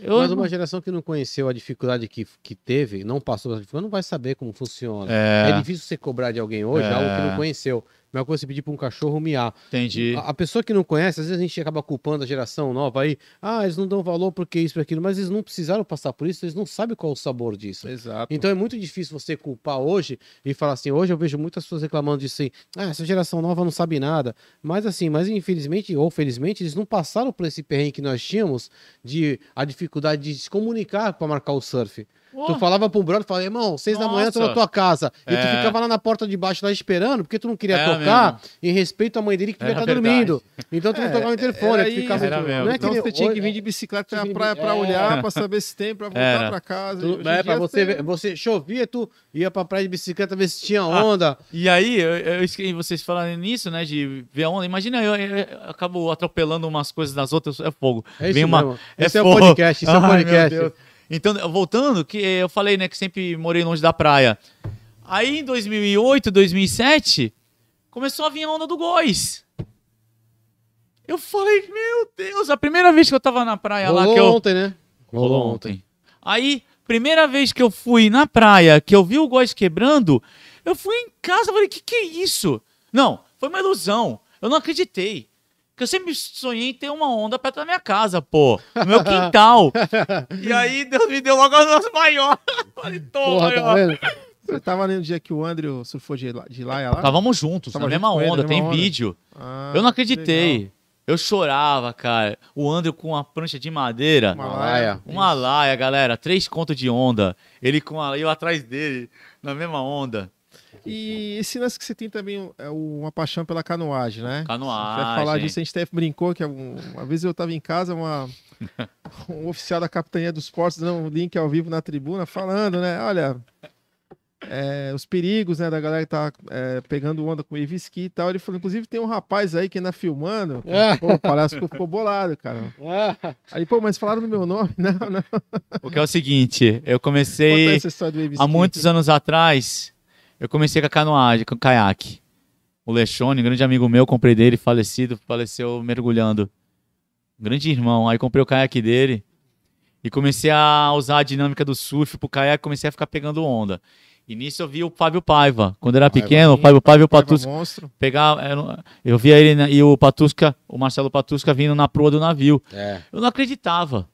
B: Eu-
C: Mas uma geração que não conheceu a dificuldade que, que teve, não passou pela dificuldade, não vai saber como funciona. É,
B: É,
C: difícil você cobrar de alguém hoje
B: É.
C: algo que não conheceu. Mesma coisa você pedir pra um cachorro miar.
B: entendi.
C: A, a pessoa que não conhece, às vezes a gente acaba culpando a geração nova aí. Ah, eles não dão valor porque isso, porque aquilo. Mas eles não precisaram passar por isso, eles não sabem qual é o sabor disso.
A: Exato.
C: Então é muito difícil você culpar hoje e falar assim, hoje eu vejo muitas pessoas reclamando de assim, ah, essa geração nova não sabe nada. Mas assim, mas infelizmente ou felizmente eles não passaram por esse perrengue que nós tínhamos de a dificuldade de se comunicar para marcar o surf.
B: Pô,
C: Tu falava pro brother, falava, irmão, seis da manhã eu tô na
B: Nossa.
C: tua casa. E tu
B: É.
C: ficava lá na porta de baixo lá esperando, porque tu não queria
B: É
C: tocar em respeito à mãe dele que devia
B: Era
C: estar
B: verdade.
C: dormindo. Então tu não
A: É,
C: tocava no telefone,
A: era
C: tu ficava.
B: isso, era mesmo.
C: Não é que
A: Então
C: nem
A: você tinha
C: hoje-
A: que vir de bicicleta
C: tinha
A: na
C: que vir-
A: praia pra
C: é.
A: olhar, pra saber se tem, pra voltar
B: Era.
A: pra casa.
C: Tu,
A: Hoje em
C: é, pra
A: dia
C: você,
A: tem-
C: ver- você chovia, tu ia pra praia de bicicleta ver se tinha
B: Ah.
C: onda.
B: E aí, eu, eu esqueci vocês falando nisso, né? De ver a onda. Imagina eu, eu- eu acabo atropelando umas coisas nas outras, é fogo.
C: É
B: Vem
C: isso
B: uma-
C: mesmo.
B: é
C: Esse é, o
B: fogo.
C: podcast, esse é
B: (laughs)
C: o
B: Ai, meu
C: podcast.
B: Deus. Então, voltando, que eu falei, né, que sempre morei longe da praia. Aí em 2008, 2007, começou a vir a onda do góis. Eu falei, meu Deus, a primeira vez que eu tava na praia É lá
C: Rolou
B: que eu
C: ontem, né?
B: Rolou ontem. Aí, primeira vez que eu fui na praia, que eu vi o góis quebrando, eu fui em casa e falei, que que é isso? Não, foi uma ilusão. Eu não acreditei. Porque eu sempre sonhei em ter uma onda perto da minha casa, pô.
A: (laughs)
B: No meu quintal. e aí, Deus me deu logo as maior. (laughs) falei, toma,
C: Porra, tá
B: maior.
C: vendo?
A: Você tava no dia que o Andrew surfou de, la- de laia lá?
B: Távamos juntos,
A: Tava
B: na
A: junto
B: mesma
A: com ele,
B: onda,
A: na
B: tem
A: mesma onda.
B: vídeo.
A: Ah,
B: eu não
A: que
B: acreditei.
A: legal.
B: Eu chorava, cara. O André com a prancha de madeira.
A: Uma
C: Laia.
A: laia.
B: Uma laia, Um galera. Três contos de onda. Ele com a... Eu atrás dele, na mesma onda.
A: E esse lance que você tem também é o- uma paixão pela canoagem, né?
B: Canoagem.
A: Você vai falar disso, a gente até brincou que um- uma vez eu estava em casa,
B: (laughs)
A: uma, um oficial da Capitania dos Portos dando um link ao vivo na tribuna, falando, né? Olha, é, os perigos né, da galera que tá é, pegando onda com wave ski e tal. Ele falou, inclusive, tem um rapaz aí que anda
B: (laughs)
A: filmando.
B: É.
C: Ah,
A: Pô, parece que ficou bolado, cara.
C: ah.
A: Aí, pô, mas falaram do meu nome? (laughs) Não, não.
B: O que é o seguinte, eu
A: Conta
B: comecei
A: essa história do wave ski.
B: há muitos anos atrás, eu comecei com a canoagem, com o caiaque. O Lechone, um grande amigo meu, comprei dele, falecido, faleceu mergulhando. Um Grande irmão. Aí comprei o caiaque dele e comecei a usar a dinâmica do surf pro caiaque, comecei a ficar pegando onda. E nisso eu vi o Fábio Paiva. Quando era
C: Paiva.
B: pequeno, o Fábio Paiva e o
A: Paiva
B: Patusca
A: monstro.
B: pegar. é, Eu, não- eu via ele na- e o Patusca, o Marcelo Patusca vindo na proa do navio.
C: É.
B: Eu não acreditava.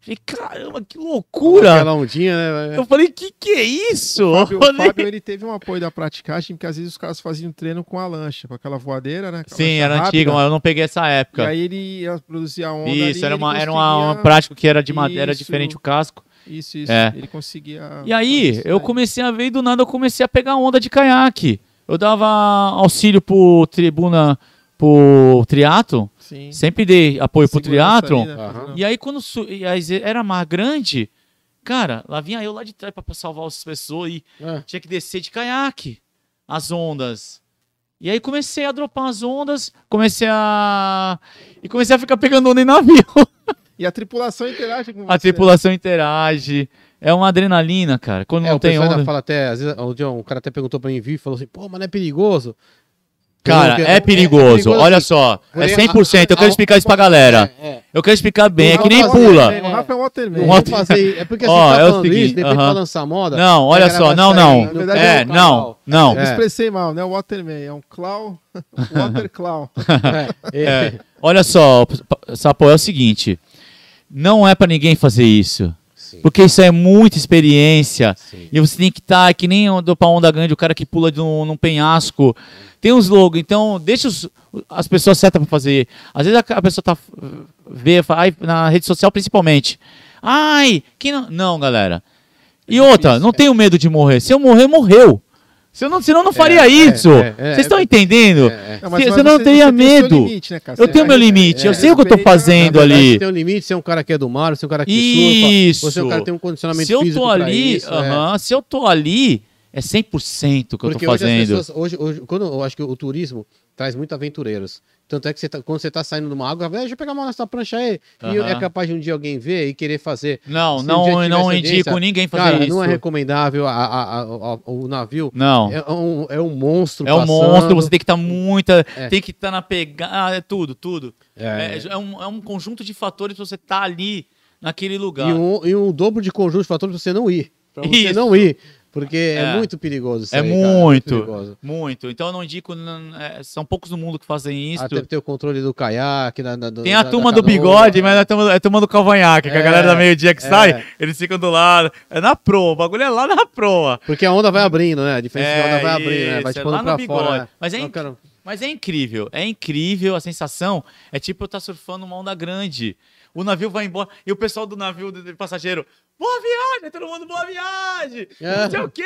B: Falei, caramba, que
C: Pura.
B: loucura!
C: Aquela ondinha, né?
B: Eu falei, que que é isso?
A: O Fábio, o
B: Olha aí.
A: Fábio, ele teve um apoio da praticagem, porque às vezes os caras faziam treino com a lancha, com aquela voadeira, né? com a
B: (laughs) Sim,
A: lancha
B: era
A: rápida.
B: antigo, mas eu não peguei essa
A: E
B: época.
A: aí ele ia produzir a onda. ali,
B: Isso, era
A: ele
B: uma, era uma, uma
A: conseguia-
B: prática que era de madeira,
A: Isso.
B: diferente o casco.
A: Isso, isso.
B: É.
A: Ele conseguia.
B: E aí,
A: Isso,
B: eu
A: né?
B: comecei a ver e do nada eu comecei a pegar onda de caiaque. Eu dava auxílio pro tribuna, pro triatlon.
A: Sim.
B: Sempre dei apoio pro
A: Segurança
B: triatlon.
A: ali, né,
C: Aham.
A: fazendo-
B: E aí, quando su- e aí ze- era mar grande, cara, lá vinha eu lá de trás pra salvar as pessoas e
C: É.
B: tinha que descer de caiaque as ondas. E aí comecei a dropar as ondas, comecei a. E comecei a ficar pegando onda em navio.
A: E a tripulação interage com
B: A
C: é?
A: você.
B: tripulação interage. É uma adrenalina, cara. Quando
C: É,
B: não
C: o
B: tem
C: pessoal ainda
B: onda.
C: fala até, às vezes, um dia um cara até perguntou pra mim, viu, e falou assim, pô, mas não é perigoso?
B: Cara,
C: Porque-
B: é perigoso. Olha só. É
C: Porém,
B: 100%. Eu
C: a- a-
B: quero explicar isso pra galera.
C: Ah, É, é.
B: Eu quero explicar bem. É
A: O
B: que nem
A: Rafa
B: pula.
A: Waterman, O Rafa é um Waterman.
C: Eu
B: Um
C: vou
B: outro-
C: fazer, é porque assim,
B: Ó,
C: tá
B: é o
C: falando isso,
B: seguinte,
C: de repente
B: aham.
C: pra lançar moda...
B: Não, olha
C: a galera
B: só.
C: vai
B: Não,
C: sair,
B: não.
C: né?
A: Na verdade,
B: É,
A: é
C: um canal.
B: não. Não.
A: Eu me
C: É.
A: expressei mal, né? O Waterman é um
B: (laughs)
A: Claw. Water Claw.
C: É, é.
B: É, (laughs) olha só, pa- Sapo, é o seguinte. Não é pra ninguém fazer isso.
C: Sim,
B: Porque isso é muita experiência.
C: sim.
B: E você tem que estar que nem o do pra onda grande, o cara que pula de um, num penhasco. Tem uns logos, então deixa os- as pessoas certas pra fazer. Às vezes a, a pessoa tá vê fala, ai, na rede social principalmente. Ai, quem não, não, galera.
C: É
B: E outra, não tenho medo de morrer. Se eu morrer, morreu. Se eu não, senão eu não faria isso.
C: é, é,
B: Vocês estão entendendo?
C: É, é.
A: Não,
B: Você- você não tenha
A: tem o seu
B: medo.
A: limite, né, cara?
B: Eu
A: Você
B: tenho meu
A: vai-
B: limite,
A: é,
B: eu sei o que eu tô
A: respeita-
B: fazendo
C: Na verdade,
B: ali.
C: Tem um limite, se é um cara que é do mar, se é um cara que
B: Isso.
C: surfa, você é um cara que tem um condicionamento
B: Se eu
C: físico
B: tô
C: pra
B: ali,
C: isso, é.
B: aham, se eu tô ali, é 100% que eu tô
C: hoje as
B: fazendo.
C: pessoas- hoje, hoje, quando eu acho que o turismo traz muito aventureiros. Tanto é que você tá- quando você tá saindo de uma água, "Ah, deixa eu pegar uma nossa prancha aí. E
B: Aham.
C: é capaz de um dia alguém ver e querer fazer.
B: Não,
C: Se um dia
B: não,
C: tivesse
B: não
C: audiência,
B: indico ninguém fazer
C: Cara,
B: isso.
C: não é recomendável. a- a- a- a- o navio
B: Não.
C: é um, é um monstro.
B: É um
C: passando.
B: monstro, você tem que estar muita.
C: É.
B: Tem que estar na pegada. É tudo, tudo.
C: É.
B: É, é um, é um conjunto de fatores pra você tá ali naquele lugar. É
C: E, um, e um dobro de conjunto de fatores pra você não ir. Pra você
B: Isso.
C: não ir. Porque é,
B: É.
C: muito perigoso isso
B: É
C: aí, cara,
B: muito.
C: perigoso.
B: Muito. Então eu não indico. não- é, são poucos no mundo que fazem isso.
C: Até ter o controle do caiaque. Da, da- do-
B: Tem a
C: da-
B: turma
C: da
B: do
C: canoa.
B: bigode, mas é a turma, é a turma do cavanhaque, que a
C: tá É,
B: galera da meio-dia que
C: é.
B: sai, eles ficam do lado. É na proa, o bagulho é lá na proa.
C: Porque a onda vai abrindo, né? A diferença é que a onda vai
B: É,
C: abrindo, né? Vai
B: isso,
C: te
B: é
C: pondo
B: lá no
C: pra
B: bigode.
C: fora. né?
B: Mas é
C: Não,
B: inc-
C: cara,
B: Mas é incrível, é incrível a sensação. É tipo eu estar surfando uma onda grande. O navio vai embora e o pessoal do navio, do do passageiro, boa viagem, todo mundo, boa viagem,
C: É.
B: (laughs) não sei o quê.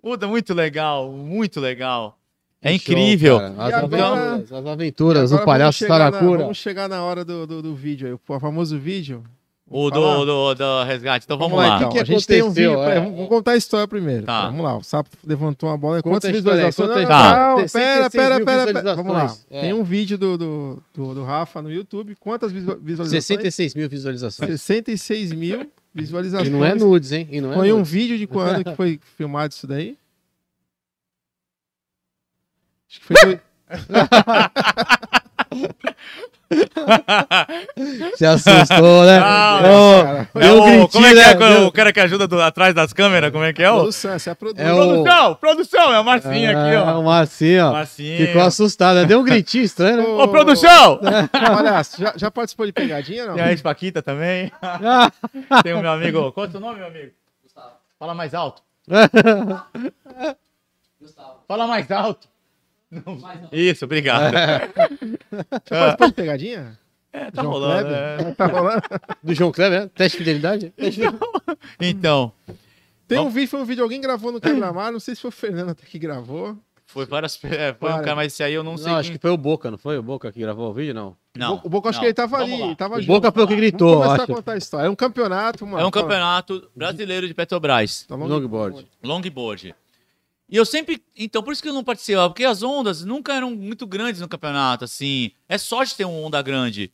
B: Puta, muito legal, muito legal. É
C: que show,
B: incrível.
C: cara.
A: E
C: As
A: agora-
C: aventuras, as aventuras,
A: Agora
C: o palhaço
A: vamos chegar na-
C: Saracura.
A: Vamos chegar na hora do, do, do vídeo aí, o famoso vídeo.
B: o
A: falar?
B: do, do, do resgate, então vamos,
A: Vamos
B: lá.
A: então.
C: é que
A: a gente tem um
C: aconteceu,
A: vídeo.
C: é?
A: peraí, vamos, vamos contar a história primeiro.
B: Tá.
A: Vamos lá, o sapo levantou uma bola.
C: Conta
A: Quantas
C: a
A: visualizações?
C: história aí,
B: conta a
C: história.
A: Não,
C: Tem
A: pera,
C: 66
A: pera,
C: mil
A: pera, pera. Vamos lá.
C: visualizações. É.
A: Tem um vídeo do, do, do, do Rafa no YouTube. Quantas visu- visualizações?
C: 66 mil visualizações.
A: 66 mil
C: E
A: visualizações.
C: não é nudes, hein? E não é
A: Foi um
C: nudes.
A: vídeo de quando que foi filmado isso daí? Acho que foi. do-
C: Se assustou, né?
B: Ah,
C: Ô,
A: cara.
B: É
C: eu
B: o-
C: griti,
B: como é que é
C: né?
B: que o cara que ajuda do- atrás das câmeras? Como é que é? O,
A: Produção, essa é a produção.
C: É o-
B: Produção, produção, é o Marcinho aqui,
C: Ah,
B: ó.
C: o Marcinho, ó.
B: Marcinho.
C: Ficou
A: assim,
C: assustado, né? Deu um gritinho estranho, né?
A: Ô,
B: (laughs) Ô, produção!
A: né? Palhaço, já, já participou de pegadinha, não?
B: (laughs) Tem a
A: (laughs)
B: Espaquita também.
C: Ah.
B: Tem o meu amigo. Qual é o teu nome, meu amigo? Fala mais alto. Fala mais alto. Não. Isso, obrigado.
A: É, Já participou de pegadinha?
B: É, (laughs) tá
A: João
B: rolando.
A: Kleber?
B: é.
A: Tá rolando?
C: Do João Kleber, né? Teste de fidelidade. Teste de-
B: Então,
A: Tem um vídeo, foi um vídeo, alguém gravou no quebra-mar, não sei se foi o Fernando até que gravou.
B: foi várias. é, foi um
A: Para.
B: cara, mas esse aí eu não sei.
C: Não, acho
B: quem...
C: que foi o Boca, não foi? O Boca que gravou o vídeo, não.
B: não,
A: o Bo- o Boca, acho
B: não.
A: que ele tava
B: Vamos
A: ali,
B: lá.
A: ele tava
C: O
A: junto.
C: Boca foi o que gritou,
A: Vamos começar
C: acho.
A: a contar a história. É um campeonato, mano.
B: É um campeonato brasileiro de Petrobras,
A: Tá longe-
C: Longboard.
B: longboard. E eu sempre. Então, por isso que eu não participava, porque as ondas nunca eram muito grandes no campeonato, assim. É sorte ter uma onda grande.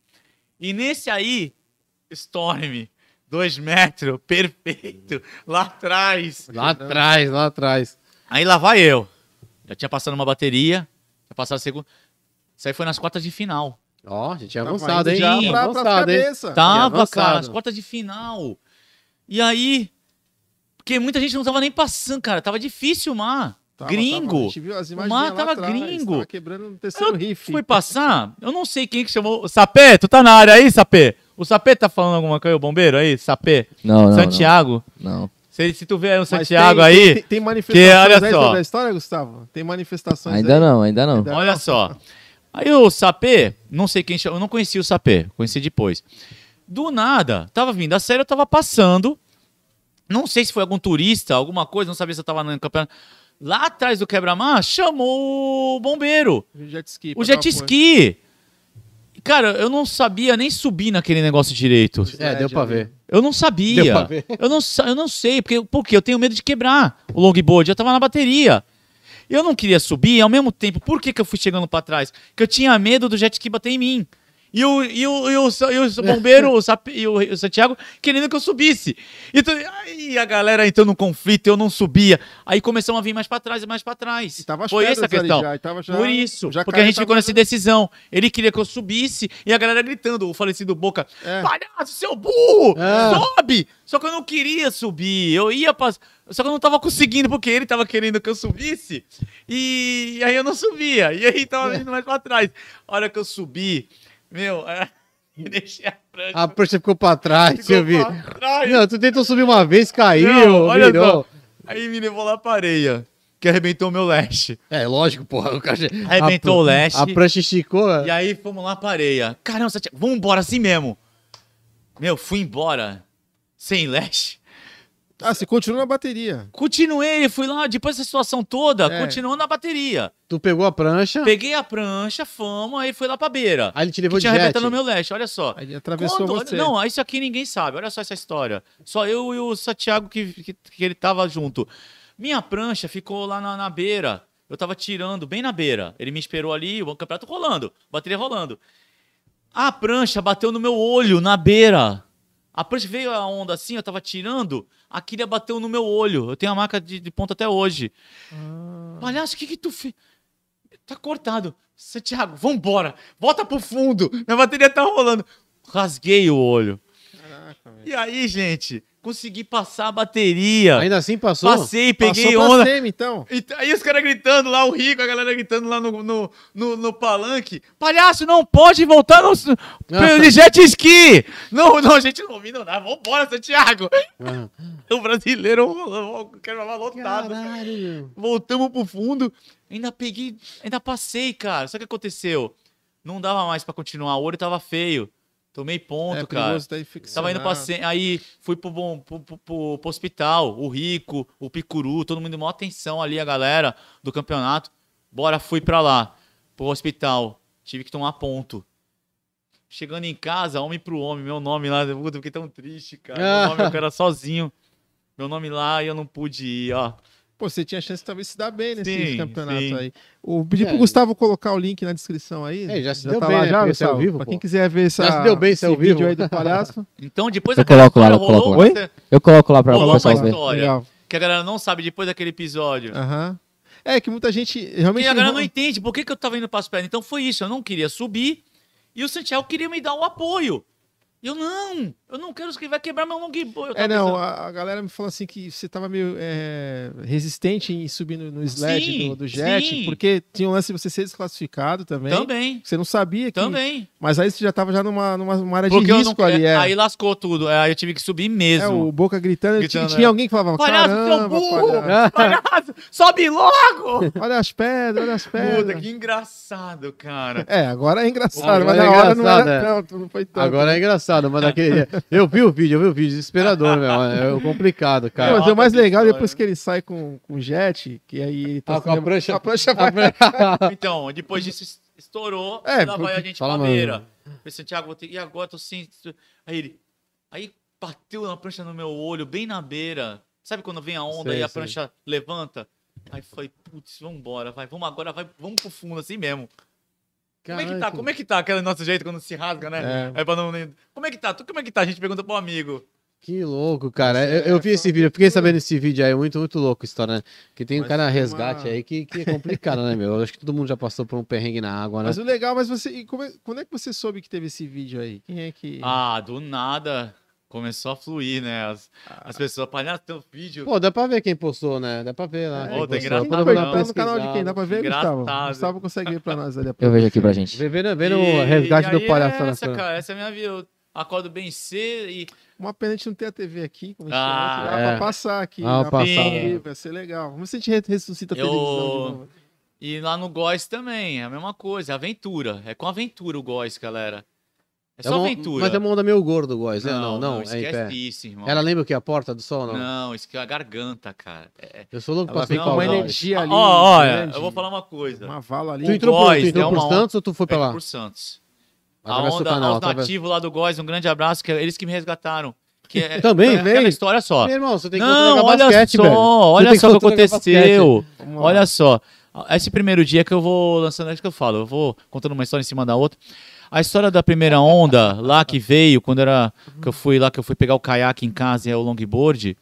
B: E nesse aí, Storm, 2 metros, (laughs) perfeito, lá atrás.
C: Lá atrás, lá atrás.
B: Aí lá vai eu. Já tinha passado uma bateria, tinha passado a segunda. Isso aí foi nas quartas de final.
C: Ó, a gente
B: Tá
C: tinha
A: Tava
C: avançado,
A: indo
C: hein?
A: Já
B: Sim,
C: Tinha
A: pra, pras
C: avançado, hein?
B: Tá.
A: cabeça.
B: Tava,
C: avançado.
B: cara, nas quartas de final. E aí. Porque muita gente não tava nem passando, cara. Tava difícil o mar.
A: Tava, tava. A
B: gringo.
A: gente viu as
B: O
A: imagens
B: mar
A: lá
B: tava
A: atrás,
B: gringo.
A: Tava quebrando um terceiro riff.
B: Fui passar, eu não sei quem que chamou. Sapé, tu tá na área aí, Sapé? O Sapé tá falando alguma coisa, o bombeiro aí, Sapé?
D: Não, não.
B: Santiago.
D: Não. não.
B: Se, se tu vê aí um
A: Mas
B: Santiago
A: tem-
B: aí.
A: Tem, tem manifestações
B: olha
A: aí
B: só.
A: sobre a história, Gustavo? Tem manifestações
D: Ainda
A: aí?
D: não, ainda não.
A: Ainda-
B: Olha só. Aí o Sapê, não sei quem chama, eu não conhecia o Sapê, conheci depois. Do nada, tava vindo a série, eu tava passando. Não sei se foi algum turista, alguma coisa, não sabia se eu tava no campeonato. Lá atrás do quebra-mar, chamou o bombeiro,
A: O jet ski.
B: o
A: pra dar
B: jet
A: apoio.
B: ski. Cara, eu não sabia nem subir naquele negócio direito.
C: É, deu pra ver.
B: Eu não
C: Deu pra
B: sabia.
C: ver.
B: Eu não, sa- eu não sei, porque, porque eu tenho medo de quebrar o longboard. Eu tava na bateria. Eu não queria subir, ao mesmo tempo, por que, que eu fui chegando pra trás? Porque eu tinha medo do jet ski bater em mim. E o, e o, e o, sa- e o
A: (laughs)
B: bombeiro, o, sap- e o, e o Santiago, querendo que eu subisse. Então, aí a galera entrou num conflito, eu não subia. Aí começamos a vir mais pra trás e mais pra trás.
A: E tava as
B: Foi essa a
A: pedras ali
B: questão.
A: já, e tava já-
B: Por isso,
A: já
B: porque a gente
A: caiu,
B: ficou
A: tava-
B: nessa decisão. Ele queria que eu subisse e a galera gritando, o falecido Boca,
A: É.
B: palhaço, seu burro,
C: É.
B: sobe! Só que eu não queria subir, eu ia passar, só que eu não tava conseguindo porque ele tava querendo que eu subisse e, e aí eu não subia, e aí
C: É.
B: tava vindo mais pra trás. A hora que eu subi, meu, (laughs) eu deixei a prancha.
C: A prancha ficou pra trás,
B: ficou
C: eu vi.
B: pra trás.
C: Ah, Não, tu tentou subir uma vez, caiu,
B: Não, olha
C: virou.
B: só. Aí me levou lá pra areia, que arrebentou meu leste.
C: É, lógico, porra. O cara...
B: Arrebentou
C: a-
B: o leste.
C: A prancha esticou. é.
B: E aí fomos lá pra areia. Caramba, Santiago, vamos embora assim mesmo. Meu, fui embora. Sem leste.
A: Ah, você continua na bateria.
B: Continuei, fui lá, depois dessa situação toda,
A: É.
B: continuando na bateria.
C: Tu pegou a prancha,
B: Peguei a prancha, fomos, aí fui lá pra beira.
C: aí ele te
B: Que
C: levou de
B: tinha
C: jet.
B: arrebentado no meu leste, olha só.
A: Aí ele atravessou
B: Quando-
A: você.
B: Não, isso aqui ninguém sabe. Olha só essa história. Só eu e o Santiago que, que, que ele tava junto. Minha prancha ficou lá na, na beira. Eu tava tirando bem na beira. Ele me esperou ali, o campeonato rolando, bateria rolando. A prancha bateu no meu olho, na beira. A prancha veio a onda assim, eu tava tirando, a quilha bateu no meu olho. Eu tenho a marca de, de ponta até hoje. Palhaço, o que que tu fez? Tá cortado. Santiago, vambora. Volta pro fundo. Minha bateria tá rolando. Rasguei o olho.
A: Caraca, velho.
B: E aí, gente, consegui passar a bateria.
C: Ainda assim passou?
B: Passei, peguei
A: Passou pra
B: onda.
A: semi, então.
B: E t- aí os caras gritando lá, o Rico, a galera gritando lá no, no, no, no palanque. Palhaço, não pode voltar no, s- pelo de jet ski! Não, não, a gente não ouviu nada. Vambora, Santiago!
C: Ah.
B: O brasileiro rolando, o carnaval lotado.
C: Caralho, meu.
B: Voltamos pro fundo. Ainda peguei, ainda passei, cara. Sabe o que aconteceu? Não dava mais pra continuar, o olho tava feio. Tomei ponto,
A: É
B: cara.
A: perigoso, tá infeccionado.
B: Tava indo pra cem- aí fui pro, bom, pro, pro- pro- pro hospital, o Rico, o Picuru, todo mundo deu maior atenção ali, a galera do campeonato. Bora, fui pra lá, pro hospital. Tive que tomar ponto. Chegando em casa, homem pro homem, meu nome lá, puta, eu fiquei tão triste, cara. Meu
A: (laughs)
B: nome, eu era sozinho. Meu nome lá e eu não pude ir, ó.
A: Pô, você tinha chance talvez de se dar bem nesse
B: Sim,
A: campeonato
B: sim.
A: aí. O pedi
C: É.
A: pro Gustavo colocar o link na descrição aí.
C: É, já se deu bem, né?
A: já,
C: Porque saiu ao
A: Gustavo?
C: vivo,
A: pra
C: pô.
A: quem quiser ver essa,
C: Já se deu bem,
A: esse
C: saiu ao
A: vídeo
C: vivo.
A: aí do
C: (laughs)
A: palhaço.
B: Então depois
D: Eu
B: daquela
D: coloco lá,
B: história
D: eu coloco
B: rolou,
A: lá.
B: você-
D: Eu coloco lá pra
B: Rolou
D: o
B: uma
D: pessoal ver.
B: história. Olha.
A: Legal.
B: que a galera não sabe depois daquele episódio.
A: Aham. É que muita gente
B: E
A: realmente. é
B: a galera não
A: enro-
B: entende por que, que eu tava indo para as pernas. Então foi isso, eu não queria subir e o Santiago queria me dar o apoio. E Eu não, eu não quero que vai quebrar meu longboard. Eu
A: É,
B: tava
A: não,
B: tá pensando,
A: a, a galera me falou assim que você tava meio é, resistente em subir no, no sled
B: Sim,
A: do, do jet,
B: sim.
A: porque tinha um lance de você ser desclassificado também.
B: também,
A: Você não sabia que.
B: também.
A: Mas aí você já tava já numa, numa, numa área de
B: Porque eu não
A: risco ali. É.
B: aí lascou tudo. Aí eu tive que subir
A: É,
B: mesmo.
A: o Boca gritando, e
B: Gritando,
A: tinha- tinha
B: é.
A: alguém que falava,
B: Palhaço, seu
A: caramba,
B: burro!
A: palhaço,
C: Ah,
B: (laughs) Palhaço,
A: (laughs)
B: sobe logo!
A: olha as pedras, olha as
B: Puta,
A: pedras.
B: que engraçado, cara.
A: É, agora é engraçado,
C: Agora
A: mas
C: é
A: na hora não
C: engraçado,
A: era
C: é.
A: tanto, não foi tanto.
C: Agora é engraçado, mas naquele dia. Eu vi o vídeo, eu vi o vídeo, desesperador, meu. É complicado,
A: Pô,
C: cara.
A: mas o mais
B: Olha que
A: legal, é
B: história.
A: depois que ele sai com com o jet, que aí ele tá...
C: Ah, com a
A: sendo-
C: prancha-
A: prancha vai-
B: (laughs) Então, depois disso es- estourou,
A: É,
B: lá vai
A: porque-
B: a gente
C: fala,
B: pra
C: mano.
B: beira. Falei, Santiago, vou ter... e agora tô sem. Aí ele. Aí bateu na prancha no meu olho, bem na beira. Sabe quando vem a onda
C: Sei,
B: e a
C: sei.
B: prancha levanta? Aí falei, putz, vambora, vai, vamos agora, vai, vamos pro fundo assim mesmo. Como é que tá? Como é que tá aquele nosso jeito quando se rasga, né? É. pra não... nem- Como é que tá? Tu como é que tá? A gente pergunta pro amigo.
C: Que louco, cara. Eu,
B: é
C: eu vi esse vídeo, eu fiquei sabendo esse vídeo aí, muito, muito louco a história, né? Que tem um
A: Mas
C: cara
A: tem uma-
C: resgate aí que, que é complicado, né, meu? Eu acho que todo mundo já passou por um perrengue na água, né?
A: Mas o legal, mas você... e como é- quando é que você soube que teve esse vídeo aí? Quem é que...
B: Ah, do nada começou a fluir, né? As, as pessoas, palhaço, teu vídeo.
C: Pô, dá pra ver quem postou, né? Dá pra ver lá.
A: É,
C: quem
B: Ô, tem
A: quem
C: postou.
B: engraçado,
A: tá
C: Todo
A: vendo?
C: mundo dá uma
A: Tá no canal de quem?
B: né?
A: Dá pra ver, Gustavo?
B: Engraçado.
A: Gustavo consegue ver pra nós ali. a
D: Eu vejo aqui pra gente.
C: Vê- Vendo, vendo
B: E-
C: o resgate
B: e aí
C: do
B: é
C: palhaço na
B: essa,
C: sua-
B: cara, essa é a minha vida. Eu acordo bem cedo e.
A: Uma pena a gente não ter a TV aqui. Como a gente
B: Ah,
A: chama, dá
C: é.
A: pra passar aqui.
C: Ah,
A: dá pra
C: passar.
A: ver, Vai ser legal. Vamos ver se a gente re- ressuscita a
B: Eu-
A: televisão de novo.
B: E lá no Góis também, é a mesma coisa, é aventura. É com aventura o Góis, galera. É só
C: uma-
B: aventura.
C: Mas é uma onda meio gordo, Góis. né? Não, não, é em pé.
B: esquece isso, irmão.
C: Ela lembra o que? A porta do sol, não?
B: Não, isso que é a garganta, cara. É-
C: Eu sou louco
B: Ela
C: pra
A: Tem
B: vem Não,
C: picar
B: com
C: o
A: uma
B: não,
C: Góis.
A: energia ali.
B: Ah, Ó, olha,
A: grande,
B: eu vou falar uma coisa.
A: Uma vala ali.
C: Tu entrou, pro,
B: Góis
C: tu entrou
B: deu um uma
C: pro Santos ou tu foi pra
B: Pega
C: lá? tá
B: pro Santos. A
C: Atravessa o
B: onda,
C: canal,
B: aos
C: atravessa-
B: nativos lá do Góis, um grande abraço, que é eles que me resgataram. Que é,
C: Também?
B: é aquela
C: Vem.
B: história só.
C: Meu irmão, você tem que
B: Não,
C: jogar
B: olha
C: basquete,
B: só,
C: velho. Você
B: olha
C: tem
B: só o que
C: jogar basquete.
B: aconteceu.
A: Vamos lá.
B: Olha só. Esse primeiro dia que eu vou lançando, acho que eu falo, eu vou contando uma história em cima da outra. A história da primeira onda lá que veio, quando era que eu fui lá, que eu fui pegar o caiaque em casa e é o longboard.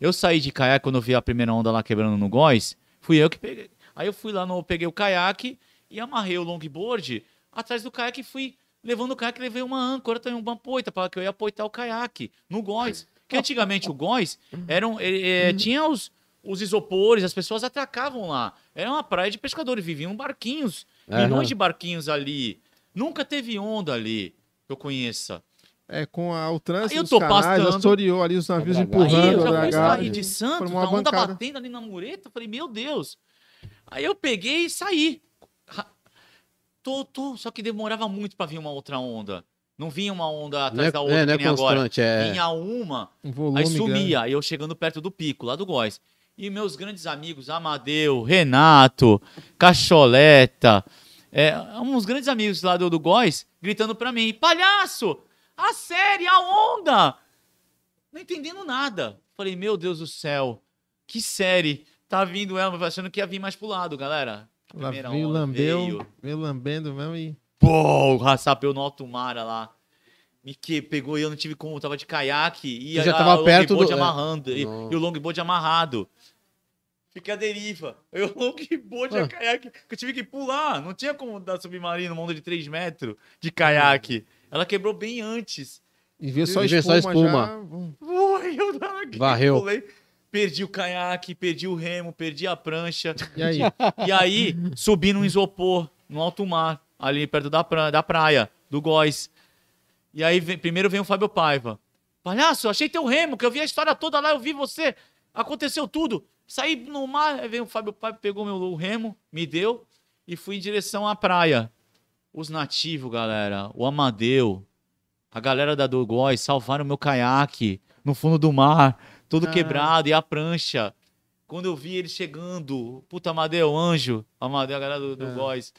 B: Eu saí de caiaque quando eu vi a primeira onda lá quebrando no góis. Fui eu que peguei. Aí eu fui lá, no, peguei o caiaque e amarrei o longboard atrás do caiaque e fui levando o caiaque. Levei uma âncora também, uma poita, para que eu ia poitar o caiaque no góis. Porque antigamente o góis eram, eh,
A: Uhum.
B: eh, tinha os, os isopores, as pessoas atracavam lá. Era uma praia de pescadores, viviam barquinhos,
C: Aham.
B: milhões de barquinhos ali. Nunca teve onda ali, que eu conheça.
A: É, com a, o
B: Aí eu
A: trânsito dos
B: tô
A: canais,
B: passando.
A: assoreou ali os navios
C: Aí eu
A: empurrando a
B: Aí eu
C: Uhum.
B: já fui
A: dragada.
B: sair de Santos,
A: Formou
B: a
A: uma
B: onda
A: bancada.
B: batendo ali na mureta, eu falei, meu Deus. Aí eu peguei e saí. Ra- Tô, tô, só que demorava muito pra vir uma outra onda. Não vinha uma onda
C: Não
B: atrás
C: é,
B: da outra,
C: é, não é
B: que nem agora.
C: constante, é.
B: Vinha uma,
A: Um volume
B: Aí sumia, aí eu chegando perto do pico, lá do Góis. E meus grandes amigos, Amadeu, Renato, Cacholeta, é, uns grandes amigos lá do, do Góis, gritando pra mim, palhaço, a série, a onda! Não entendendo nada. Falei, meu Deus do céu, que série. tá vindo ela, achando que ia vir mais pro lado, galera.
A: Lá
B: Primeira
A: veio,
B: onda,
A: lambeu,
B: veio.
A: veio lambendo mesmo e...
B: Pô, raçapeu no alto mar olha lá. Me que pegou e eu não tive como, eu tava de caiaque e
C: Você já
B: a-
C: tava
B: o
C: perto do-
B: longboard
C: é.
B: amarrando e,
C: Nossa.
B: e o longboard amarrado. Fiquei à deriva. Eu (laughs) longboard
C: Ah.
B: e a caiaque, que eu tive que pular, não tinha como dar submarino, uma onda de 3 metros de caiaque. Ela quebrou bem antes.
A: E veio só
C: E veio
A: espuma,
C: só espuma.
A: já, hum,
B: Ui, eu tava aqui,
C: Varreu.
B: pulei. Perdi o caiaque, perdi o remo, perdi a prancha.
A: E aí?
B: E aí, subi num isopor, no alto mar, ali perto da, pra- da praia, do Góis. E aí, vem- primeiro vem o Fábio Paiva. Palhaço, achei teu remo, que eu vi a história toda lá, eu vi você, aconteceu tudo. Saí no mar, aí veio o Fábio Paiva, pegou meu o remo, me deu, e fui em direção à praia. Os nativos, galera, o Amadeu, a galera da do Góis, salvaram meu caiaque no fundo do mar, todo
A: Ah.
B: quebrado, e a prancha. Quando eu vi ele chegando, puta Amadeu, anjo, Amadeu, a galera do, do
C: É.
B: Góis.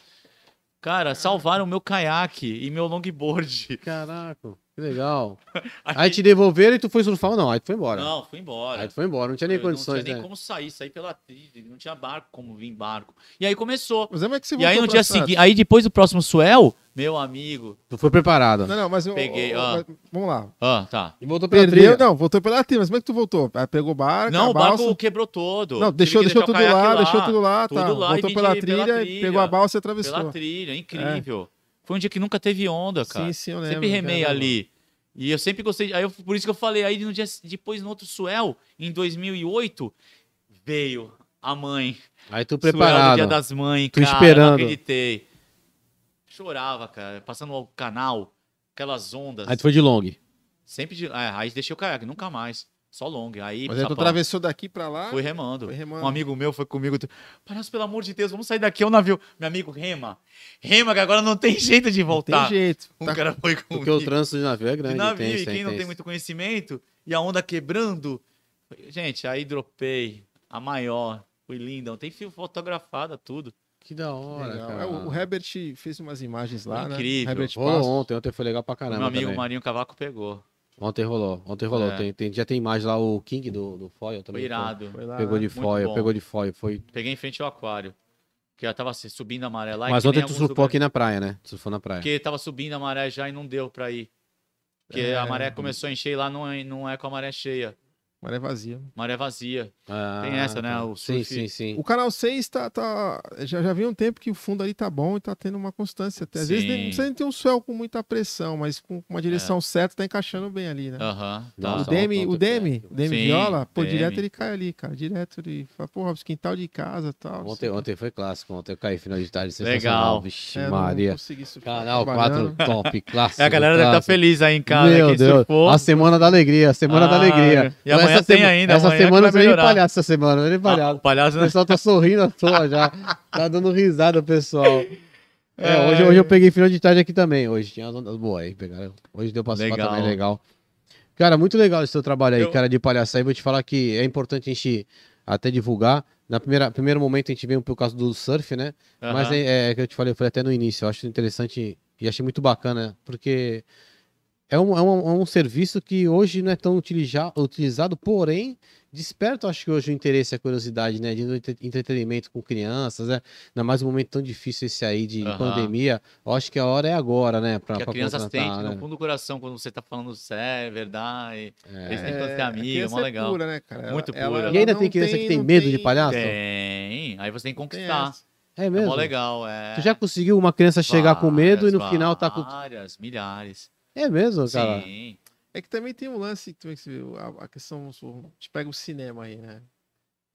B: Cara, salvaram meu caiaque e meu longboard.
C: Caraca, que legal.
B: Aí-
C: Aí te devolveram e tu foi surfar ou não? Aí tu foi embora.
B: Não, fui embora.
C: Aí tu foi embora, não tinha nem
B: Eu
C: condições,
B: Não tinha
C: né?
B: nem como sair, sair pela trilha, não tinha barco como vir em barco. E aí começou.
A: Mas como é que você
B: E aí
A: voltou
B: no
A: pra
B: dia
A: Santos?
B: seguinte, aí depois do próximo suel, meu amigo.
C: Tu foi preparado.
A: Não, não, mas... eu-
B: Peguei,
A: eu-
B: ó.
A: mas- Vamos lá.
B: Ah, tá.
C: E voltou pela
A: Perdeu,
C: trilha.
A: não, voltou pela trilha, mas como é que tu voltou? Ah, Pegou barco,
B: Não,
A: a
B: o barco
A: balsa...
B: quebrou todo.
A: Não,
B: Tive
A: deixou,
B: que
A: deixou
B: deixar o
A: tudo
B: caiaque
A: lá, deixou tudo lá,
B: tudo
A: tá.
B: lá e
A: voltou
B: vim
A: pela
B: de-
A: trilha,
B: pela
A: pegou a
B: trilha.
A: balsa e
B: Pela
A: atravessou.
B: trilha, incrível. Foi um dia que nunca teve onda, cara.
A: É. Sim, sim, eu lembro.
B: sempre remei
A: caramba.
B: ali. E eu sempre gostei. de- Aí eu- por isso que eu falei, aí no dia, depois no outro Suel, em 2008, veio a mãe.
C: Aí tu
B: Suel do Dia
C: preparado.
B: das Mães,
C: Tô
B: cara.
C: esperando.
B: Não acreditei. Chorava, cara. Passando o canal, aquelas ondas.
C: Aí tu foi de long.
B: Sempre de... é, aí deixei o caiaque, nunca mais. Só long. Aí,
A: Mas aí tu
B: sapão,
A: atravessou daqui pra lá,
B: fui remando.
A: foi
B: Um
A: remando.
B: amigo meu foi comigo. tu- Palhaço, pelo amor de Deus, vamos sair daqui, é um navio. Meu amigo, rema. Rema, que agora não tem (laughs) jeito de
A: Tem
B: voltar.
A: jeito.
B: O
A: Tá-
B: cara foi comigo
C: Porque o trânsito de navio é grande.
B: de navio,
C: tem,
B: e quem não tem muito conhecimento, e a onda quebrando. Gente, aí dropei a maior. Foi linda. Tem fio fotografada, tudo.
C: Que da hora,
A: Legal.
C: cara.
A: É, o, o Herbert fez umas imagens lá, né?
B: Incrível.
A: Herbert
C: Rolou
A: Passos.
C: ontem, ontem foi legal pra caramba.
B: Meu amigo
C: também.
B: Marinho Cavaco pegou.
C: Ontem rolou, ontem rolou.
B: É.
C: Tem, tem- já tem imagem lá, o King do, do Foil também.
B: Foi irado.
A: Foi lá,
C: Pegou
A: né?
C: de
B: Muito
C: foil,
B: bom.
C: pegou de foil. Foi...
B: Peguei em frente ao aquário. Que já tava assim, subindo a maré lá. e
C: Mas
B: que nem
C: ontem tu
B: alguns
C: surfou
B: lugares-
C: aqui na praia, né? Tu surfou na praia.
B: Porque tava subindo a maré já e não deu pra ir. Porque
C: É.
B: a maré começou a encher e lá não é, não é com a maré cheia.
A: Maré é vazia.
B: Maré vazia.
C: Ah,
B: Tem essa, né?
C: tá.
B: O
C: sim,
B: surf-
C: sim, sim.
A: O canal 6 tá, tá- já, já vem um tempo que o fundo ali tá bom e tá tendo uma constância. Até. Às vezes
B: Sim.
A: nem, não precisa nem ter um swell com muita pressão, mas com uma direção certa tá encaixando bem ali, né?
B: Aham. tá.
A: O
C: É. Nossa.
A: Demi,
C: Ontem
A: o Demi,
C: perto.
A: o Demi
B: Sim,
A: Viola, pô,
B: Demi.
A: direto ele cai ali, cara. Direto ele fala, porra, os quintal de casa e tal.
C: Ontem, ontem foi clássico, ontem eu caí final de tarde.
B: Legal.
C: sensacional. Vixe,
A: É, não
C: Maria.
A: consegui surfar,
C: Canal
A: trabalhando.
C: 4
A: (laughs)
C: top, clássico.
B: É, a galera deve estar
C: clássico.
B: feliz né, aí em casa.
C: Meu
B: quem
C: Deus,
B: surfou.
C: a semana da alegria, a semana da
B: Ah,
C: alegria.
B: e amanhã
C: essa
B: tem
C: sema-
B: ainda,
C: Essa
B: amanhã que
C: semana
B: vai
C: eu nem
B: melhorar.
C: palhaço essa semana, eu nem
B: Ah, o
C: palhaço.
B: palhaço
C: O
B: né?
C: pessoal tá sorrindo à toa já. Tá dando risada, pessoal. É,
B: Ai.
C: hoje, hoje eu peguei final de tarde aqui também. Hoje tinha as ondas boas aí, pegaram. Hoje deu pra surfar
B: Legal.
C: também, legal. Cara, muito legal esse seu trabalho aí,
B: Eu-
C: cara, de palhaço. Aí vou te falar que é importante a gente até divulgar. Na primeira primeiro momento a gente veio por causa do surf, né? Mas
B: Aham.
C: é, é que eu te falei, eu falei até no início, eu acho interessante e achei muito bacana, porque é um, é um, é um serviço que hoje não é tão utilija- utilizado, porém desperta, acho que hoje o interesse e a curiosidade, né, de entre- entretenimento com crianças, né? Ainda mais um momento tão difícil esse aí de
B: Aham.
C: pandemia, eu acho que a hora é agora, né, pra,
B: que a
C: pra
B: criança sente
C: contratar,
B: no
C: né?
B: fundo do coração quando você tá falando sério, é verdade.
C: É.
B: Eles têm que ser
A: a
B: amigos,
A: criança
B: mó legal.
A: pura, né, cara? Ela-
B: Muito
A: ela-
B: pura.
A: ela
C: E ainda
A: não
C: tem criança que tem
A: não
C: medo de palhaço?
B: Tem. Aí você tem que
A: tem
B: conquistar.
A: essa.
C: É
B: É
C: mesmo?
B: mó legal, é.
C: Tu já conseguiu uma criança chegar com medo e no
B: Várias,
C: final tá com...
B: Várias, milhares.
C: É mesmo, cara?
B: Sim.
A: É que também tem um lance, como é que você vê, a, a questão, vamos supor, te pega o cinema aí, né?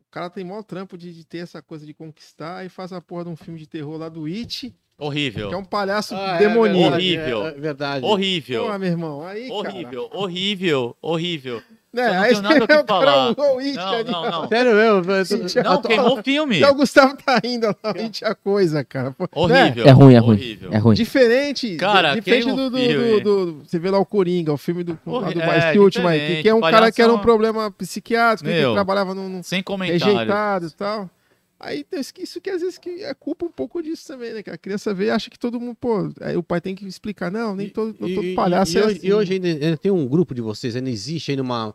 A: O cara tem maior trampo de, de ter essa coisa de conquistar e faz a porra de um filme de terror lá do It, que é
B: Horrível.
A: um palhaço
C: Ah, é
A: demoníaco.
C: verdade,
B: Horrível.
C: É, é verdade.
B: Horrível.
A: Porra, meu irmão, aí, É um cara.
B: Horrível, horrível, horrível.
A: Né,
B: Eu não
A: aí
B: tenho nada o
A: (laughs)
B: que
A: é o cara,
B: falar.
A: o It
B: Não,
A: ali,
B: não,
A: ó.
B: não.
C: Sério mesmo? eu tô-
A: Gente,
B: Não, queimou o filme.
A: Até o Gustavo tá rindo (laughs) lá, o It é a coisa, cara. Pô, né?
B: Horrível.
D: É ruim, é ruim.
B: Horrível.
D: É ruim.
A: Diferente,
B: Cara,
A: di- diferente
B: quem
A: do, do,
B: não viu,
A: do- do- Você vê lá o Coringa, o filme do, lá do
B: Horri-
A: mais
B: é,
A: que último aí, que- que é um
B: diferente,
A: cara que era um
B: palhação-
A: problema psiquiátrico, que
B: Meu.
A: trabalhava num, num-
B: Sem comentário.
A: rejeitado e tal. Aí tem isso que- isso que às vezes que é culpa um pouco disso também, né? Que a criança vê e acha que todo mundo, pô, aí o pai tem que explicar, não, nem todo, não todo
C: E-
A: palhaço
C: e,
A: é
C: hoje-
A: assim.
C: e hoje ainda, ainda tem um grupo de vocês, ainda existe ainda uma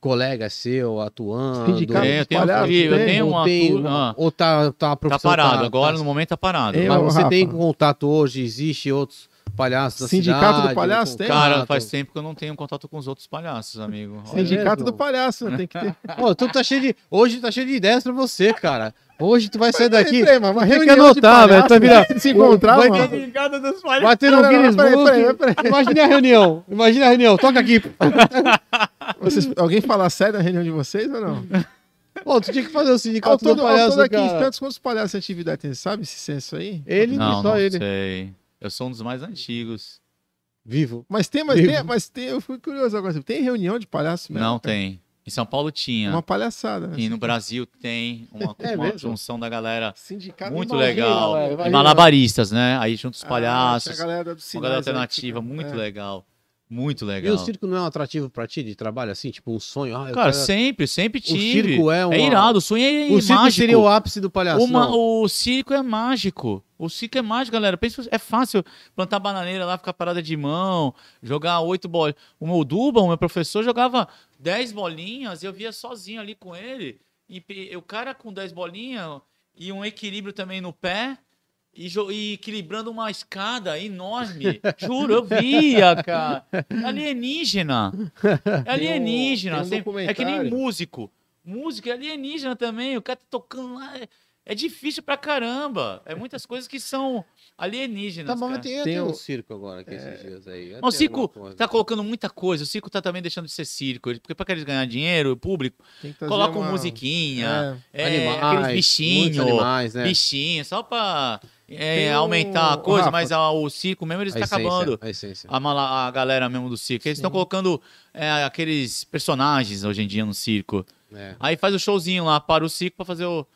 C: colega seu atuando.
A: Sindicato
B: É, eu tenho,
A: espalhado,
B: eu
A: tem, um
B: tenho uma.
C: ou, tem,
B: turma- ah,
C: ou tá, tá a
B: tá
C: profissão
B: parado, agora
C: tá-
B: no momento tá parado.
A: Eu-
C: Mas você
A: Rafa.
C: tem contato hoje? Existe outros palhaços da
A: Sindicato do
C: cidade?
A: palhaço
C: com-
A: tem?
B: Cara,
C: Renato.
B: faz tempo que eu não tenho contato com os outros palhaços, amigo. Olha,
C: Entendi.
A: Sindicato
C: é mesmo?
A: do palhaço, né? tem que
C: (laughs)
A: ter.
C: Pô, tu tá cheio de... Hoje tá cheio de ideias pra você, cara. Hoje tu vai sair daqui...
A: Peraí, mas uma
C: tem que
A: reunião de
C: anotar, velho,
A: palhaço,
C: tá virado.
A: tem que Se encontrar,
C: Vai
A: mano.
C: ter-
B: Obrigado dos palhaços.
C: Bater no
A: Não, não,
C: Guinness
A: peraí,
C: Book.
A: peraí, peraí.
C: Imagina a reunião. Imagina a reunião. Toca aqui.
A: Vocês- alguém fala sério na reunião de vocês ou não?
C: Pô, tu tinha que fazer o sindicato
A: Ao
C: todo,
A: todo,
C: do
A: ao
C: palhaço,
A: todo aqui em
C: cara.
A: Santos, quantos palhaços em atividade tem? Sabe esse censo aí?
C: Ele,
B: Não,
C: só
B: não
C: ele.
B: sei. Eu sou um dos mais antigos.
C: Vivo.
A: Mas tem, mas
C: Meu.
A: tem, mas tem, eu fui curioso agora. Tem reunião de palhaço mesmo?
B: Não
A: cara?
B: tem. Em São Paulo tinha.
A: Uma palhaçada, né?
B: E no Brasil tem uma,
C: (laughs) É
B: uma
C: mesmo?
B: junção da galera
A: Sindicato
B: muito
A: imagina,
B: legal.
A: velho,
C: ué,
B: E
C: imagina.
B: malabaristas, né? Aí juntos os
A: Ah,
B: palhaços.
A: tinha a galera, dos
B: uma galera
A: sinais, né,
B: alternativa,
A: que-
B: muito
A: é.
B: legal. Muito
C: E
B: legal.
C: o circo não é um atrativo pra ti de trabalho, assim? Tipo, um sonho? Ah, eu
B: Cara,
C: quero-
B: sempre, sempre tive.
C: circo é uma-
B: irado, o sonho é
C: O circo
B: mágico.
C: seria o ápice do palhaço.
B: Uma-
C: não.
B: o circo é mágico. O circo é mágico, galera. Pensa, é fácil plantar bananeira lá, ficar parada de mão, jogar oito bolinhas. O meu Duba, o meu professor, jogava dez bolinhas e eu via sozinho ali com ele. E pe- o cara com dez bolinhas e um equilíbrio também no pé. E, jo- e equilibrando uma escada
A: (laughs)
B: enorme. Juro, eu via, cara. É Alienígena. É alienígena.
A: tem um
B: sempre. é que nem
A: documentário.
B: músico. Música é alienígena também. O cara tá tocando lá. É- É difícil pra caramba. É muitas coisas que são alienígenas.
C: Tá bom, mas
B: cara.
C: tem,
A: Tem
C: tem um
A: um-
C: circo agora, que esses dias aí.
B: Mas o
C: Tem alguma
B: circo
C: coisa.
B: tá colocando muita coisa. O circo tá também deixando de ser circo. Ele- Porque pra eles ganhar dinheiro, o público,
A: Tem que trazer
B: coloca
A: uma-
B: uma musiquinha,
A: É.
B: é,
C: Animais,
B: aqueles
C: muitos
B: bichinhos,
C: animais, né? um
B: bichinho, só pra é,
A: Tem o-
B: aumentar a coisa,
A: Rafa.
B: mas a- o circo mesmo, eles
C: A
B: tá
C: essência,
B: acabando. Ah,
C: A essência.
B: A, mala- a galera mesmo do circo. Eles estão colocando é, aqueles personagens hoje em dia no circo.
C: É.
B: Aí faz o showzinho lá, para o circo pra fazer o.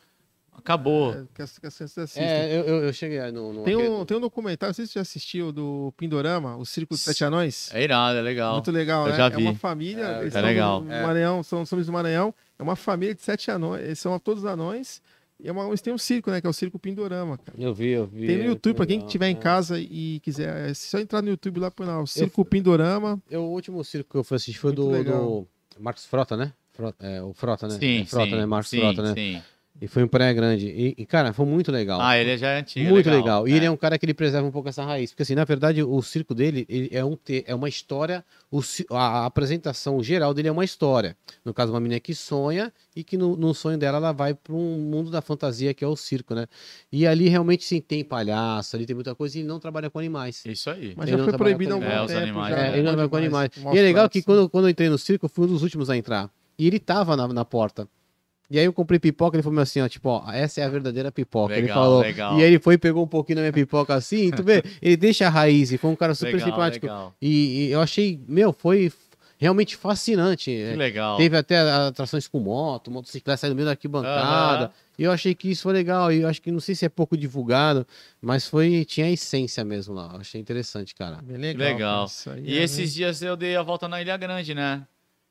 B: Acabou.
A: É, que as- que as crianças assistem.
C: É, eu, eu, eu cheguei aí no... no
A: Tem
C: aquele-
A: um, tem um documentário, não sei se você já assistiu, do Pindorama, O Circo dos Sete Anões.
B: É irado, é legal.
A: Muito legal,
B: Eu
A: né?
B: já
A: É uma
B: vi.
A: família.
C: É,
A: eles
B: tá
A: são
B: legal.
A: do
C: É.
A: Maranhão, são, somos do Maranhão. É uma família de sete anões. Eles são todos anões. E é uma, eles têm um circo, né? Que é o Circo Pindorama, cara.
C: Eu vi, eu vi.
A: Tem no
C: é,
A: YouTube, pra quem
C: legal,
A: tiver em
C: é.
A: casa e quiser. É só entrar no YouTube lá, põe lá, o Circo Pindorama.
C: Eu, o último circo que eu fui assistir foi
A: Muito
C: do,
A: legal.
C: do Marcos Frota, né? Frota, é, o Frota, né?
B: Sim,
C: É Frota,
B: sim,
C: né? Marcos
B: sim,
C: Frota, né?
B: sim.
C: E foi em Praia Grande. E, e, cara, foi muito legal.
B: Ah, ele já é antigo.
C: muito legal. E ele
B: É.
C: é um cara que ele preserva um pouco essa raiz. Porque, assim, na verdade, o circo dele ele é, um te- é uma história. o ci- a, a apresentação geral dele é uma história. No caso, uma menina que sonha e que no, no sonho dela ela vai para um mundo da fantasia que é o circo, né? E ali realmente, sim, tem palhaço, ali tem muita coisa e ele não trabalha com animais.
B: né? Isso aí.
A: Mas
C: Ele
A: já
C: não
A: foi
C: trabalha
A: proibido há
C: com
A: um
B: animais. É,
A: bom
B: os
A: tempo.
B: animais,
A: já,
B: né?
C: É, ele
A: bom
C: não vai com
A: demais.
C: animais.
A: Mostra
C: E é legal que
A: isso.
C: quando, quando eu entrei no circo, eu fui um dos últimos a entrar. E ele tava na, na porta. E aí eu comprei pipoca, ele falou assim, ó, tipo, ó, essa é a verdadeira pipoca. ele
B: Legal,
C: falou.
B: legal.
C: E aí ele foi e pegou um pouquinho da minha pipoca assim, e
B: (laughs)
C: tu vê, ele deixa a raiz, e foi um cara super
B: legal,
C: simpático.
B: Legal.
C: E, e eu achei, meu, foi f- realmente fascinante.
B: Que
C: É,
B: legal.
C: Teve até a- atrações com moto, motocicleta saindo no meio da arquibancada.
B: Aham.
C: E eu achei que isso foi legal. E eu acho que não sei se é pouco divulgado, mas foi, tinha a essência mesmo lá. Eu achei interessante, cara.
A: Bem legal.
B: Legal.
A: cara, isso aí
B: E
A: é
B: esses dias eu dei a volta na Ilha Grande, né?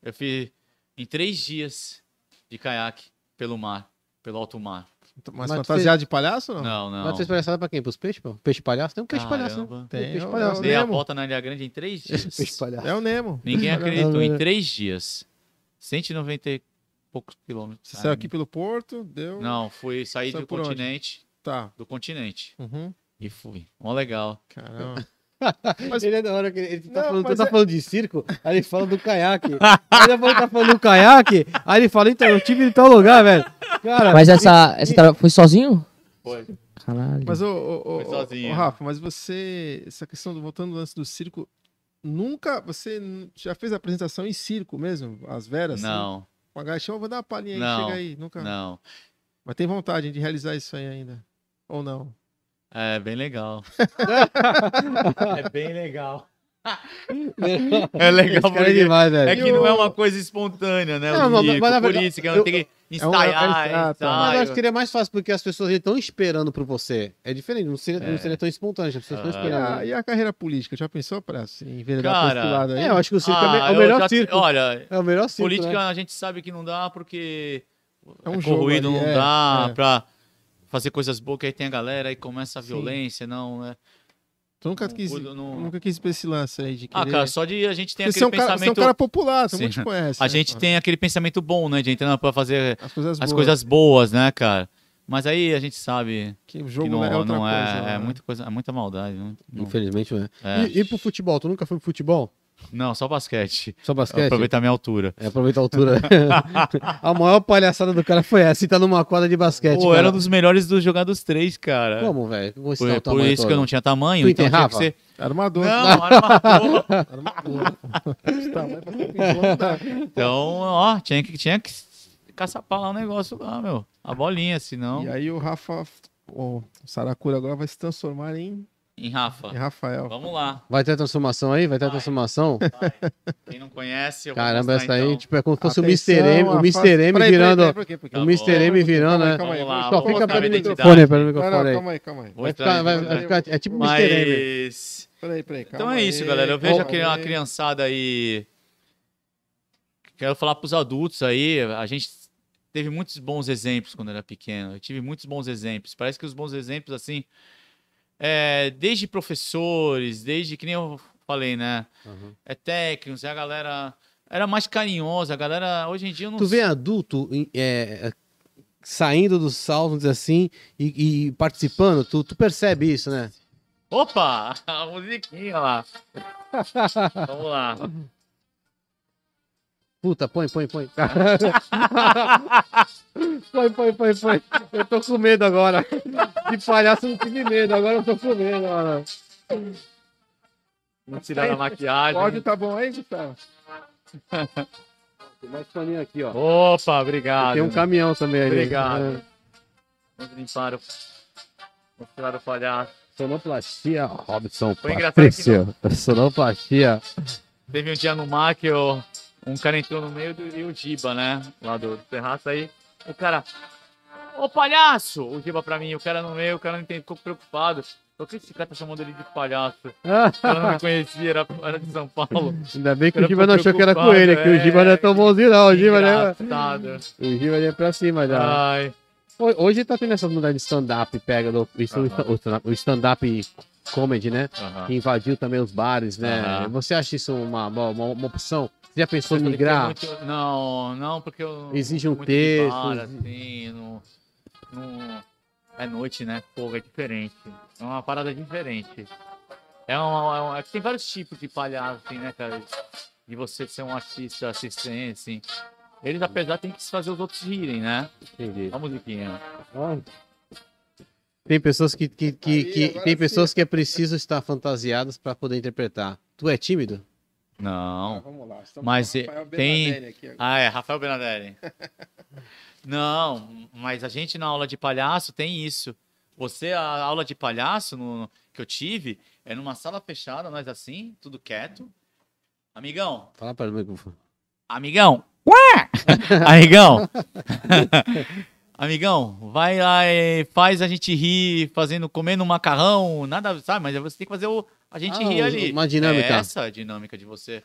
B: Eu fiz em três dias de caiaque pelo mar, pelo alto mar.
A: muito- Mas
C: Mas
A: fantasiado de palhaço ou não?
B: Não, não.
C: Ah, Mas você palhaçada pra quem? Pros peixes, pô? Peixe palhaço? Tem um peixe palhaço, né?
B: Caramba.
A: Tem,
C: Peixe
A: é o-
C: palhaço.
A: é o
B: Dei a
A: Nemo.
B: volta na Ilha Grande em
C: (laughs)
B: três dias.
C: palhaço.
A: É o Nemo.
B: Ninguém
A: Olha,
B: acreditou. Em três dias. 190 e poucos quilômetros. Ah,
A: Você saiu aqui pelo porto, deu.
B: Não, fui sair
A: Saiu
B: do
A: por onde?
B: continente.
A: Tá.
B: Do continente.
A: Uhum.
B: E fui. Mó legal.
A: Caramba.
C: Mas... Ele é da hora que ele ele tá,
A: Não,
C: falando, tu
A: mas
C: tá
A: é-
C: falando de circo, aí ele fala do caiaque. aí depois ele tá falando do caiaque, aí ele fala, então, eu tive em tal lugar, velho. Cara,
B: é
D: Mas essa, essa tra- foi sozinho?
A: (laughs)
D: Caralho.
A: Mas, ô,
B: Foi sozinho. né?
A: Rafa, mas você. Essa questão do. Voltando ao lance do circo. Nunca. Você n- já fez apresentação em circo mesmo? Às
C: Tá
A: veras? Assim?
B: Não,
A: Com a gaixão, eu vou dar uma palhinha aí,
B: Não,
A: chega aí. Nunca.
B: não.
A: Mas tem vontade hein, de realizar isso aí ainda. Ou não?
B: É bem legal. é bem
C: (laughs)
B: legal. É
C: Esse
B: legal
C: cara é
B: porque
C: demais, velho.
B: é que não é uma coisa espontânea, né?
C: Não,
B: o
C: mas-
B: circo,
C: mas na
B: por
C: verdade,
B: isso que eu não
C: eu-
B: tenho que
A: é um-
B: ensaiar,
A: é- ah, tá.
C: Mas eu acho
B: ensaio.
C: que seria mais fácil, porque as pessoas estão esperando por você. É diferente, não seria, não
B: É.
C: seria tão espontâneo, as pessoas estão
B: Ah.
A: E
C: esperando.
A: a,
C: né?
A: e a carreira política? Já pensou pra se enveredar pra
B: Cara,
A: esse lado aí?
C: É, eu acho que o circo é, me-
B: Ah,
C: é o
B: eu
C: melhor
B: já-
C: circo.
B: Olha,
C: É o melhor circo,
B: política
C: né?
B: a gente sabe que não dá porque
A: É um
B: é
A: jogo
B: corroído,
A: ali,
B: não
A: é,
B: dá
A: é.
B: pra fazer coisas boas, que aí tem a galera, aí começa a violência, não, né?
A: Tu nunca quis,
B: O- no-
A: nunca quis ir pra esse lance aí de querer...
B: Ah, cara, só de a gente tem
A: Porque
B: aquele
A: você é um cara,
B: pensamento.
A: você é um cara popular, todo
B: Sim.
A: mundo te conhece.
B: A
A: né,
B: gente
A: cara?
B: tem aquele pensamento bom, né? De entrar pra fazer
A: As coisas
B: as
A: boas,
B: coisas boas, né, cara? Mas aí a gente sabe
A: Que o
B: que
A: jogo
B: não,
A: não, é
B: não é,
A: outra coisa.
B: é
A: né?
B: muita coisa, é muita maldade. Não, não,
C: Infelizmente, não é.
B: é.
C: E, e pro futebol? Tu nunca foi pro futebol?
B: Não, só basquete.
C: Só
B: Aproveita
C: basquete?
B: Aproveitar a minha altura.
C: É, aproveita a altura. (laughs) a maior palhaçada do cara foi essa, e tá numa quadra de basquete.
B: Pô,
C: cara.
B: era um dos melhores dos jogadores três, cara.
C: Como, velho? Como esse
B: É. Por,
C: tal
B: por
C: tamanho
B: isso que
C: todo?
B: eu não tinha tamanho.
C: Tu
B: então tinha
C: enterrava?
B: que ser...
A: Armador.
B: Não, armador.
A: (laughs) Armador. Esse tamanho Tá, pra ser pivô não dá.
B: (laughs) Então, ó, tinha que, tinha que caçapar lá o negócio lá, meu. A bolinha, senão.
A: E aí o Rafa... O Saracura agora vai se transformar em,
B: Em
A: em
B: Rafa.
A: Rafael.
B: Vamos lá.
C: Vai ter transformação aí? Vai ter
B: Vai.
C: transformação?
B: Quem não conhece, eu vou
C: Caramba,
B: mostrar,
C: essa aí,
B: então.
C: tipo, é como se fosse
A: Atenção,
C: o Mr. M, o
A: a fase-
C: Mr. M
A: Peraí, peraí,
C: virando...
A: peraí, por quê? Por quê?
B: Tá
C: o Mr. M
A: bom.
C: virando, né?
A: Calma aí,
B: Vamos lá,
A: só
C: Só
B: vamos
A: fica
C: fica
B: mostrar
A: abrindo
B: minha
A: o
C: abrindo o
A: identidade.
C: microfone,
B: identidade.
A: Não, não,
C: abrindo o microfone aí.
A: calma aí, calma aí.
C: Vai
B: Vou
C: ficar,
B: entrar
C: vai,
B: aqui.
C: vai ficar, é tipo Mr. M.
B: Mas.
A: Peraí, peraí, calma
B: Então é isso,
A: aí,
B: galera. Eu vejo
A: calma
B: aquele- uma
A: aí.
B: criançada aí. Quero falar pros adultos aí. A gente teve muitos bons exemplos quando era pequeno. Eu tive muitos bons exemplos. Parece que os bons exemplos, assim. é, desde professores, desde que nem eu falei, né?
C: Uhum.
B: É técnicos, é a galera. Era mais carinhosa, a galera. Hoje em dia eu não
C: Tu vê adulto em- é, saindo dos salmos assim e, e participando, tu, tu percebe isso, né?
B: Opa! (laughs) A musiquinha
C: (laughs)
B: lá. Vamos lá.
C: Puta, põe, põe,
B: (laughs)
C: põe. põe, põe, põe, põe. Eu tô com medo agora. De palhaço eu não tive medo, agora eu tô com medo, mano.
B: Não tiraram a maquiagem.
A: O áudio tá bom aí, Gustavo?
C: Tem mais paninho aqui, ó.
B: Opa, obrigado.
C: Tem um caminhão também ali.
B: Obrigado.
C: É,
B: Vamos limpar o. Vamos tirar o palhaço.
C: sonoplastia, Robson.
B: Foi engraçado
C: Patrício. Sonoplastia.
B: Teve um dia no mar que eu, um cara entrou no meio do e o Giba, né? Lá do, do terraço aí. O cara. Ô palhaço! O Giba pra mim, o cara no meio, o cara não entendeu, ficou preocupado. Por que esse cara tá chamando ele de palhaço? O cara
C: (laughs)
B: não me conhecia, era, era de São Paulo.
C: Ah, Ainda bem que
B: Cara,
C: o Giba
B: tô
C: não achou que era com
B: preocupado,
C: ele, que o
B: é.
C: Giba não é tão bonzinho, não. O Giba, né?
B: Engraçado. Ah,
C: O Giba ele é pra cima já.
B: Ai.
C: Ho- Hoje tá tendo essa mudança de stand-up, pega do- isso-
B: Aham.
C: o stand- o stand-up comedy, né?
B: Aham.
C: Que invadiu também os bares, né?
B: Aham.
C: Você acha isso uma, uma, uma- uma opção? Você já pensou em
B: Porque
C: migrar?
B: tem muito- Não, não, porque eu.
C: Exige um
B: muito de
C: texto,
B: Bar,
C: exige-
B: assim, no, no- É noite, né? Pô, é diferente. É uma parada diferente. É uma, é uma- Tem vários tipos de palhaço, assim, né, cara? De você ser um artista, assistente, assim. Eles, apesar, tem que fazer os outros rirem, né?
C: Entendi.
B: Ó a musiquinha.
C: Tem pessoas que, que, que,
A: Aí,
C: que-
A: agora
C: tem
A: sim.
C: pessoas que é preciso estar fantasiadas pra poder interpretar. Tu é tímido?
A: Ah,
B: Não.
A: vamos lá. estamos
B: Mas
A: com o
B: eh,
A: Rafael
B: tem.
A: Bernadelli aqui agora.
B: Ah, é, Rafael Bernadelli. Não, mas a gente na aula de palhaço tem isso. Você, a aula de palhaço no- que eu tive, é numa sala fechada, nós assim, tudo quieto. Amigão,
C: Fala para o microfone.
B: Um amigão, ué! (laughs) amigão, (laughs) amigão, vai lá e faz a gente rir, fazendo, comendo um macarrão, nada, sabe? Mas você tem que fazer o, a gente
C: Ah,
B: rir ali.
C: uma dinâmica.
B: É essa a dinâmica de você.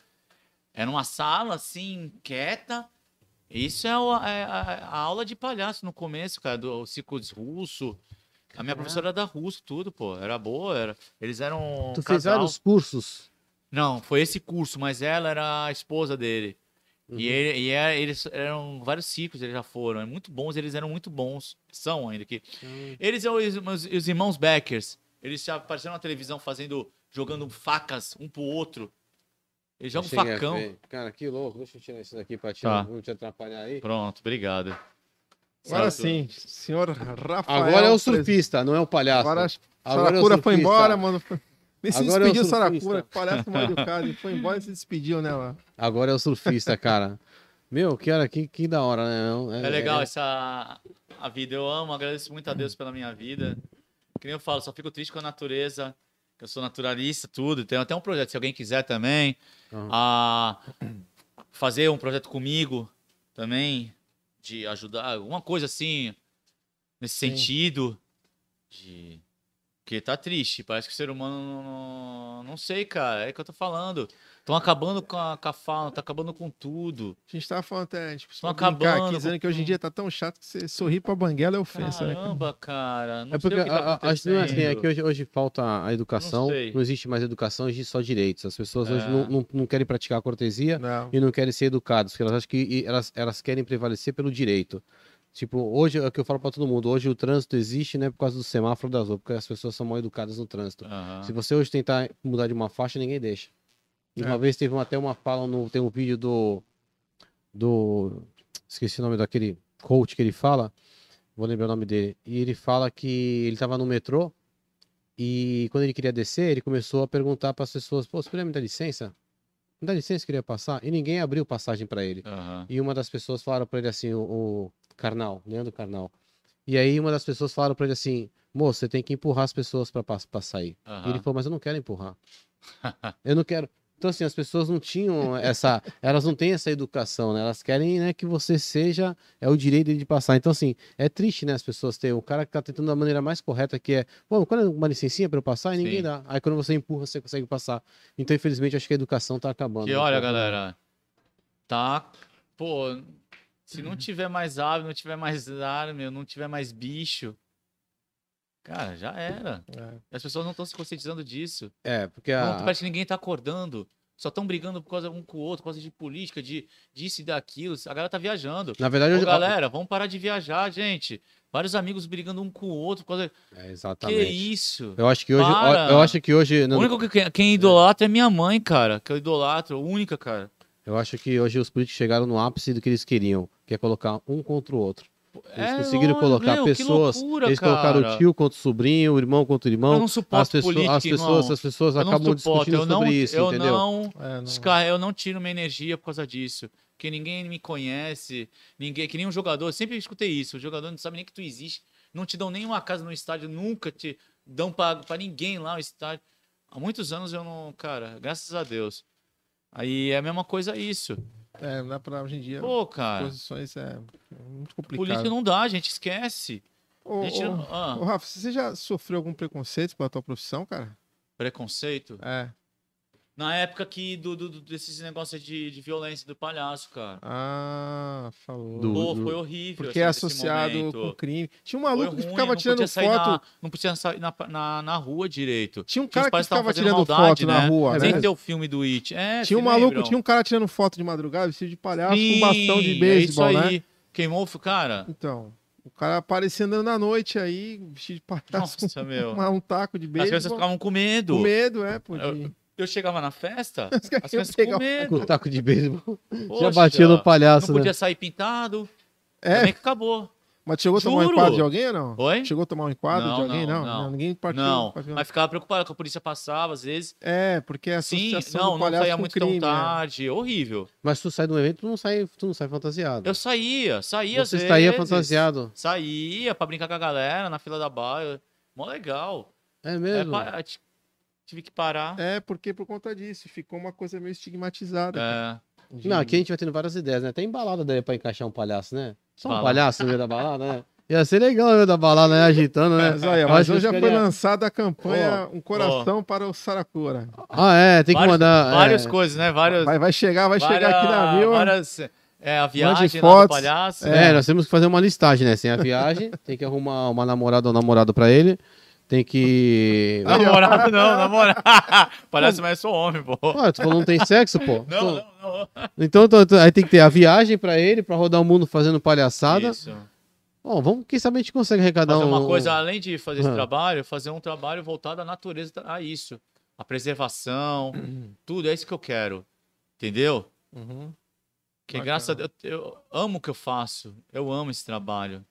B: É numa sala, assim, quieta. Isso é, o- é a, a aula de palhaço no começo, cara, do ciclo russo. A minha professora era da russo, tudo, pô. Era boa, era... eles eram. um
C: tu fez
B: casal.
C: vários cursos.
B: Não, foi esse curso, mas ela era a esposa dele.
C: Uhum.
B: E, ele- e é- eles eram vários ciclos, eles já foram. É muito bons, eles eram muito bons. São ainda que. Eles são os, os- os irmãos Beckers. Eles já apareceram na televisão fazendo. jogando facas um pro outro. Eles jogam
C: Cheguei a
B: um facão.
C: ver. Cara, que louco. Deixa eu tirar isso daqui pra te,
B: Tá.
C: não te atrapalhar aí.
B: Pronto, obrigado.
A: Agora
B: Certo.
A: sim, senhor Rafael.
C: Agora é o
A: surfista.
C: surfista, não é o palhaço.
A: um Agora a
C: Agora é o
A: Saracura foi
C: surfista.
A: embora, mano. Nem se
C: Agora é o
A: despediu,
C: surfista.
A: Saracura. que Palhaço mal educado. Ele foi embora e se despediu, né, lá.
C: Agora é o surfista, cara. Meu, que hora, que, que da hora, né? Não,
B: É legal essa a vida. Eu amo, agradeço muito a Deus pela minha vida. Que nem eu falo, só fico triste com a natureza. que Eu sou naturalista, tudo. Tenho até um projeto, se alguém quiser também,
C: Aham.
B: a fazer um projeto comigo também, de ajudar, alguma coisa assim, nesse
A: Sim.
B: sentido. De Porque tá triste, parece que o ser humano não, não sei, cara, é o que eu tô falando. Estão acabando com a, com a fauna, tá acabando com tudo.
A: A gente tava falando até, tipo,
B: Tão
A: brincar
B: acabando,
A: aqui, dizendo que hoje em dia tá tão chato que você sorrir pra banguela é ofensa, né?
B: Caramba, cara, não
C: É porque
B: sei o que tá
C: a- a- acho que não é assim, é
B: acontecendo.
C: que hoje, hoje falta a educação,
B: Não sei.
C: não, existe mais educação, existe só direitos. As pessoas
B: É.
C: hoje não, não, não querem praticar a cortesia
A: Não.
C: e não querem ser educadas, porque elas acham que e elas, elas querem prevalecer pelo direito. Tipo, hoje é o que eu falo pra todo mundo, hoje o trânsito existe, né, por causa do semáforo das ruas, porque as pessoas são mal educadas no trânsito.
B: Aham.
C: Se você hoje tentar mudar de uma faixa, ninguém deixa. E
A: É.
C: uma vez teve uma- até uma fala no. Tem um vídeo do. Do. Esqueci o nome daquele coach que ele fala. Vou lembrar o nome dele. E ele fala que ele tava no metrô. E quando ele queria descer, ele começou a perguntar para as pessoas: Pô, você poderia me dar licença? Me dá licença, eu queria passar. E ninguém abriu passagem para ele.
B: Aham.
C: E uma das pessoas falaram pra ele assim, o, o Carnal, Leandro Carnal. E aí uma das pessoas falaram pra ele assim, moço, você tem que empurrar as pessoas pra, pas- pra sair. E ele
B: Aham.
C: falou, mas eu não
B: (laughs)
C: quero empurrar. eu não quero. Então assim, as pessoas não tinham essa, elas não têm essa educação, né? Elas querem, né, que você seja, é o direito dele de passar. Então assim, é triste, né, as pessoas terem o cara que tá tentando da maneira mais correta, que é, pô, quando é uma licencinha pra eu passar, e ninguém
B: Sim.
C: dá. Aí quando você empurra, você consegue passar. Então infelizmente acho que a educação tá acabando.
B: Que
C: né?
B: olha,
C: Tá-
B: galera, tá. Pô, se não tiver mais ave, não tiver mais ar, meu, não tiver mais bicho. Cara, já era.
A: É.
B: As pessoas não estão se conscientizando disso.
C: É, porque
B: Não,
C: a,
B: parece que ninguém tá acordando. Só estão brigando por causa um com o outro, por causa de política, de disso e daquilo. A galera tá viajando.
C: na verdade,
B: Ô,
C: hoje-
B: galera, vamos parar de viajar, gente. Vários amigos brigando um com o outro. Por causa...
C: É,
B: Que
C: exatamente.
B: isso?
C: Eu acho que hoje,
B: Para!
C: eu acho que hoje,
B: O único que quem- quem idolatra é minha mãe, cara. Que eu idolatro, única, cara.
C: eu acho que hoje os políticos chegaram no ápice do que eles queriam, que é colocar um contra o outro. Eles conseguiram
B: É, olha,
C: colocar
B: meu, que
C: pessoas,
B: loucura,
C: eles colocaram
B: cara.
C: o tio contra o sobrinho, o irmão contra o
B: Eu
C: irmão.
B: não suporto
C: As, pessoas-
B: política,
C: as pessoas,
B: irmão.
C: as pessoas
B: Eu não
C: acabam
B: suporto,
C: discutindo
B: eu não,
C: sobre isso,
B: eu
C: entendeu?
B: não,
A: É, não-
B: descar- eu não tiro minha energia por causa disso. Porque ninguém me conhece, ninguém, que nem um jogador, eu sempre escutei isso, o jogador não sabe nem que tu existe, não te dão nenhuma casa no estádio, nunca te dão pra pra ninguém lá o estádio. Há muitos anos eu não, cara, graças a Deus. Aí é a mesma coisa isso.
A: É, não dá pra hoje em dia.
B: Pô, cara,
A: Posições é muito
B: política
A: complicado.
B: não dá, gente, esquece.
A: Ô,
B: A gente
A: ô,
B: não- ah,
A: ô, Rafa, você já sofreu algum preconceito pela tua profissão, cara?
B: preconceito.
A: É.
B: Na época que do, do- do- desses negócios de, de violência do palhaço, cara.
A: Ah, falou.
C: Do-
B: Pô, foi horrível.
A: Porque
B: assim,
A: é
B: nesse
A: associado
B: momento.
A: com
B: Foi
A: crime. Tinha um maluco que
B: ruim,
A: ficava
B: não
A: tirando
B: podia sair
A: foto.
B: Na, não podia sair na, na, na rua direito.
A: Tinha um
B: Tinha os
A: cara que
B: pais que tavam
A: ficava
B: fazendo
A: tirando
B: maldade,
A: foto na
B: né?
A: rua,
B: Sem
A: né?
B: ter o filme do It. É,
A: Tinha um
B: se
A: maluco,
B: lembram?
A: tinha um cara tirando foto de madrugada, vestido de palhaço,
B: Sim,
A: com um bastão de
B: é
A: beisebol,
B: isso
A: né?
B: aí. Queimou, o- cara.
A: Então, o cara aparecia andando na noite aí, vestido de palhaço, com
B: Nossa, meu.
A: uma- um taco de
B: As crianças
A: beisebol.
B: ficavam com medo.
A: Com medo, é, pô. de-
B: Eu- Eu chegava na festa, as
A: caras iam
B: crianças
A: pegar
B: com
C: Com o
B: medo.
C: taco de beisebol. (laughs) Já
B: Poxa,
C: batia no palhaço,
B: Não
C: né?
B: podia sair pintado.
A: É.
B: Também que acabou.
A: Mas chegou a tomar um
B: Juro.
A: enquadro de alguém ou não?
B: Oi?
A: Chegou a tomar um enquadro
B: Não,
A: de alguém? Não,
B: não, não.
A: não, ninguém partiu.
B: não,
A: partiu-
B: mas ficava preocupado que a polícia passava, às vezes.
A: É, porque é a
B: Sim,
A: associação
B: não,
A: do
B: não
A: palhaço
B: saía
A: com
B: muito
A: crime.
B: tão
A: né?
B: tarde. Horrível.
C: Mas tu sai de um evento, tu não sai, tu não sai fantasiado.
B: Eu saía, saía
C: Você
B: às
C: estaria
B: vezes.
C: fantasiado.
B: Saía pra brincar com a galera na fila da baia. Mó legal.
C: É
B: É,
C: mesmo.
B: pa- t- tive que parar.
A: É, porque por conta disso, ficou uma coisa meio estigmatizada.
B: É,
A: de-
C: Não, aqui a gente vai tendo várias ideias, né? Tem balada daí pra encaixar um palhaço, né? Só um
B: Balada.
C: palhaço no meio da balada, né? Ia ser legal no meio da balada, né? Agitando, né?
A: Mas olha,
C: Eu
A: É, mas
C: acho que
A: hoje já
C: eu
A: foi
C: ficaria-
A: lançada a campanha Um Coração para o Saracura.
C: Ah, é, tem que
B: Vários-
C: mandar.
B: Várias
C: é.
B: coisas, né? Várias,
A: Vai, vai chegar, vai chegar aqui na né?
B: várias-
A: Mil.
B: várias- é, a viagem lá do
A: fotos.
B: palhaço.
C: É, nós temos que fazer uma listagem, né? Sem a
B: (laughs)
C: viagem, tem que arrumar uma namorada ou um namorado pra ele.
B: (laughs)
C: Tem que.
B: Namorado não, namorado. (laughs) palhaço, mas eu sou homem, pô.
C: Ah, tu falou não tem sexo, pô.
B: Não, não, não.
C: Então tu- tu- aí tem que ter a viagem pra ele, pra rodar o mundo fazendo palhaçada.
B: Isso.
C: Bom, vamos, quem sabe a gente consegue arrecadar
B: fazer
C: um-
B: uma coisa, além de fazer esse
C: Ah.
B: trabalho, fazer um trabalho voltado à natureza, a isso. A preservação,
C: (clears throat)
B: tudo, é isso que eu quero. Entendeu?
A: Uhum.
B: Que
A: Bacana.
B: graças a Deus, eu amo o que eu faço. Eu amo esse trabalho.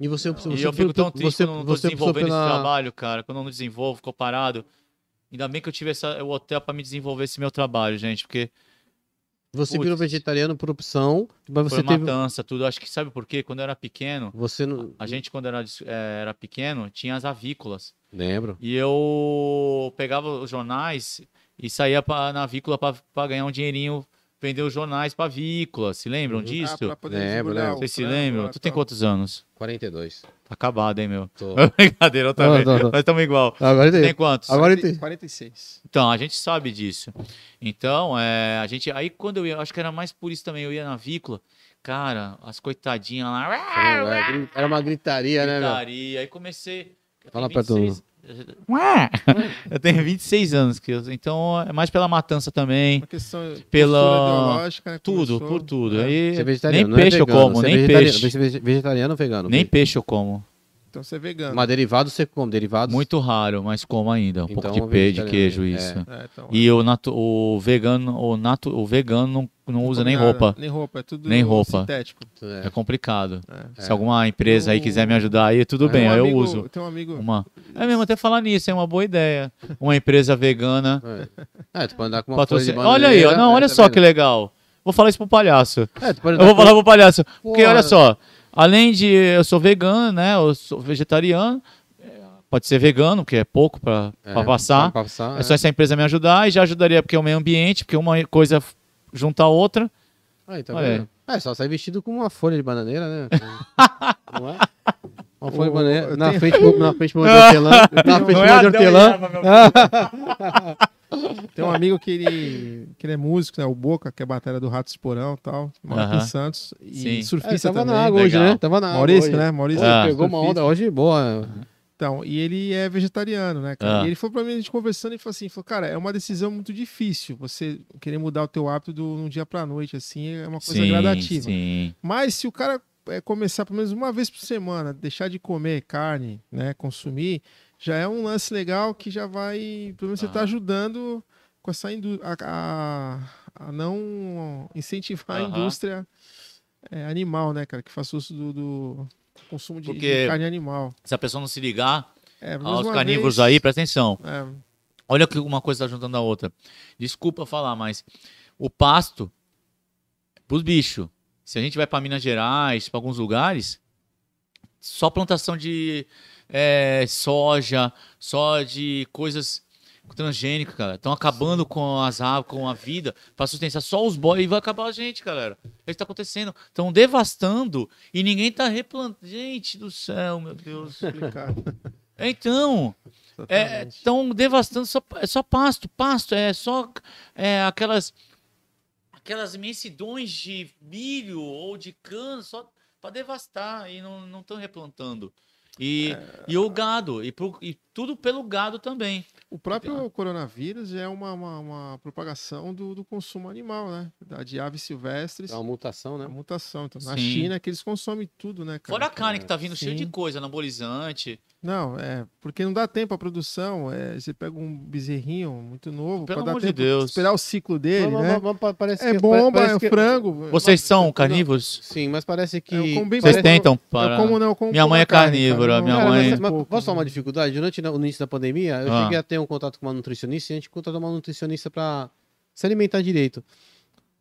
C: E você, você
B: e eu fico tão
C: você-
B: triste quando eu não tô
C: você optou
B: desenvolvendo
C: pela-
B: esse trabalho, cara. Quando eu não desenvolvo, ficou parado. Ainda bem que eu tive essa- o hotel pra me desenvolver esse meu trabalho, gente. Porque
C: Você
B: Putz.
C: virou vegetariano por opção, mas você
B: foi
C: teve.
B: matança, tudo. Acho que sabe por quê? Quando eu era pequeno,
C: Você não.
B: a gente, quando era, des- eh, era pequeno, tinha as avícolas.
C: Lembro.
B: E eu pegava os jornais e saía pra, na vícula pra, pra ganhar um dinheirinho vendeu jornais pra vícola. Se lembram
C: Uhum. Ah,
B: disso?
A: pra poder
C: Lembro,
A: divulgar
C: lembro.
A: o
B: Vocês se
A: frango,
B: lembram?
A: né,
B: Tu tem
A: tal.
B: quantos anos?
C: 42.
B: Tá acabado, hein, meu?
C: é
B: (laughs)
C: Tô.
B: Brincadeira, eu também.
C: Não, não, não.
B: Nós estamos igual.
C: Agora
B: Tu
C: entendi.
B: tem quantos?
C: Agora entendi.
A: 46.
B: Então, a gente sabe disso. Então, é, a gente. Aí quando eu ia, acho que era mais por isso também, eu ia na vícola, cara, as coitadinhas lá.
C: Era uma gritaria, é, né, meu?
B: Gritaria, aí comecei. eu
C: Fala
B: tenho
C: pra
B: 26 Eu tenho 26 anos, que eu- então é mais pela matança também.
A: Uma questão
B: Pela-
A: postura ideológica, né,
B: Tudo,
A: começou.
B: por tudo.
A: É.
B: Aí,
C: Você é
B: nem
C: vegetariano, não é
B: peixe eu
C: vegano,
B: como,
C: você é
B: nem
C: vegetariano-
B: peixe.
C: vege- Vegetariano ou vegano?
B: Nem
C: Pedro?
B: peixe eu como.
A: Então você é vegano.
C: Mas derivado você come, derivados.
B: Muito raro, mas como ainda. Um
C: Então,
B: pouco de peixe, de
C: vegetariano,
B: queijo,
C: é.
B: isso.
A: É, então,
B: E o, natu- o vegano, o, natu, o vegano não, não
A: não
B: usa
A: come
B: nem
A: nada,
B: roupa.
A: Nem roupa, é tudo
B: Nem roupa.
A: sintético.
B: É
C: É.
B: complicado.
A: É.
B: Se alguma empresa aí quiser me ajudar aí, tudo
A: Tem
B: bem,
A: um
B: aí eu
A: amigo-
B: uso.
A: Tem um amigo.
B: Uma... É mesmo, até falar nisso, é uma boa ideia. Uma empresa vegana.
C: É, tu pode andar com uma folha de
B: patrocina- Olha aí, ó.
C: bananeira,
B: não,
C: é,
B: olha
C: tá
B: só
C: vendo?
B: que legal. Vou falar isso pro palhaço.
C: É, tu pode
B: Eu
C: andar
B: vou
C: com-
B: falar pro palhaço. Porque
C: Pô,
B: olha só, além de eu sou vegano, né? Eu sou vegetariano. é, Pode ser vegano, que é pouco pra,
C: é,
B: pra passar.
C: pra passar,
B: É só
C: é.
B: essa empresa me ajudar e já ajudaria porque é o meio ambiente, porque uma coisa f- junta a outra.
C: Aí, tá
B: Olha
C: vendo? É, só sair vestido com uma folha de
B: (laughs)
C: bananeira, né? não é? Uma folha de
A: Ô,
C: bananeira.
A: eu
C: Na
A: tenho-
C: frente,
B: (laughs)
C: na frente, mão de hortelã. Na frente,
B: Não é
C: mão de
B: Adão e
C: hortelã.
B: Eva, meu
A: Tem um amigo que ele, que ele é músico, né? O Boca, que é a bateria do Ratos Porão e tal. Mora aqui
B: Aham.
A: em Santos. E
B: Sim.
C: É,
A: surfista
C: tava
A: também.
C: na água hoje,
B: legal.
C: né? Tava na água
A: Maurício,
C: hoje.
A: né? Maurício.
B: Ah.
A: é
C: Pegou uma
A: surfista.
C: onda hoje boa.
A: Então, e ele é vegetariano, né, cara?
B: Ah.
A: E ele falou pra mim, a gente conversando, ele falou assim, falou, cara, é uma decisão muito difícil você querer mudar o teu hábito do um dia pra noite, assim, é uma coisa gradativa.
B: sim.
A: Mas se o cara é, começar pelo menos uma vez por semana, deixar de comer carne, né, consumir, já é um lance legal que já vai, pelo menos você
B: Ah.
A: tá ajudando com essa indú- a, a- a não incentivar a
B: Aham.
A: indústria é, animal, né, cara, que faça uso do, do consumo de, de
B: Porque-
A: carne animal.
B: Se a pessoa não se ligar
A: É, pelo menos
B: aos
A: uma
B: carnívoros
A: vez-
B: aí, presta atenção.
A: É,
B: Olha que uma coisa tá juntando a outra. Desculpa falar, mas o pasto pros bichos. Se a gente vai pra Minas Gerais, pra alguns lugares, só plantação de eh, soja, só de coisas transgênicas, cara. Estão acabando com as árvores, com a vida, pra sustentar só os bois e vai acabar a gente, galera. É isso que tá acontecendo. Estão devastando e ninguém tá replantando. Gente do céu,
A: (laughs)
B: meu Deus.
A: complicado.
B: Então, é,
A: Exatamente.
B: estão devastando só, é só pasto, pasto, é só é, aquelas aquelas imensidões de milho ou de cana só para devastar e não estão replantando. E, e o gado, e, pro- e tudo pelo gado também.
A: O próprio coronavírus é uma, uma, uma propagação do, do consumo animal, né? Da, de aves silvestres,
C: É uma mutação,
A: a
C: né?
A: mutação. Então, na
B: Então, Sim.
A: China é que eles consomem tudo, né, cara?
B: Fora a carne que tá vindo cheia de
A: Sim.
B: coisa, anabolizante.
A: Não, é, porque não dá tempo a produção. É, você pega um bezerrinho muito novo,
B: Pelo
A: pra dar
B: amor de
A: tempo
B: Deus.
A: esperar o ciclo dele,
C: Mas-
A: né?
C: mas- mas pa- parece
A: É
C: que-
A: bomba,
C: parece
A: é um
C: que-
A: frango.
B: Vocês são carnívoros?
C: Sim, mas parece que.
A: Eu como bem
C: parece-
B: Vocês
A: mas-
B: tentam
A: Eu
B: para
A: como não, eu como
B: Minha mãe
A: pouca
B: é
A: carne,
B: carnívora,
A: cara,
B: minha
A: não-
C: Cara,
B: mãe- é
C: mas, mas
A: pouco,
C: posso falar
A: né?
C: uma dificuldade? Durante na- o início da pandemia, eu
B: Ah.
C: cheguei a ter um contato com uma nutricionista e a gente contratou uma nutricionista pra se alimentar direito.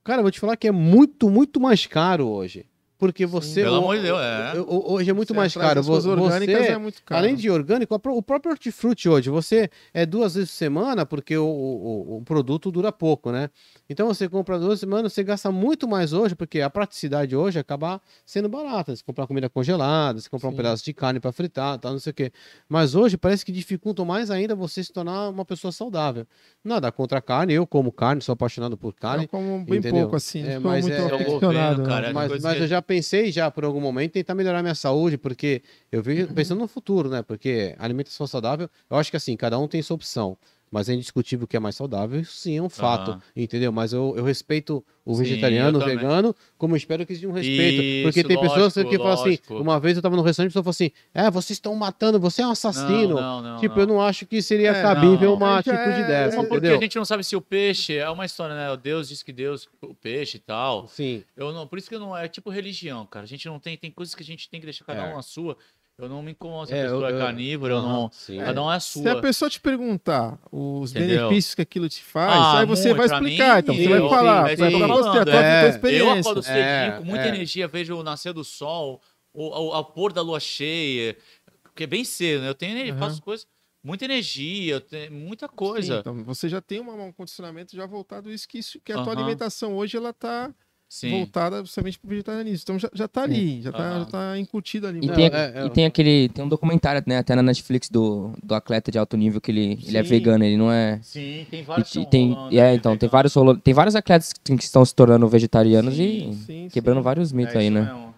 C: Cara, eu vou te falar que é muito, muito mais caro hoje. Porque você.
B: Pelo
C: o-
B: amor de Deus, é.
C: o- o- Hoje é muito
A: Você
C: mais
A: atrás
C: caro.
A: das coisas
C: Vo-
A: orgânicas
C: você-
A: é muito caro.
C: Além de orgânico, a pro- o próprio hortifruti hoje, você é duas vezes por semana, porque o, o- o produto dura pouco, né? Então você compra duas semanas, você gasta muito mais hoje, porque a praticidade hoje acaba sendo barata. Você comprar comida congelada, você comprar um
A: Sim.
C: pedaço de carne para fritar, tal, não sei o quê. Mas hoje parece que dificultam mais ainda você se tornar uma pessoa saudável. Nada contra a carne, eu como carne, sou apaixonado por carne.
A: Eu como bem
C: entendeu?
A: pouco, assim.
C: É,
A: não sou
C: mas
A: muito
C: é- é o
B: governo,
A: aficionado. né?
B: um cara, é
C: Mas,
B: coisa
C: mas
B: que-
C: eu já pensei já por algum momento em tentar melhorar minha saúde, porque
B: (laughs)
C: eu vejo pensando no futuro, né? Porque alimentação saudável, eu acho que assim, cada um tem sua opção. Mas é indiscutível que é mais saudável, isso sim é um fato,
B: Aham.
C: entendeu? Mas eu, eu respeito o
B: Sim,
C: vegetariano,
B: eu
C: o
B: também.
C: vegano, como eu espero que exija um respeito.
B: Isso,
C: porque tem pessoas
B: lógico,
C: que falam assim,
B: lógico.
C: uma vez eu tava no restaurante e a pessoa falou assim, é, vocês estão matando, você é um assassino.
B: Não, não, não,
C: tipo,
B: não.
C: eu não acho que seria
A: É,
C: cabível
B: não.
C: uma
A: Aí já
C: atitude
A: é-
C: dessa,
A: Não,
B: Porque
C: entendeu?
B: a gente não sabe se o peixe é uma história, né? O Deus diz que Deus, o peixe e tal.
C: Sim.
B: Eu não, por isso que eu não é tipo religião, cara. A gente não tem, tem coisas que a gente tem que deixar cada
C: É.
B: um a sua. Eu não me incomodo se a
C: É,
B: pessoa
C: eu-
B: é
C: eu-
B: carnívora, eu
C: Aham,
B: não.
C: sim.
B: Cada um é a
A: Se a
B: sua.
A: pessoa te perguntar os
B: Entendeu?
A: benefícios que aquilo te faz,
B: Ah,
A: aí você
B: muito,
A: vai
B: pra
A: explicar.
B: mim,
A: então, você
C: sim,
A: vai
C: sim,
A: falar,
B: mas
A: vai
B: eu
A: falar
B: tô
A: pra você, a
B: falando,
A: tua,
C: é,
A: tua
B: Eu
A: experiência.
B: acordo cedinho
C: É,
B: com muita
C: é.
B: energia, vejo o nascer do sol, o, o, ao pôr da lua cheia, porque é bem cedo, né? Eu tenho energia,
A: Aham.
B: faço coisas. muita energia, tem muita
A: Sim,
B: coisa.
A: então, você já tem uma- um condicionamento já voltado a isso, que, isso, que a tua
B: Aham.
A: alimentação hoje ela tá
B: Sim.
A: voltada justamente pro vegetarianismo. Então já, já tá ali, já tá,
B: Aham.
A: já tá incutido ali.
D: E,
A: Não,
D: tem,
C: é- é-
D: e tem aquele. Tem um documentário, né, até na Netflix do, do atleta de alto nível que ele, ele é
A: Sim.
D: vegano, ele não é.
B: Sim, tem
D: E
B: vários. que
D: ti-
B: são
D: tem,
B: rolando, né,
D: e é, então, tem vários, rolo- tem vários atletas que, que estão se tornando vegetarianos
A: sim,
D: e
A: sim,
D: quebrando
A: sim.
D: vários mitos
B: É
D: aí,
B: isso
D: né?
B: mesmo.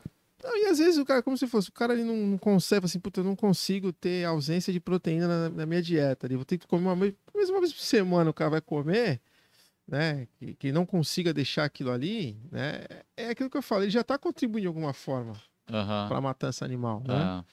A: Não, e às vezes o cara, como se fosse, o cara ele não, não consegue, assim, puta, eu não consigo ter ausência de proteína na, na minha dieta. Ali. Vou ter que comer uma vez, pelo menos uma vez por semana o cara vai comer, né? Que, que não consiga deixar aquilo ali, né? É aquilo que eu falo, ele já tá contribuindo de alguma forma
B: Aham.
A: para a matança animal, né?
B: Ah,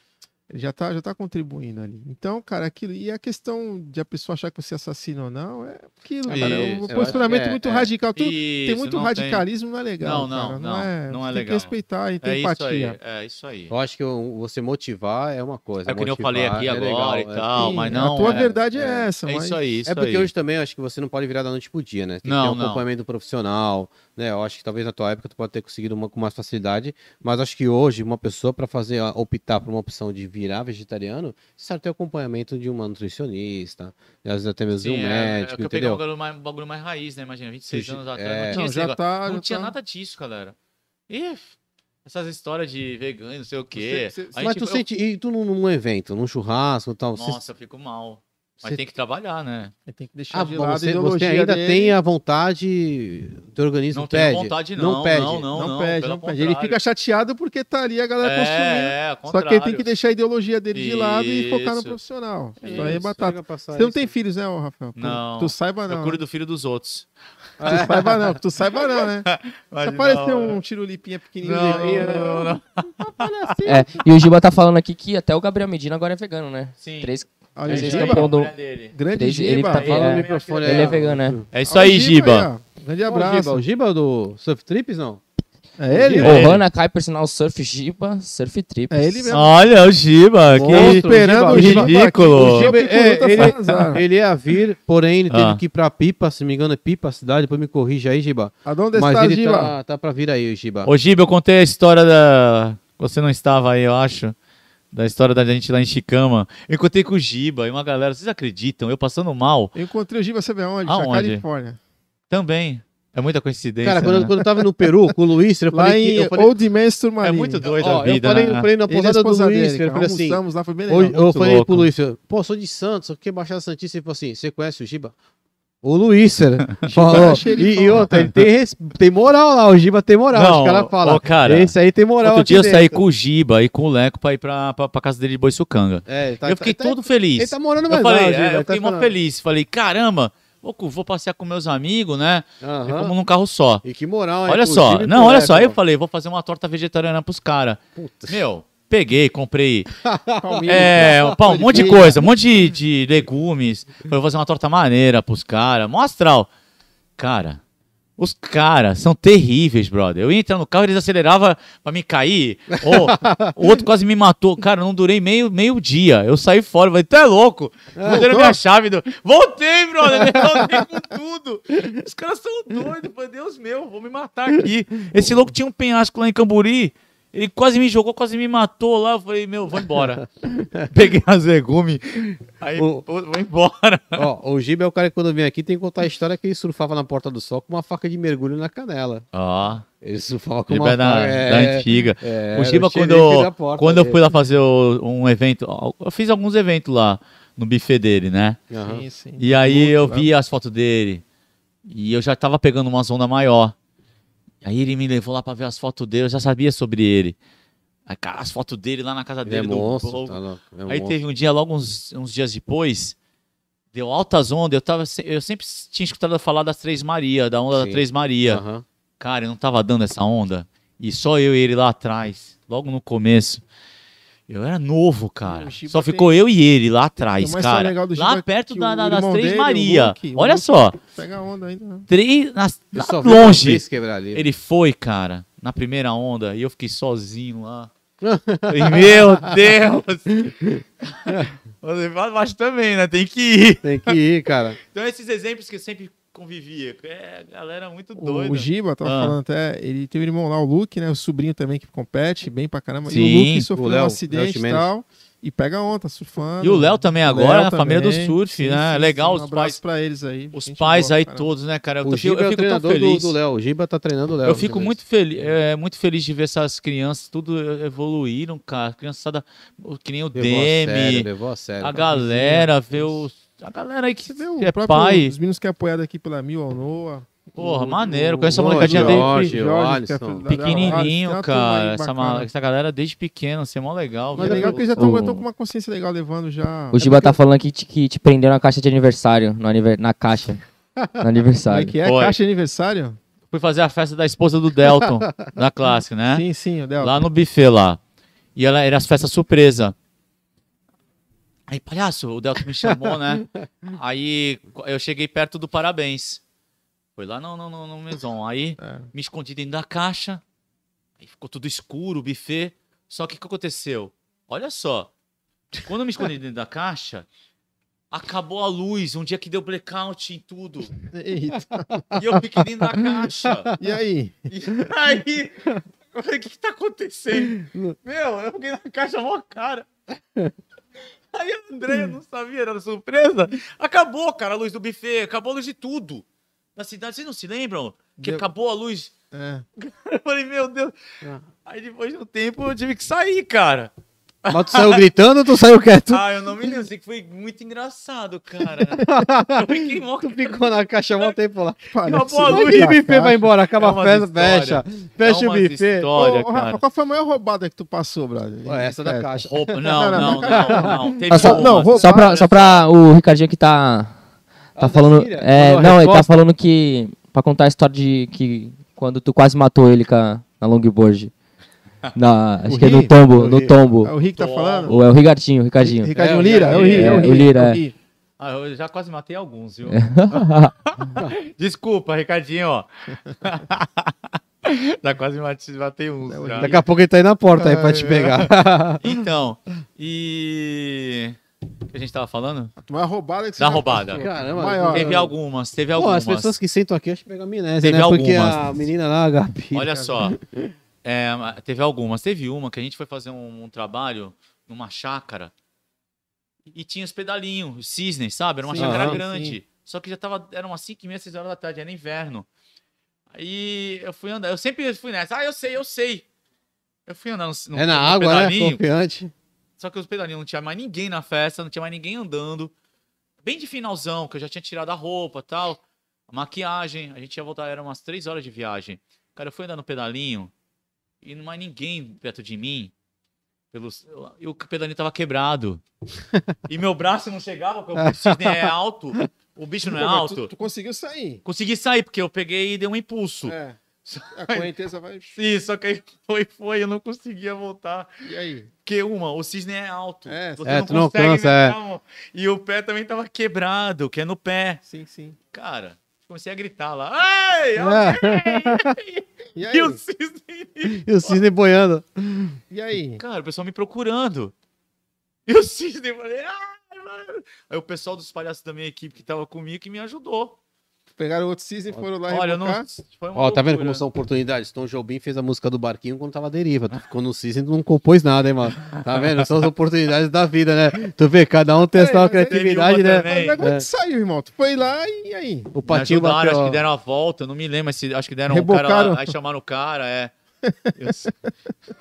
A: Ele já tá, já tá contribuindo ali. Então, cara, aquilo. E a questão de a pessoa achar que você é assassino ou não, é aquilo, cara. É
B: Isso,
A: um
B: Ah, eu
A: posicionamento
C: acho que é-
A: muito
C: é.
A: radical. Tudo-
B: isso,
A: tem muito
B: não
A: radicalismo, não é legal.
B: Não, não,
A: cara.
B: não,
A: é,
B: não
A: você Tem
B: é
A: que
B: legal.
A: respeitar e ter
B: É isso aí.
A: empatia.
B: É isso aí.
C: Eu acho que o- você motivar é uma coisa.
A: um
B: É que nem eu
C: motivar
B: falei aqui
C: é
B: agora
C: legal,
B: e
C: é-
B: tal,
A: Sim,
B: mas não.
A: A tua
B: é,
A: verdade é,
C: é.
A: essa,
B: é
A: mas.
B: isso aí, isso
C: É porque
B: aí.
C: hoje também eu acho que você não pode virar da noite pro dia, né? Tem
B: Não,
C: que ter um
B: não.
C: acompanhamento profissional, né? Eu acho que talvez na tua época tu pode ter conseguido uma, com mais facilidade, mas acho que hoje uma pessoa para fazer a- optar por uma opção de virar vegetariano, você sabe ter o acompanhamento de uma nutricionista, né? às vezes até mesmo de
B: Sim, é, é
C: um médico,
B: que eu peguei um
C: entendeu?
B: bagulho mais, um bagulho mais raiz, né? Imagina, 26
C: Sushi-
B: anos atrás
C: é.
B: não tinha,
A: Não,
B: esse
A: já
B: negócio.
A: tá.
B: Não
A: já
B: tinha
A: tá-
B: nada disso, galera. E essas histórias de vegano, não sei o quê.
A: Você- você-
B: A
C: mas
B: gente-
C: tu
B: eu-
C: sente, e tu num, num evento, num churrasco e tal, você-
B: Nossa, eu fico mal. Mas
C: você-
B: tem que trabalhar, né?
A: Tem que deixar
C: Ah,
A: de
C: bom,
A: lado a
C: você, você
A: ideologia
C: ainda
A: dele.
C: tem a vontade, teu organismo
B: Não tenho
C: pede,
B: vontade, não.
C: não pede,
B: Não, não,
A: Não,
B: não,
A: pede,
B: pelo
A: não pede. Ele
B: contrário.
A: fica chateado porque tá ali a galera consumindo.
B: É, é,
A: Só
B: ao
A: que ele tem
B: contrário.
A: que deixar a ideologia dele de lado e focar no
B: Isso.
A: profissional. Isso,
B: Isso.
A: aí é batata.
C: Você
A: Você não tem filhos, né, ô, Rafael? Tu-
B: Não.
A: Tu saiba não. né?
B: Procura do filho dos outros. (laughs)
A: Tu saiba não, tu saiba não, né? Se
B: é.
A: aparecer um tirulipinha pequenininho né?
B: Não,
A: aí,
B: não, não.
D: É, e o Giba tá falando aqui que até o Gabriel Medina agora é vegano, né?
B: Sim.
D: Três,
A: Olha,
D: É,
B: Ele
D: Três
A: Giba,
B: é
D: campeão do-
B: mulher dele.
A: grande
D: três- ele
A: Giba.
D: tá
A: Olha
D: falando-
A: o
C: microfone
D: ele é
C: ó.
D: vegano, né?
B: É isso aí, Giba.
A: aí, ó. Grande
C: Ô, Giba,
A: abraço.
C: o Giba do Surf Trips, não?
A: É ele?
B: Giba.
A: Ô,
D: O Hanna Kai, personal surf, Giba, surf trip.
A: É ele mesmo.
B: Olha o Giba,
C: Monstro,
A: Esperando o
C: Giba,
A: Giba.
B: Giba.
A: aqui.
B: Ridículo.
A: O Giba
C: É,
A: Picuruta
C: ele-
A: foi azar.
C: Ele ia vir, porém ele teve
B: Ah.
C: que ir pra Pipa, se não me engano é Pipa a cidade, depois me corrija aí, Giba.
A: Aonde
C: Mas
A: está
C: ele
A: Giba?
C: Tá, tá pra vir aí, Giba.
B: Ô, Giba, eu contei a história da. Você não estava aí, eu acho. Da história da gente lá em Chicama. Eu contei com o Giba e uma galera. Vocês acreditam? Eu passando mal
A: Eu encontrei o Giba, sabe aonde? Na
B: Aonde?
A: Califórnia.
B: também. É muita coincidência.
C: Cara, quando,
B: né?
C: quando eu tava no Peru com o Luiz, eu
A: Lá
C: falei que... é
A: em
C: Eu falei,
A: Old Man's Turmalina.
B: É muito doido
C: ó,
B: a vida,
C: eu falei, eu
B: né?
C: falei na
A: Ele e a
C: pousada do
A: esposa
C: Luiz,
A: dele,
C: eu
A: cara.
C: falei assim...
A: Almoçamos lá, foi bem legal.
C: Hoje, eu
B: Muito
C: falei
B: louco.
C: pro Luiz, eu, pô, sou de Santos, só que Baixada Santista, ele falou assim, você conhece o Giba? O
B: (laughs)
C: Luiz, cara, falou, e,
A: xerifão.
C: e outra, ele tem, res- tem moral lá, o Giba tem moral,
B: Não,
C: os caras falam,
B: ô, cara,
C: esse aí tem moral
B: Outro
C: aqui
B: dia eu
C: dentro.
B: saí com o Giba e com o Leco pra ir pra, pra, pra casa dele de Boiçucanga.
C: É, ele tá-
B: eu fiquei
C: tá-
B: todo feliz.
C: Ele tá morando
B: eu
C: mais
B: falei,
C: lá, Giba,
B: é,
C: ele
B: eu
C: tá
B: fiquei mó
C: falando.
B: feliz. Falei, caramba, vou, vou passear com meus amigos, né?
C: Aham.
B: Ficamos num carro só.
C: E que moral, hein?
B: Olha
C: Pro
B: só,
C: Giba e
B: não,
C: pro
B: olha
C: Leco,
B: só. Aí eu
C: ó.
B: falei, vou fazer uma torta vegetariana pros caras. Meu, peguei, comprei
A: Palmeiras.
B: É, pá, um
C: Pode
B: monte de
C: crer.
B: coisa, um monte de, de legumes. Falei, vou fazer uma torta maneira pros caras. Mó astral. Cara, os caras são terríveis, brother. Eu ia entrar no carro, eles aceleravam pra me cair. Ô, o outro quase me matou. Cara, eu não durei meio, meio dia. Eu saí fora, falei, tu é louco. Perderam minha chave. Do... Voltei, brother. Voltei com tudo. Os caras são doidos, meu Deus meu, vou me matar aqui. Esse louco tinha um penhasco lá em Camburi. Ele quase me jogou, quase me matou lá. Eu falei, meu, vou embora. Peguei as legumes. Aí,
C: O-
B: pô, vou embora.
C: Ó, o Giba é o cara que quando vem aqui tem que contar a história que ele surfava na porta do sol com uma faca de mergulho na canela.
B: Ó,
C: Ele surfava com
B: ele
C: uma
B: é da,
C: faca. é,
B: da antiga.
C: é,
B: o
C: era
B: Giba, quando,
C: xerife da
B: eu,
C: porta
B: quando eu
C: dele.
B: fui lá fazer o- um evento, ó, eu fiz alguns eventos lá no buffet dele, né?
C: Aham.
A: Sim, sim.
B: E aí
A: Muito,
B: eu
A: né?
B: vi as fotos dele. E eu já tava pegando uma zona maior. Aí ele me levou lá pra ver as fotos dele, eu já sabia sobre ele. Aí, cara, as fotos dele lá na casa
C: Ele é
B: dele. do-
C: monstro.
B: do-
C: Tá louco, é
B: Aí
C: monstro.
B: teve um dia, logo uns, uns dias depois, deu altas ondas. Eu, tava, se- eu sempre tinha escutado falar das Três Maria, da onda
C: Sim.
B: da Três Maria.
C: Aham.
B: Cara, eu não tava dando essa onda. E só eu e ele lá atrás, logo no começo. Eu era novo, cara.
A: O Giba
B: Só
A: tem-
B: ficou eu e ele lá atrás,
A: O mais
B: cara.
A: legal do Giba
B: Lá
A: é
B: perto
A: que
B: da-
A: o
B: da- das
A: irmão
B: Três
A: dele, o
B: Maria.
A: Luke, o
B: Olha
A: Luke-
B: só,
A: Pega onda ainda. né?
B: três, nas-
C: Eu
B: lá
C: só vi uma
B: longe.
C: vez quebrar ali.
B: Ele foi, cara, na primeira onda e eu fiquei sozinho lá. Falei, meu Deus! Falei, Vai abaixo também, né? Tem que ir.
C: Tem que ir, cara.
B: Então, esses exemplos que eu sempre convivia. É, galera muito doida.
A: O, o Giba, tava
B: Ah.
A: falando até, ele tem um irmão lá, o Luke, né? O sobrinho também que compete bem pra caramba. E
B: Sim,
A: o Luke
C: o
A: sofreu
C: Léo-
A: um
C: Léo
A: acidente e
C: Ximenes.
A: tal. E pega onda, surfando.
B: E o Léo também agora,
A: Léo
B: a família do
A: também.
B: surf,
A: Sim,
B: né?
A: sim,
B: Legal,
A: sim. Um
B: os
A: abraço
B: pais,
A: pra eles aí.
B: os
A: Gente
B: pais
A: boa,
B: aí
A: cara.
B: todos, né, cara? Eu,
C: O
B: tô- eu
C: Giba é
B: fico
C: o
B: tão
C: treinador do
B: feliz.
C: do Léo. O Giba tá treinando o Léo.
B: eu fico
C: muitas
B: muito
C: vezes.
B: feliz, é, muito feliz de ver essas crianças, tudo evoluíram, cara. Criançada, que nem o
C: Levou a sério,
B: Demi,
C: levou a
A: É,
C: sério.
B: a
C: cara.
B: galera, ver os. A galera aí que
A: Você vê o
B: é
A: próprio,
B: pai.
A: os meninos que é apoiado aqui pela Mil ao Noah.
B: Porra,
A: o-
B: maneiro.
A: o-
B: Conheço a
A: o
B: molecadinha
A: Jorge, Jorge,
C: desde- Jorge,
A: que é
C: Alisson.
A: da- da-
B: Pequenininho,
A: tem uma turma
B: cara.
A: aí
B: Essa,
A: bacana.
B: ma- essa galera desde pequena, assim, é mó legal.
A: Mas é
B: velho.
A: legal que eles já
D: o-
A: estão com uma consciência legal levando já.
D: O Giba tá falando que te, que te prendeu na caixa de aniversário, no aniver- na caixa.
A: (laughs)
D: No
A: Como é
D: aniversário.
A: que é?
B: Foi.
A: Caixa de aniversário?
B: Fui fazer a festa da esposa
A: (laughs)
B: do Delton, na classe, né?
A: Sim, sim, o Del.
B: Lá no buffet lá. E ela era as festas surpresa. Aí, palhaço, o Delton me chamou, né? Aí eu cheguei perto do parabéns. Foi lá no, no, no, no Maison. Aí
A: É.
B: me escondi dentro da caixa. Aí ficou tudo escuro, o buffet. Só que o que aconteceu? Olha só. Quando eu me escondi dentro da caixa, acabou a luz. Um dia que deu blackout em tudo.
A: Eita.
B: E eu fiquei dentro da caixa.
A: E
B: (laughs)
A: aí?
B: E aí, eu falei, o que, que tá acontecendo? Meu, eu fiquei na caixa mó cara. Aí a Andréia não sabia, era surpresa. Acabou, cara, a luz do buffet, acabou a luz de tudo. Na cidade, vocês não se lembram? Que
A: Deu-
B: acabou a luz.
A: É.
B: Eu falei, meu Deus. Aí depois de um tempo eu tive que sair, cara.
C: Mas tu saiu gritando ou tu
B: (laughs)
C: saiu quieto?
B: Ah, eu não me lembro, sei que foi muito engraçado, cara. Eu fiquei mó
C: (laughs) Tu ficou na caixa há um tempo lá.
A: Parece-
B: boa
A: Olha
B: luz.
A: que
C: Aquele buffet
A: caixa.
C: vai embora, acaba
B: É
C: a
B: uma
C: festa, fecha.
B: história.
C: Fecha
B: É
C: o
B: umas
C: buffet.
B: História,
A: Ô, ô, Rafa,
B: cara.
A: qual foi a maior roubada que tu passou, brother? É.
C: Ó, essa da caixa.
B: Roupa- Não,
A: Não, não,
B: não, não, não. Teve
D: Ah, só,
B: uma-
A: Não, vou-
D: só, pra,
A: roubada,
D: só pra o Ricardinho que tá. Tá
C: da
D: falando.
C: Síria?
D: É,
C: Ah, Mandou a
D: não, ele tá
C: resposta?
D: falando que. Pra contar a história de que. Quando tu quase matou ele com a- na longboard. Na,
C: (laughs)
D: acho que é
A: Ri?
D: no tombo,
A: O
D: no
A: Ri.
D: tombo.
A: Ah, O Rick tá
B: Tô.
A: falando?
D: Ou é o Ricardinho, o Ricardinho.
A: Ricardinho
C: É,
A: Lira? É o Ri,
D: é,
A: é o
D: o Lira, é.
A: Ri.
B: Ah, eu já quase matei
A: (laughs)
B: alguns, viu? Desculpa, Ricardinho, (laughs) ó. já quase mate- matei uns.
A: Não,
B: já.
C: Daqui a pouco ele tá aí na porta aí
B: É.
C: pra
B: (laughs)
C: te pegar.
B: Então, e. O que a gente tava falando?
A: A maior roubada que você
B: Da
A: já
B: roubada.
A: passou.
C: Caramba,
A: Maior.
B: Teve algumas, teve
C: Pô,
B: algumas.
C: as pessoas que sentam aqui, acho que pegam amnésia,
B: Teve
C: né? Porque a
B: algumas.
C: menina lá, a Gabi.
B: Olha
C: (laughs)
B: só. é, ma- teve algumas. Teve uma que a gente foi fazer um, um trabalho numa chácara e tinha os pedalinhos, cisnes, sabe? Era uma
A: Sim,
B: chácara
C: aham,
B: grande. Só que já tava. Eram umas 5 e meia, 6 horas da tarde, era inverno. Aí eu fui andar. Eu sempre fui nessa. Ah, eu sei, eu sei. Eu fui andar no, no,
C: É na
B: no
C: água, né?
B: pedalinho.
C: Confiante.
B: Só que os pedalinhos não tinha mais ninguém na festa, não tinha mais ninguém andando. Bem de finalzão, que eu já tinha tirado a roupa tal, a maquiagem. A gente ia voltar, era umas três horas de viagem. Cara, eu fui andar no pedalinho e não mais ninguém perto de mim. Pelos... E o pedalinho tava (laughs) quebrado. E meu braço não chegava, porque o cisne é alto. O bicho não é
A: Pô, mas tu-
B: alto.
A: Tu conseguiu sair.
B: Consegui sair, porque eu peguei e dei um impulso.
A: É. A correnteza vai.
B: Sim, só que aí foi, foi, eu não conseguia voltar.
A: E aí?
B: Porque uma, o cisne é alto.
A: É,
B: você
C: é,
B: não
C: tu não
B: consegue
C: alcança,
B: levantar a mão. E o pé também tava quebrado, que é no pé.
A: Sim, sim.
B: Cara, comecei a gritar lá. Ai,
C: É. (laughs)
B: alguém!
A: E aí?
B: E o cisne.
C: E o cisne boiando.
A: E aí?
B: Cara, o pessoal me procurando. E o cisne, eu falei, ai, mano. Aí o pessoal dos palhaços da minha equipe que tava comigo que me ajudou.
A: Pegaram outro season e foram lá
B: Olha, eu não.
A: rebocar?
B: Foi uma
C: Ó, tá vendo como
B: loucura.
C: são oportunidades? Tom Jobim fez a música do Barquinho quando tava à deriva. Tu ficou no cisne e tu não compôs nada, hein, mano? Tá vendo? São as oportunidades da vida, né? Tu vê, cada um tem a
A: É,
C: sua
A: mas
B: teve uma
C: criatividade, né?
B: também.
A: Mas como é
C: É.
A: que saiu, irmão? Tu foi lá e aí?
C: O
B: Me
C: um Patinho
B: ajudaram,
C: bateu...
B: acho que deram a volta, eu não me lembro se acho que deram um cara
A: Rebocaram.
B: lá, aí chamaram o cara,
A: (laughs)
B: é. Eu sei.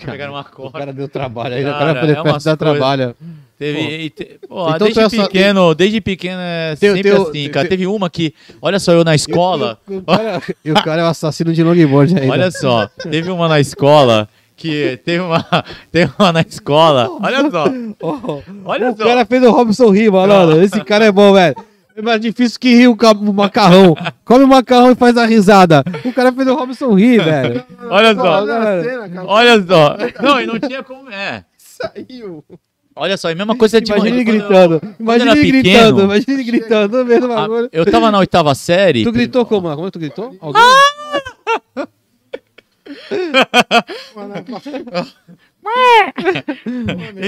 B: pegaram uma
C: O
B: corda.
C: cara deu trabalho aí, o
B: Cara,
C: cara foi
B: é
C: é
B: umas
C: dar
B: coisas-
C: trabalho.
B: Teve,
C: Pô.
B: e te- pô,
C: Então tu
B: desde
C: é só-
B: pequeno, desde pequeno é
C: Teu-
B: sempre
C: teu-
B: assim, cara.
C: teu-
B: Teve uma que, olha só, eu na escola,
C: E o, cara, e o cara é o assassino de longboard ainda.
B: olha só, teve uma na escola que teve uma, (laughs) teve uma na escola, olha só,
C: Ó,
B: olha
C: o
B: só.
C: cara fez o Robson rir, malandro. Esse cara é bom, velho. É mais difícil que rir o, ca- o macarrão. Come o macarrão e faz a risada. O cara fez o Robson rir, velho.
B: olha só,
A: Olha
C: cara.
A: a cena, cara.
B: olha só. Não, e não tinha como, é.
A: Saiu.
B: Olha só, e mesma coisa de
C: Imagina ele
B: quando eu-
C: gritando. Imagina
B: era
C: ele
B: pequeno-
C: gritando. Imagina ele gritando. No mesmo
B: a-
C: bagulho.
B: eu tava Ah! na oitava série.
C: Tu gritou como? Como é que tu gritou? Alguém?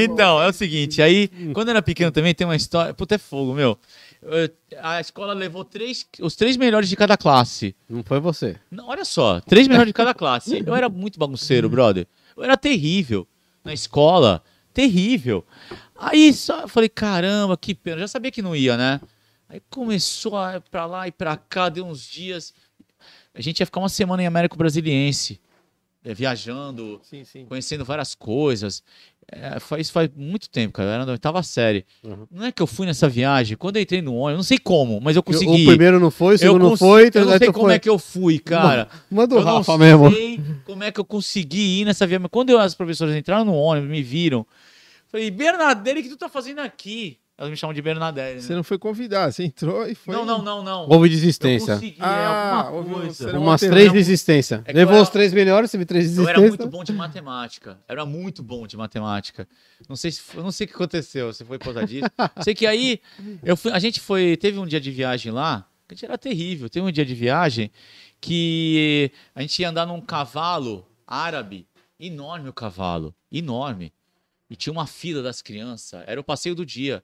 B: Então, é o seguinte, aí, quando eu era pequeno também, tem uma história. Puta, é fogo, meu. Eu- a escola levou três, os três melhores de cada classe.
C: Não foi você.
B: Não, olha só,
C: (laughs) Uhum.
B: três melhores de cada classe. Eu era muito bagunceiro, brother. Eu era terrível. Na escola, terrível. Aí só eu falei, caramba, que pena. Eu já sabia que não ia, né? Aí começou a ir pra lá e pra cá, deu uns dias. A gente ia ficar uma semana em Américo Brasiliense, eh, viajando,
A: Sim, sim.
B: conhecendo várias coisas. É, faz, faz muito tempo, cara. Eu era na oitava série.
C: Uhum.
B: Não é que eu fui nessa viagem. Quando eu entrei no ônibus, eu não sei como, mas eu consegui.
C: O primeiro não foi, o
B: eu
C: segundo não
B: cons-
C: foi.
B: Eu não
C: terceiro
B: sei
C: tu
B: como
C: foi.
B: é que eu fui, cara.
C: Manda o
B: Eu
C: Rafa
B: não
C: mesmo.
B: sei como é que eu consegui ir nessa viagem. Mas Quando eu- as professoras entraram no ônibus, me viram. Falei, Bernadette, o que tu tá fazendo aqui? Elas me chamam de Bernadette.
A: Você
B: Né?
A: não foi convidado, você entrou e foi.
B: Não, não, não, não.
C: Houve
B: Eu
C: desistência.
B: consegui, é
A: Ah,
B: alguma
A: houve um-
B: coisa.
A: será
C: Umas
A: Era um
C: três
A: alterno.
C: desistências.
B: É que eu
C: Levou
B: era-
C: os três melhores, teve três
B: Eu era muito
C: desistências.
B: bom de matemática. Eu Era muito bom de matemática. Não sei se eu não sei o que aconteceu, se foi por causa disso. sei que aí eu fui- a gente foi, teve um dia de viagem lá, que a gente era terrível. Teve um dia de viagem que a gente ia andar num cavalo árabe, enorme o cavalo, enorme. E tinha uma fila das crianças, era o passeio do dia.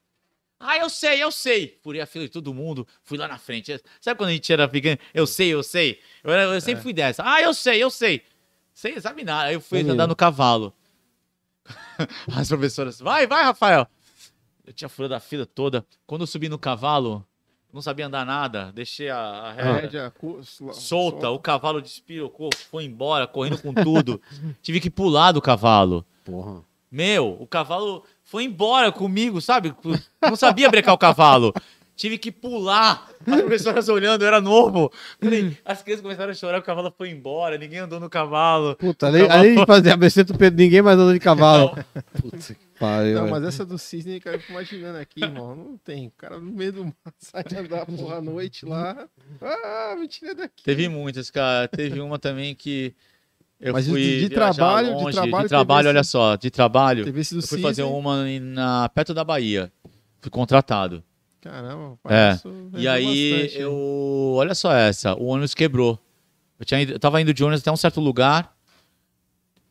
B: Ah, eu sei, eu sei. Furei a fila de todo mundo, fui lá na frente. Sabe quando a gente era pequeno? Eu sei, eu sei. Eu, era- eu sempre fui dessa. Ah, eu sei, eu sei. Sem sabe nada. Aí eu fui
C: Menino.
B: andar no cavalo. (laughs) As professoras, vai, vai, Rafael. Eu tinha furado a fila toda. Quando eu subi no cavalo, não sabia andar nada. Deixei a, a rédea
A: Média, curso,
B: Ah. solta, o cavalo despirocou, foi embora, correndo com tudo. Tive que pular do cavalo.
C: Porra.
B: Meu, o cavalo foi embora comigo, sabe? Não sabia brecar o cavalo. Tive que pular. As professoras olhando, eu era novo. Falei, as crianças começaram a chorar, o cavalo foi embora, ninguém andou no cavalo.
C: Puta, além, além de fazer ABC, tu perdeu ninguém mais andou de
A: Ah,
C: cavalo.
B: Então,
C: Puta que pariu.
A: Não,
C: velho.
A: mas essa do cisne, cara, eu fico imaginando aqui, irmão. Não tem. O cara no meio do mar (laughs) sai andar porra à noite lá. Ah, me tira daqui.
B: Teve muitas, cara. Teve uma também que eu
A: Mas de-
B: fui
A: de
B: viajar
A: trabalho, de
B: longe.
A: trabalho,
B: de trabalho
A: teve
B: olha
A: esse-
B: só, de trabalho.
A: Teve esse do
B: Eu fui
A: cisne.
B: fazer um- uma em- na, perto da Bahia. Fui contratado.
A: Caramba,
B: É.
A: isso vendeu
B: E aí
A: bastante,
B: eu.
A: hein?
B: Olha só essa. O ônibus quebrou. Eu, tinha ido- eu tava indo de ônibus até um certo lugar.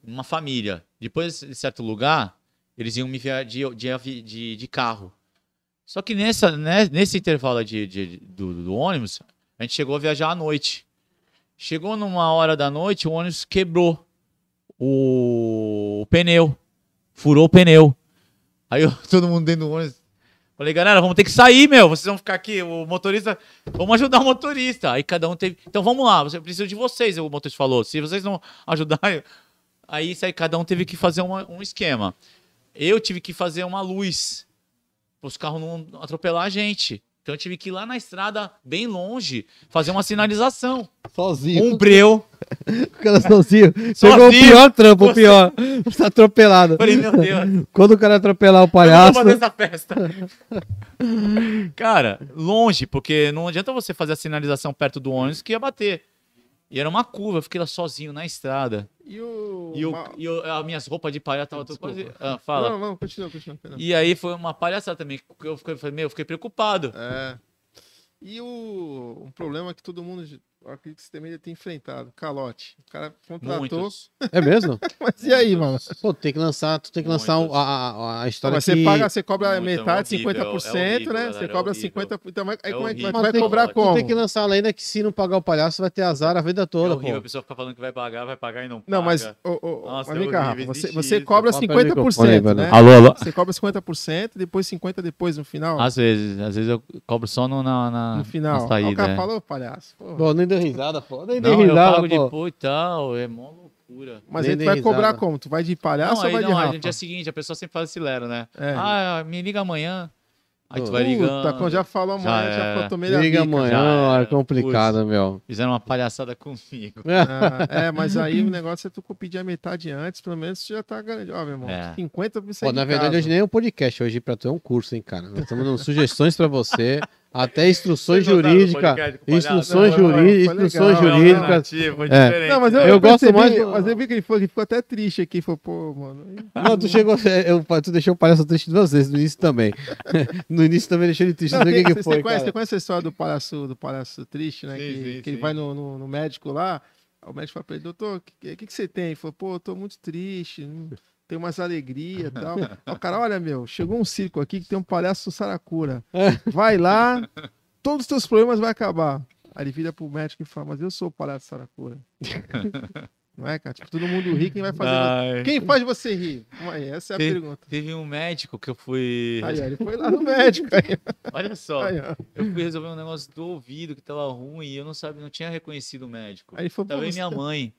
B: Uma família. Depois de certo lugar, eles iam me enviar de, de, avi- de- de carro. Só que nessa, né, nesse intervalo de, de- de- do, do ônibus, a gente chegou a viajar à noite. Chegou numa hora da noite, o ônibus quebrou o, o pneu. Furou o pneu. Aí (laughs) eu- todo mundo dentro do ônibus. Falei, galera, vamos ter que sair, meu. Vocês vão ficar aqui. O motorista. Vamos ajudar o motorista. Aí cada um teve. Então vamos lá, eu preciso de vocês, o motorista falou. Se vocês não ajudarem. Aí sai, cada um teve que fazer uma- um esquema. Eu tive que fazer uma luz. Para os carros não atropelar a gente. Então eu tive que ir lá na estrada, bem longe, fazer uma sinalização.
C: Sozinho.
B: Um breu.
C: O Um cara sozinho. Pegou o
B: Sozinho.
C: pior trampo, o pior. Tá atropelado.
B: Falei, meu Deus.
C: Quando o cara atropelar o
B: Eu não
C: palhaço.
B: vou fazer essa festa. (laughs) Cara, longe, porque não adianta você fazer a sinalização perto do ônibus que ia bater. E era uma curva, eu fiquei lá sozinho na estrada.
A: E o.
B: E, eu,
A: ma-
B: e eu- as minhas roupas de palhaço tava tudo quase. Ah, fala.
A: Não, não, continua, continua. perdão.
B: E aí foi uma palhaçada também. que Eu fiquei, eu falei, meu, eu fiquei preocupado.
A: É. E o um problema que todo mundo, eu acredito que você também já tem enfrentado, calote. O cara contratou,
B: Muitos.
C: É mesmo?
A: mas e aí, mano?
C: Pô, tem que lançar, tu tem que lançar
B: Muitos.
C: um- a, a, a história
A: Mas você
C: que...
A: paga, assim, você cobra
B: Muito, é
A: metade,
B: horrível,
A: 50%,
B: é horrível,
A: né?
B: galera,
A: Você
B: é
A: cobra
B: horrível.
A: 50%. Então, mas aí
B: É
A: como é que vai,
B: horrível.
C: Mas
A: vai
C: tem que-
A: cobrar
B: tu
A: como?
C: Tu tem que lançar a lenda que se não pagar o palhaço vai ter azar a vida
B: É
C: toda,
B: horrível a
C: pô.
B: pessoa ficar falando que vai pagar, vai pagar e não paga.
A: Não, mas, ô, ô,
B: Nossa,
A: mas
B: é
A: vem cá, Rafa,
B: horrível,
A: você,
B: existe
A: você
B: isso. é
A: cobra
C: Fala pra ele
A: 50%,
C: microfone,
A: né?
C: velho.
B: Alô, alô.
A: Você cobra 50%, depois 50% depois no final.
B: Às vezes, às vezes eu cobro só no, na, na,
A: no
B: na
A: final. Aí o
B: saída.
A: cara
B: é.
A: falou, palhaço. pô,
C: Pô, nem deu risada, pô. Nem deu
B: Não, eu
C: risada,
B: pago
C: pô.
B: de pô e tal, é mó loucura.
A: mas
C: nem
A: aí tu
C: dei
A: vai cobrar
C: risada.
A: como? Tu vai de
B: Não,
A: palhaço ou
B: aí
A: É vai de
B: não, aí
A: Rafa?
B: no dia seguinte, a pessoa sempre faz esse lero, né?
A: É.
B: Ah, me liga amanhã. Aí tu
C: Puta,
B: vai
A: Puta, tá
B: ligando.
A: quando já falou amanhã,
B: Já
A: já,
B: era.
A: falou, tomei a
C: Liga
A: bica.
B: já
C: amanhã,
B: era.
C: é complicado, meu.
B: Fizeram uma palhaçada comigo.
A: Ah, é, mas aí o negócio é tu pedir a metade antes, pelo menos tu já tá grande. Ó, meu irmão,
B: É.
A: 50 pra você.
C: Pô, na verdade, hoje nem é um podcast, hoje pra tu é um curso, hein, cara. Nós estamos dando sugestões
B: (laughs)
C: pra você, até instruções
B: Vocês gostaram do
C: jurídicas.
B: podcast com
C: Instruções
A: palhaço? Não, não,
C: jurídicas,
A: foi legal.
C: instruções
A: Não, não,
C: jurídicas. É.
A: Não, mas eu,
C: Eu
A: eu
C: gosto
A: gosto
C: mais
A: mais.
C: do-
A: Mas eu vi que ele, foi, ele ficou até triste aqui. Falou, pô, mano.
C: Não, tu chegou. é, eu- tu deixou o palhaço triste duas vezes, no início também. (laughs) No início também deixou ele triste. Não,
A: Não,
C: sei o que, que
A: você,
C: foi.
A: conhece,
C: cara.
A: você conhece a história do palhaço, do palhaço triste, né?
B: Sim,
A: que
B: sim,
A: que ele
B: sim.
A: vai no, no- no médico lá. aí O médico fala pra ele, doutor, o que, que, que você tem? Ele falou, pô, eu tô muito triste, não tenho umas
B: (laughs)
A: alegrias e tal. Aí o cara, olha, meu, chegou um circo aqui que tem um palhaço
C: (laughs)
A: saracura.
C: É.
A: Vai lá, todos os
B: (laughs)
A: teus problemas vão acabar. Aí ele vira pro médico e fala, mas eu sou o palhaço saracura. Não é, cara? Tipo, todo mundo ri, quem vai fazer?
B: Ai.
A: Quem faz você rir? Vamos aí, Essa é a
B: Sim.
A: pergunta.
B: Teve um médico que eu fui.
A: Aí, ó, ele foi lá no médico. Aí,
B: Olha
A: ó,
B: só,
A: aí, ó.
B: eu fui resolver um negócio do ouvido que tava ruim e eu não sabia, não tinha reconhecido o médico.
A: Aí ele falou, pô,
B: Tava eu e
A: você-
B: Tá minha mãe.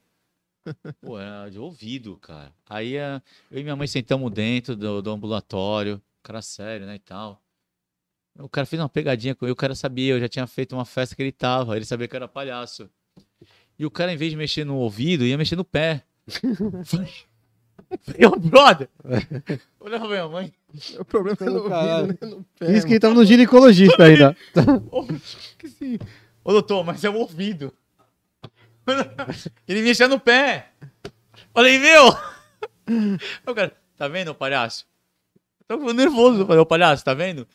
B: Pô, era de ouvido, cara. Aí a- eu e minha mãe sentamos dentro do, do ambulatório, cara sério, né, e tal. O cara fez uma pegadinha comigo, o cara sabia, eu já tinha feito uma festa que ele tava, ele sabia que eu era palhaço. E o cara, em vez de mexer no ouvido, ia mexer no pé. Falei, falei, ô brother! Olha pra minha mãe.
A: (laughs) O problema é no
C: Caralho.
A: ouvido, né? No pé,
C: Isso que ele tava no ginecologista ainda.
B: Ô, que assim, ô doutor, mas é o ouvido. Ele me encheu no pé. Falei, meu! Aí o cara, tá vendo, ô palhaço? Tô ficando nervoso. Eu Falei, ô palhaço, tá vendo?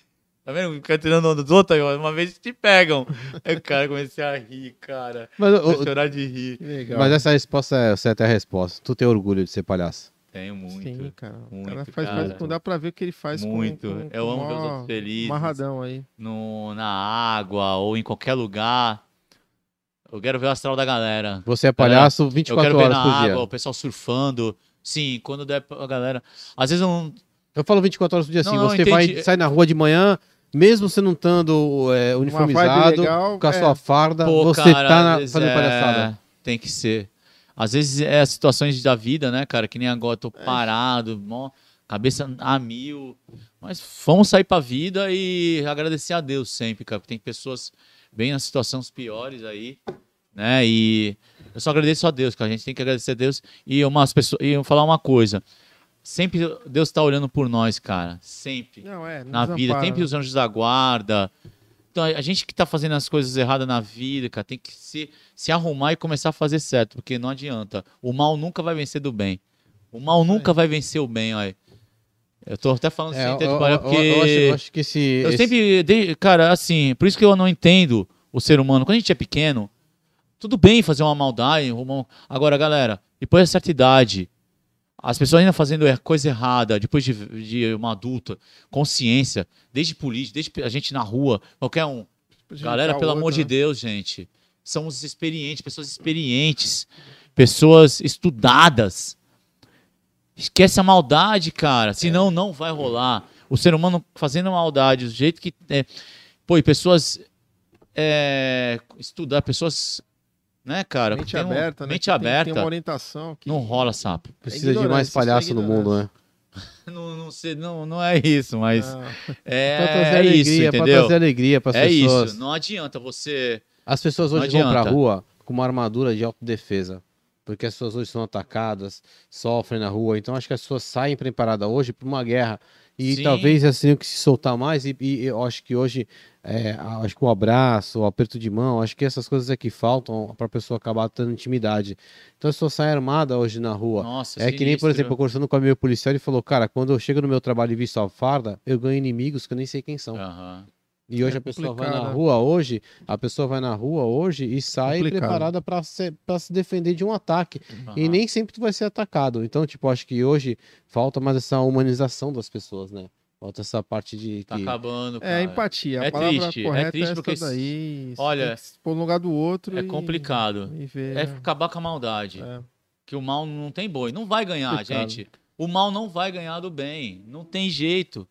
B: Tá vendo? Fica tirando onda dos outros, aí, ó, uma vez te pegam. Aí o cara comecei a rir, cara.
C: Mas,
B: Comecei
C: ô,
B: a chorar de rir.
A: Que legal.
C: mas essa resposta é certa é a resposta. Tu tem orgulho de ser palhaço.
B: Tenho
C: assim,
B: muito.
A: Sim, cara. O cara
B: muito,
A: faz,
B: cara.
A: faz- não dá pra ver o que ele faz com-
B: Muito.
A: com-
B: Eu
A: com
B: amo ver os
A: mó-
B: outros felizes.
A: Marradão aí.
B: No, na água ou em qualquer lugar. Eu quero ver o astral da galera.
C: Você é palhaço
B: Eu quero
C: 24
B: ver
C: horas
B: na
C: por
B: água,
C: dia.
B: o pessoal surfando. Sim, quando der pra galera. Às vezes eu não.
C: Eu falo 24 horas por dia
B: Não,
C: assim.
B: não,
C: Você
B: entendi.
C: vai, sai na rua de manhã, mesmo você não estando é,
A: Uma vibe
C: uniformizado,
A: legal,
C: com a
A: é.
C: sua farda,
B: Pô,
C: você
B: cara,
C: tá
B: às
C: na-
B: vezes
C: fazendo
B: é-
C: palhaçada.
B: Tem que ser. Às vezes é as situações da vida, né, cara? Que nem agora, tô
C: É.
B: parado, mó, cabeça a mil. Mas vamos sair pra vida e agradecer a Deus sempre, cara. Porque tem pessoas bem nas situações piores aí, né? E eu só agradeço a Deus, cara. A gente tem que agradecer a Deus. E umas pessoas. E eu vou falar uma coisa. Sempre Deus tá olhando por nós, cara. Sempre.
A: Não, é. não
B: na vida,
A: desampara,
B: sempre
A: né?
B: os anjos da guarda. Então, a- a gente que tá fazendo as coisas erradas na vida, cara, tem que se, se arrumar e começar a fazer certo, porque não adianta. O mal nunca vai vencer do bem. O mal nunca vai vencer o bem, olha. Eu tô até falando
C: É,
B: sem
C: eu-
B: ter
C: eu-
B: de parar,
C: eu-
B: porque
C: eu
B: eu,
C: acho- eu acho que esse. esse-
B: sempre, dei- cara, assim, por isso que eu não entendo o ser humano. Quando a gente é pequeno, tudo bem fazer uma maldade, uma... agora, galera, depois da certa idade, as pessoas ainda fazendo er- coisa errada, depois de, de uma adulta, consciência, desde político, desde a gente na rua, qualquer um.
A: Podia
B: Galera,
A: imitar o
B: pelo
A: outro,
B: amor de
A: né?
B: Deus, gente. São os experientes, pessoas experientes, pessoas estudadas. Esquece a maldade, cara. Senão não vai rolar. O ser humano fazendo maldade, do jeito que. É... Pô, e pessoas. É... Estudar, pessoas. Né, cara?
A: Mente
B: Tem um-
A: aberta, né?
B: Mente
A: Que tem-
B: aberta.
A: Tem uma orientação que
B: Não rola, sapo.
C: Precisa de
A: ignorância,
C: mais
A: isso é
C: palhaço no
A: ignorância.
C: mundo, né?
B: Não, não, sei, não, não é isso, mas.
A: Ah,
B: É,
C: pra trazer
B: é
C: alegria,
B: isso,
C: pra
B: entendeu?
C: trazer alegria pras
B: É
C: pessoas.
B: isso. Não adianta você.
C: As pessoas
B: Não
C: hoje vão pra
B: adianta.
C: rua com uma armadura de autodefesa. Porque as pessoas hoje são atacadas, sofrem na rua. Então acho que as pessoas saem preparadas hoje para uma guerra. E
B: Sim.
C: talvez elas tenham que se soltar mais. E, e eu acho que hoje, é, acho que o abraço, o aperto de mão, acho que essas coisas é que faltam para a pessoa acabar tendo intimidade. Então a pessoa sai armada hoje na rua.
B: Nossa,
C: É que nem, por
B: sinistro. né?
C: exemplo, eu conversando com a meu policial, ele falou: Cara, quando eu chego no meu trabalho e visto a farda, eu ganho inimigos que eu nem sei quem são.
B: Aham.
C: E hoje
A: É
C: a pessoa vai
A: complicado,
C: na
A: né?
C: rua hoje, a pessoa vai na rua hoje e sai
A: Complicado.
C: preparada para se, pra se defender de um ataque. E
B: Aham.
C: nem sempre tu vai ser atacado. Então, tipo, acho que hoje falta mais essa humanização das pessoas, né? Falta essa parte de
B: Tá
C: que-
B: acabando, cara.
A: é empatia. A
B: É
A: palavra
B: triste, é
A: correta é,
B: triste
A: essa
B: porque se-
A: daí. Você
B: olha,
A: tem que se pôr no lugar do outro.
B: É
A: e-
B: complicado.
A: E ver,
B: É
A: né?
B: acabar com a maldade.
A: É.
B: Que o mal não tem boi. Não vai ganhar,
C: Complicado.
B: gente. O mal não vai ganhar do bem. Não tem jeito.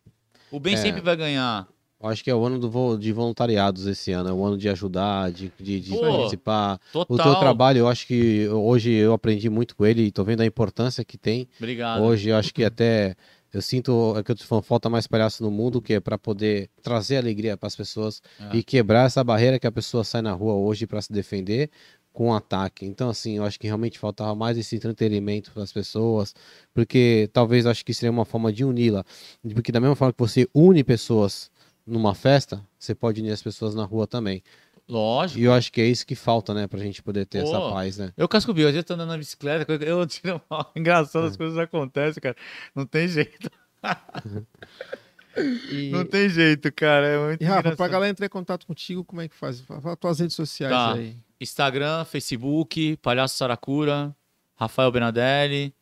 B: O bem
C: É.
B: sempre vai ganhar.
C: eu acho que é o ano do vo- de voluntariados esse ano, é o ano de ajudar, de, de- de
B: Pô,
C: participar.
B: Total.
C: O teu trabalho, eu acho que hoje eu aprendi muito com ele e tô vendo a importância que tem.
B: Obrigado.
C: Hoje eu acho que até eu sinto é que eu tô falando, falta mais palhaço no mundo que é para poder trazer alegria para as pessoas
B: É.
C: e quebrar essa barreira que a pessoa sai na rua hoje para se defender com um ataque. Então assim, eu acho que realmente faltava mais esse entretenimento para as pessoas, porque talvez eu acho que seria uma forma de uni-la, porque da mesma forma que você une pessoas numa festa, você pode unir as pessoas na rua também.
B: Lógico.
C: E eu acho que é isso que falta, né, pra gente poder ter essa
B: Pô.
C: paz, né?
B: Eu casco bio, às vezes eu tô andando na bicicleta, coisa- eu tiro mal. (laughs) Engraçado,
C: É.
B: as coisas acontecem, cara. Não tem jeito.
A: E,
B: Não tem jeito, cara. É muito
A: e Rafa, pra
B: engraçado.
A: galera entrar em contato contigo, como é que faz? Fala fala tuas redes sociais
B: Tá.
A: aí.
B: Instagram, Facebook, Palhaço Saracura, Rafael Benadelli.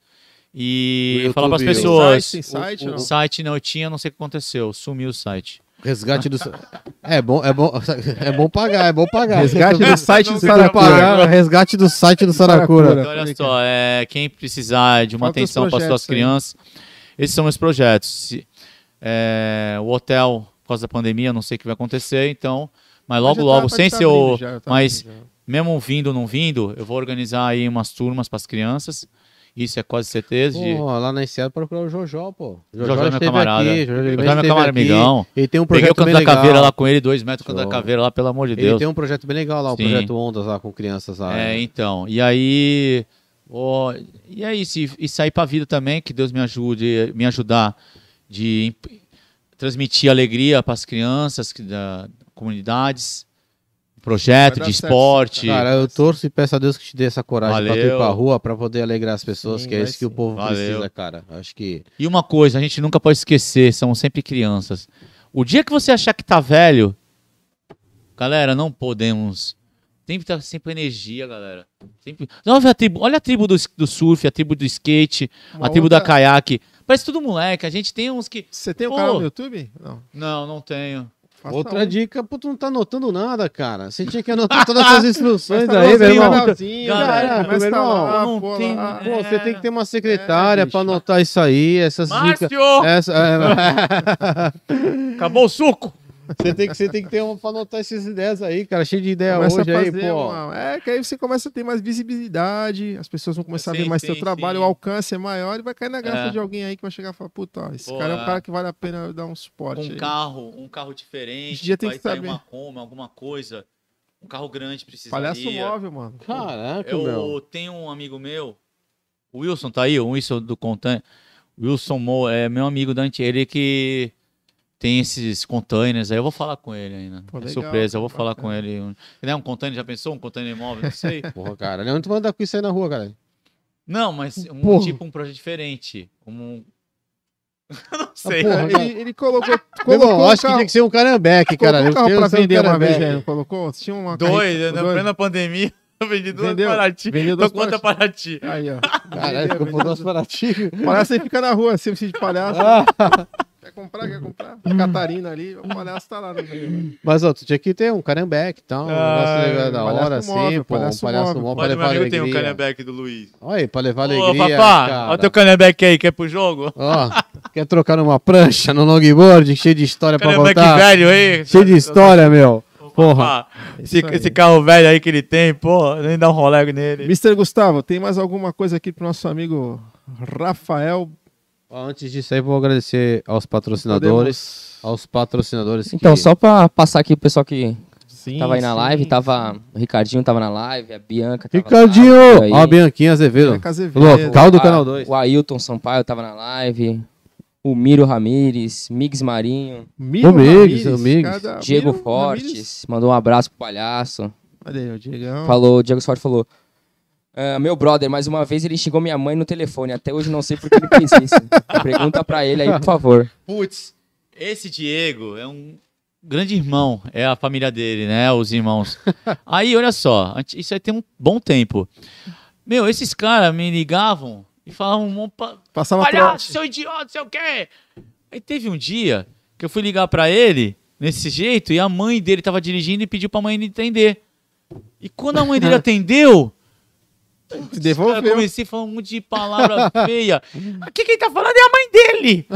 B: E
C: No
B: falar
C: YouTube,
B: pras
C: o
B: pessoas.
A: Tem site, tem site,
B: O
A: não?
B: site não tinha, não sei o que aconteceu. Sumiu o site. (laughs)
C: Resgate do. É bom, é bom, (laughs) é bom pagar, é bom pagar.
A: Resgate do site do
C: Se for
A: Saracura.
C: pagar, resgate do site do Saracura.
A: Saracura.
B: Então, olha só, é, quem precisar de uma
A: Qual que é os
B: atenção para
A: projetos
B: suas
A: aí?
B: crianças, esses são meus projetos. Se- é, o hotel, por causa da pandemia, eu não sei o que vai acontecer, então, mas logo,
A: Já tá-
B: logo,
A: já
B: sem
A: tá
B: ser o.
A: abrindo já, tá
B: mas
A: abrindo já.
B: mesmo vindo ou não vindo, eu vou organizar aí umas turmas para as crianças. Isso é quase certeza. de-
C: Pô, lá na Enseada procurar o Jojó, pô. O
B: Jojó é meu
C: esteve
B: camarada.
C: aqui, Jojó
B: Jojó é
C: Guimarães
B: meu
C: esteve
B: camarada,
C: aqui.
B: amigão.
C: Ele tem um
B: Peguei o
C: projeto
B: canto
C: bem
B: da
C: legal.
B: caveira lá com ele, dois metros do canto da
C: Show.
B: caveira lá, pelo amor de
C: Ele
B: Deus.
C: tem um né? projeto bem legal lá, o
B: Sim.
C: projeto Ondas lá com crianças lá.
B: É, então. E aí. ó, e é isso. E, e sair pra vida também, que Deus me ajude, me ajudar de imp- transmitir alegria pras crianças que, da comunidades, projeto
A: Vai dar
B: de
A: certo,
B: esporte.
C: Cara, eu torço e peço a Deus que te dê essa coragem pra tu ir
B: Valeu.
C: pra rua pra poder alegrar as pessoas,
A: Sim,
C: que é
A: vai
C: isso que o
A: sim.
C: povo
B: Valeu.
C: precisa, cara. Acho que.
B: E uma coisa, a gente nunca pode esquecer, são sempre crianças. O dia que você achar que tá velho, galera, não podemos. Tem que estar sempre energia, galera. Sempre... Olha a tribo, olha a tribo do, s- do surf, a tribo do skate,
A: Uma
B: a tribo
A: outra-
B: da caiaque. Parece tudo moleque. A gente tem uns que.
A: Você tem o
B: Pô.
A: canal no YouTube? Não.
B: Não, não tenho.
A: faça
C: Outra
A: um.
C: dica, pô, tu não tá anotando nada, cara. Você tinha que
B: (laughs)
C: anotar todas essas instruções
A: Mas tá
C: aí, meu
A: lá,
C: irmão.
A: canalzinho,
B: Galera,
A: cara,
C: meu
A: mas tá
C: irmão,
A: lá,
B: eu não
A: pô,
B: tenho-
A: lá.
C: Pô, você
B: É.
C: tem que ter uma
A: é,
C: secretária pra anotar isso aí, essas dicas.
B: Márcio!
C: Essa, é,
B: Acabou o suco!
C: você, tem que, você tem que ter uma pra anotar essas ideias aí, cara. Cheio de ideia
A: Começa
C: hoje
A: a
C: aí,
A: fazer
C: pô.
A: uma- É, que aí você começa a ter mais visibilidade, as pessoas vão começar a
B: Sim,
A: ver mais
B: sim,
A: seu trabalho,
B: sim.
A: o alcance é maior e vai cair na graça
B: É.
A: de alguém aí que vai chegar e falar, puta, ó, esse
B: Pô,
A: cara é um
B: é.
A: cara que vale a pena eu dar um suporte
B: Um
A: aí.
B: carro, um carro diferente.
A: Esse dia tem
B: vai
A: que
B: sair
A: saber.
B: uma Kombi, alguma coisa. Um carro grande precisa.
A: Palhaço móvel, mano.
C: Caraca,
A: É
C: meu.
B: Eu tenho um amigo meu, o Wilson tá aí, o Wilson do Contan. Wilson Mo é meu amigo da antiga, ele que tem esses containers aí. Eu vou falar com ele ainda.
A: Pô,
B: é
A: legal,
B: surpresa, eu vou
A: cara,
B: falar com ele. Ele é um container, já pensou? Um container imóvel, não sei.
C: Porra, cara. Leandro, tu vai andar com isso aí na rua, cara.
B: não, mas um
C: Porra.
B: tipo um projeto diferente. Um. (laughs) Eu não
C: Ah,
B: sei.
C: porra, cara.
A: Ele, ele colocou,
C: Meu
A: colocou
C: irmão,
A: um
C: acho que
A: carro-
C: tinha que ser um carambeque,
A: colocou
C: cara.
A: um carro
C: Tinha
A: pra
C: que ser um
A: vender uma vez,
C: carambeque.
A: né? Não colocou? Tinha uma
B: Dois, né?
A: carreta-
B: na
A: dois?
B: plena pandemia, (laughs) eu vendi duas
A: Vendeu?
B: Paraty.
A: Vendeu
B: Então
A: duas
B: conta
A: Paraty.
B: Paraty.
A: Aí,
B: (laughs)
A: ó.
C: Caralho,
A: Vendeu,
C: comprou
A: vendeu.
C: duas paratinhas.
A: (laughs) Palhaço aí fica na rua, se precisa de palhaço. Hum.
C: Ah,
A: Quer comprar, quer comprar? A Catarina ali, o palhaço tá lá no meio.
C: mas, ó, tu tinha que ter um carambeque e tal. Um
B: Ah,
C: negócio legal da
A: palhaço
C: hora,
A: móvel,
C: assim, pô. Um
A: palhaço
C: palhaço
A: móvel.
C: móvel pra
B: Olha, meu
C: levar
B: amigo tem um
C: alegria.
B: canneback do Luiz.
C: Olha aí, pra levar
B: Ô,
C: alegria,
B: papá, olha
C: cara.
B: o teu canneback aí, quer pro jogo?
C: Ó, quer trocar numa prancha, no longboard, cheio de história pra
B: Cara,
C: contar?
B: velho aí.
C: Cheio de história, meu. Porra.
B: Porra. Esse,
A: Isso aí.
B: esse carro velho aí que ele tem, pô, nem dá um rolego nele.
A: Mr. Gustavo, tem mais alguma coisa aqui pro nosso amigo Rafael?
C: Ó, Antes disso aí, vou agradecer aos patrocinadores. Aos patrocinadores que-
D: Então, só pra passar aqui o pessoal que
A: Sim,
D: tava aí na
A: sim.
D: live, tá? tava. O Ricardinho tava na live, a Bianca tava na live,
C: Ricardinho!
D: aí,
C: Ó, Bianquinha Azevedo.
A: Bianca Azevedo.
C: Local do
D: a-
C: Canal 2.
D: O Ailton Sampaio tava na live. O Miro Ramires, Migs Marinho,
A: Miro
C: Ô, Miggs,
A: Ramírez,
C: ô, Miggs.
A: cada-
D: Diego
A: Miro
D: Fortes,
A: Ramírez.
D: mandou um abraço pro palhaço.
A: Olha aí, o Diegão.
D: Falou, o Diego Fortes falou. "Ah, meu brother, mais uma vez ele xingou minha mãe no telefone. Até hoje não sei por que ele fez isso. Pergunta pra ele aí, por
B: (laughs)
D: favor.
B: Putz, esse Diego é um grande irmão. É a família dele, né? Os (laughs) irmãos. aí, olha só, antes- isso aí tem um bom tempo. Meu, esses caras me ligavam e falavam um monte pa-
A: Passava
B: palhaço, seu idiota, sei o quê. Aí teve um dia que eu fui ligar pra ele, nesse jeito, e a mãe dele tava dirigindo e pediu pra mãe dele atender. E quando a mãe (laughs) dele atendeu,
A: trote,
B: eu
A: devolveu.
B: comecei a falar um monte de palavra (laughs) feia. Aqui quem tá falando é a mãe
C: (laughs)
B: dele!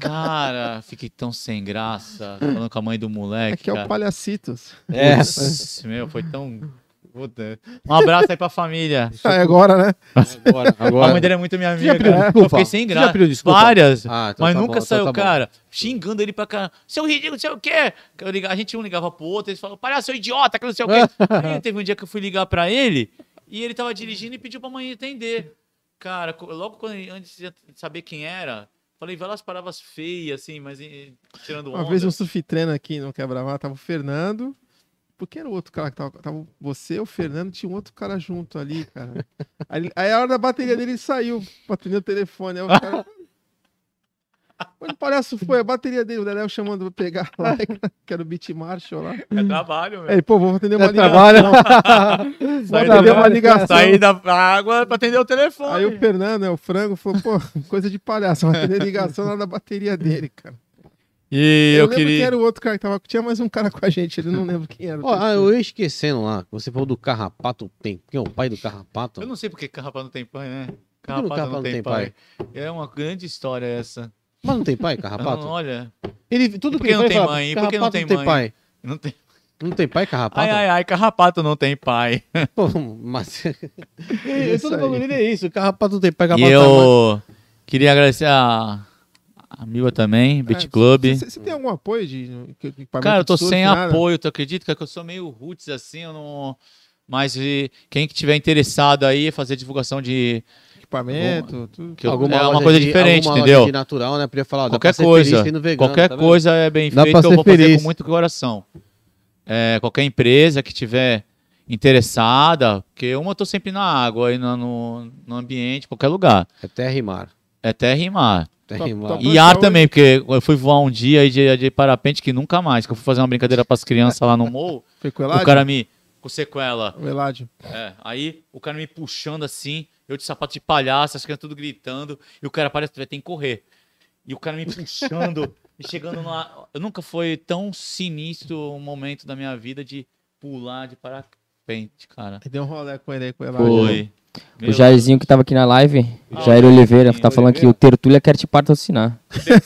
B: Cara, fiquei tão sem graça falando com a mãe do
A: É
B: moleque.
A: que é o
B: cara.
A: Palhacitos.
C: É.
B: Putz, meu, foi tão.
C: (laughs)
B: Puta. Um abraço aí pra família.
A: Ah, é agora, né?
C: Agora,
B: A mãe
C: agora.
B: dele é muito minha
C: Você já
B: amiga.
C: pediu
B: cara.
C: desculpa?
B: Eu fiquei sem
C: Você já
B: graça.
C: pediu desculpa?
B: Várias.
C: Ah, então
B: mas
C: tá
B: nunca
C: bom,
B: saiu,
C: então tá bom.
B: cara, xingando ele pra caramba. Seu ridículo, não sei o quê. Que eu ligava- a gente um ligava pro outro, eles falavam, palhaço, seu idiota, que não sei o quê. Aí teve um dia que eu fui ligar pra ele e ele tava dirigindo e pediu pra mãe atender. Cara, co- logo quando, ele- antes de saber quem era, falei várias palavras feias, assim, mas eh, tirando onda.
A: Uma vez um surf treino aqui no Quebra-Mar, tava o Fernando. Porque era o outro cara que tava, tava você, o Fernando, tinha um outro cara junto ali, cara. Aí, aí a hora da bateria dele ele saiu pra atender o telefone. Aí o cara. (laughs) Onde o palhaço foi? A bateria dele, o Dedéu chamando pra pegar lá, (laughs) que era o Beat Marshall lá.
B: É
A: Aí,
B: trabalho, velho.
A: ele, pô, vou atender uma
C: Dá
A: ligação.
C: É trabalho.
B: (laughs)
A: Vou
B: Saí
A: atender
B: da-
A: uma ligação.
B: Saí da água pra atender o telefone.
A: Aí o Fernando, né, o frango, falou, pô, coisa de palhaço, vai atender ligação lá na bateria dele, cara.
B: E eu,
A: lembro que
B: queria.
A: era o outro cara que tava. Tinha mais um cara com a gente, ele não lembro quem era. o
C: Ó, ah,
A: terceiro.
C: eu ia esquecendo lá. Você falou do Carrapato tem. Quem é o pai do Carrapato?
B: Eu não sei porque Carrapato não tem pai, né?
C: que o
B: Carrapato, não
C: Carrapato
B: tem pai. É uma grande história essa.
C: Mas não tem pai,
B: Não,
C: Carrapato?
B: olha,
C: Ele, tudo
B: E por
C: que
B: que não
C: ele
B: tem
C: fala,
B: mãe? E por
C: Carrapato
B: que não tem mãe?
C: pai.
B: não tem.
C: Não tem pai, Carrapato?
B: Ai, ai, ai, Carrapato não tem pai.
C: (laughs) Pô, mas... (laughs)
A: É isso
C: Todo
A: aí.
C: bagulho dele é isso. Carrapato não tem pai,
B: E
C: Carrapato é tem mãe.
B: eu queria agradecer a, a Mila também, Beat
A: É,
B: Club.
A: Você você tem algum apoio de de equipamento
B: Cara, eu tô
A: de surf,
B: sem
A: nada?
B: apoio, tu acredita? Que eu sou meio roots assim, eu não. Mas e, quem que tiver interessado aí, fazer divulgação de.
A: Equipamento, tudo.
B: Que eu-
C: Alguma
B: é uma
C: loja
B: coisa
C: de-
B: diferente,
C: alguma
B: entendeu?
C: Loja de natural, né? Podia falar, ó, dá pra
B: qualquer
C: ser
B: coisa.
C: feliz sendo vegano,
B: qualquer
C: tá vendo?
B: coisa é bem
C: Dá
B: feita,
C: pra
B: eu
C: ser
B: vou fazer
C: feliz.
B: com muito coração. É, qualquer empresa que tiver interessada, porque uma eu tô sempre na água, aí no, no, no ambiente, qualquer lugar.
C: É terra e mar.
B: É terra e mar.
C: Terra e
A: Top,
C: mar.
A: top.
B: E
A: Mas
B: ar
A: tá
B: também, porque eu fui voar um dia aí de, de parapente que nunca mais, que eu fui fazer uma brincadeira pras crianças lá no morro,
A: Foi com o
B: o
A: Eladio?
B: cara me. com sequela.
A: O Eladio.
B: É, aí o cara me puxando assim, eu de sapato de palhaço, as crianças tudo gritando, e o cara parece que tem que correr. E o cara me puxando, e chegando lá. Eu nunca foi tão sinistro um momento da minha vida de pular de parapente, cara.
A: Aí Deu um rolê com ele aí, com o Eladio.
B: Foi. Meu
D: O Jairzinho que tava aqui na live,
B: Ah,
D: Jair
B: o
D: Oliveira,
B: Jairzinho
D: tá falando que o
B: Oliveira.
D: Tertulha quer te patrocinar.
B: (laughs)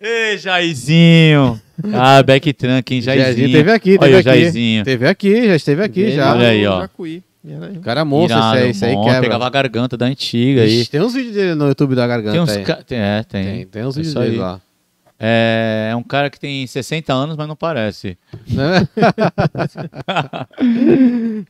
B: Ei, Jairzinho! Ah, backtrunk, hein, Jairzinho.
C: Jairzinho teve aqui, teve
B: Olha o
C: aqui.
B: Jairzinho.
C: Teve aqui, já esteve aqui,
A: Ele
C: já.
B: Olha aí,
A: o
B: ó.
A: Jacuí. Era aí.
C: O cara é monstro, esse
B: Irado,
C: aí, esse aí
B: bom, Pegava
C: quebra.
B: a garganta da antiga aí.
C: Ixi, tem uns vídeos dele no YouTube da garganta
B: Tem uns...
C: aí.
B: ca- tem- É, tem.
C: Tem, tem uns vídeos
B: Isso aí.
C: dele lá.
B: É, é um cara que tem 60 anos, mas não parece.
C: Né?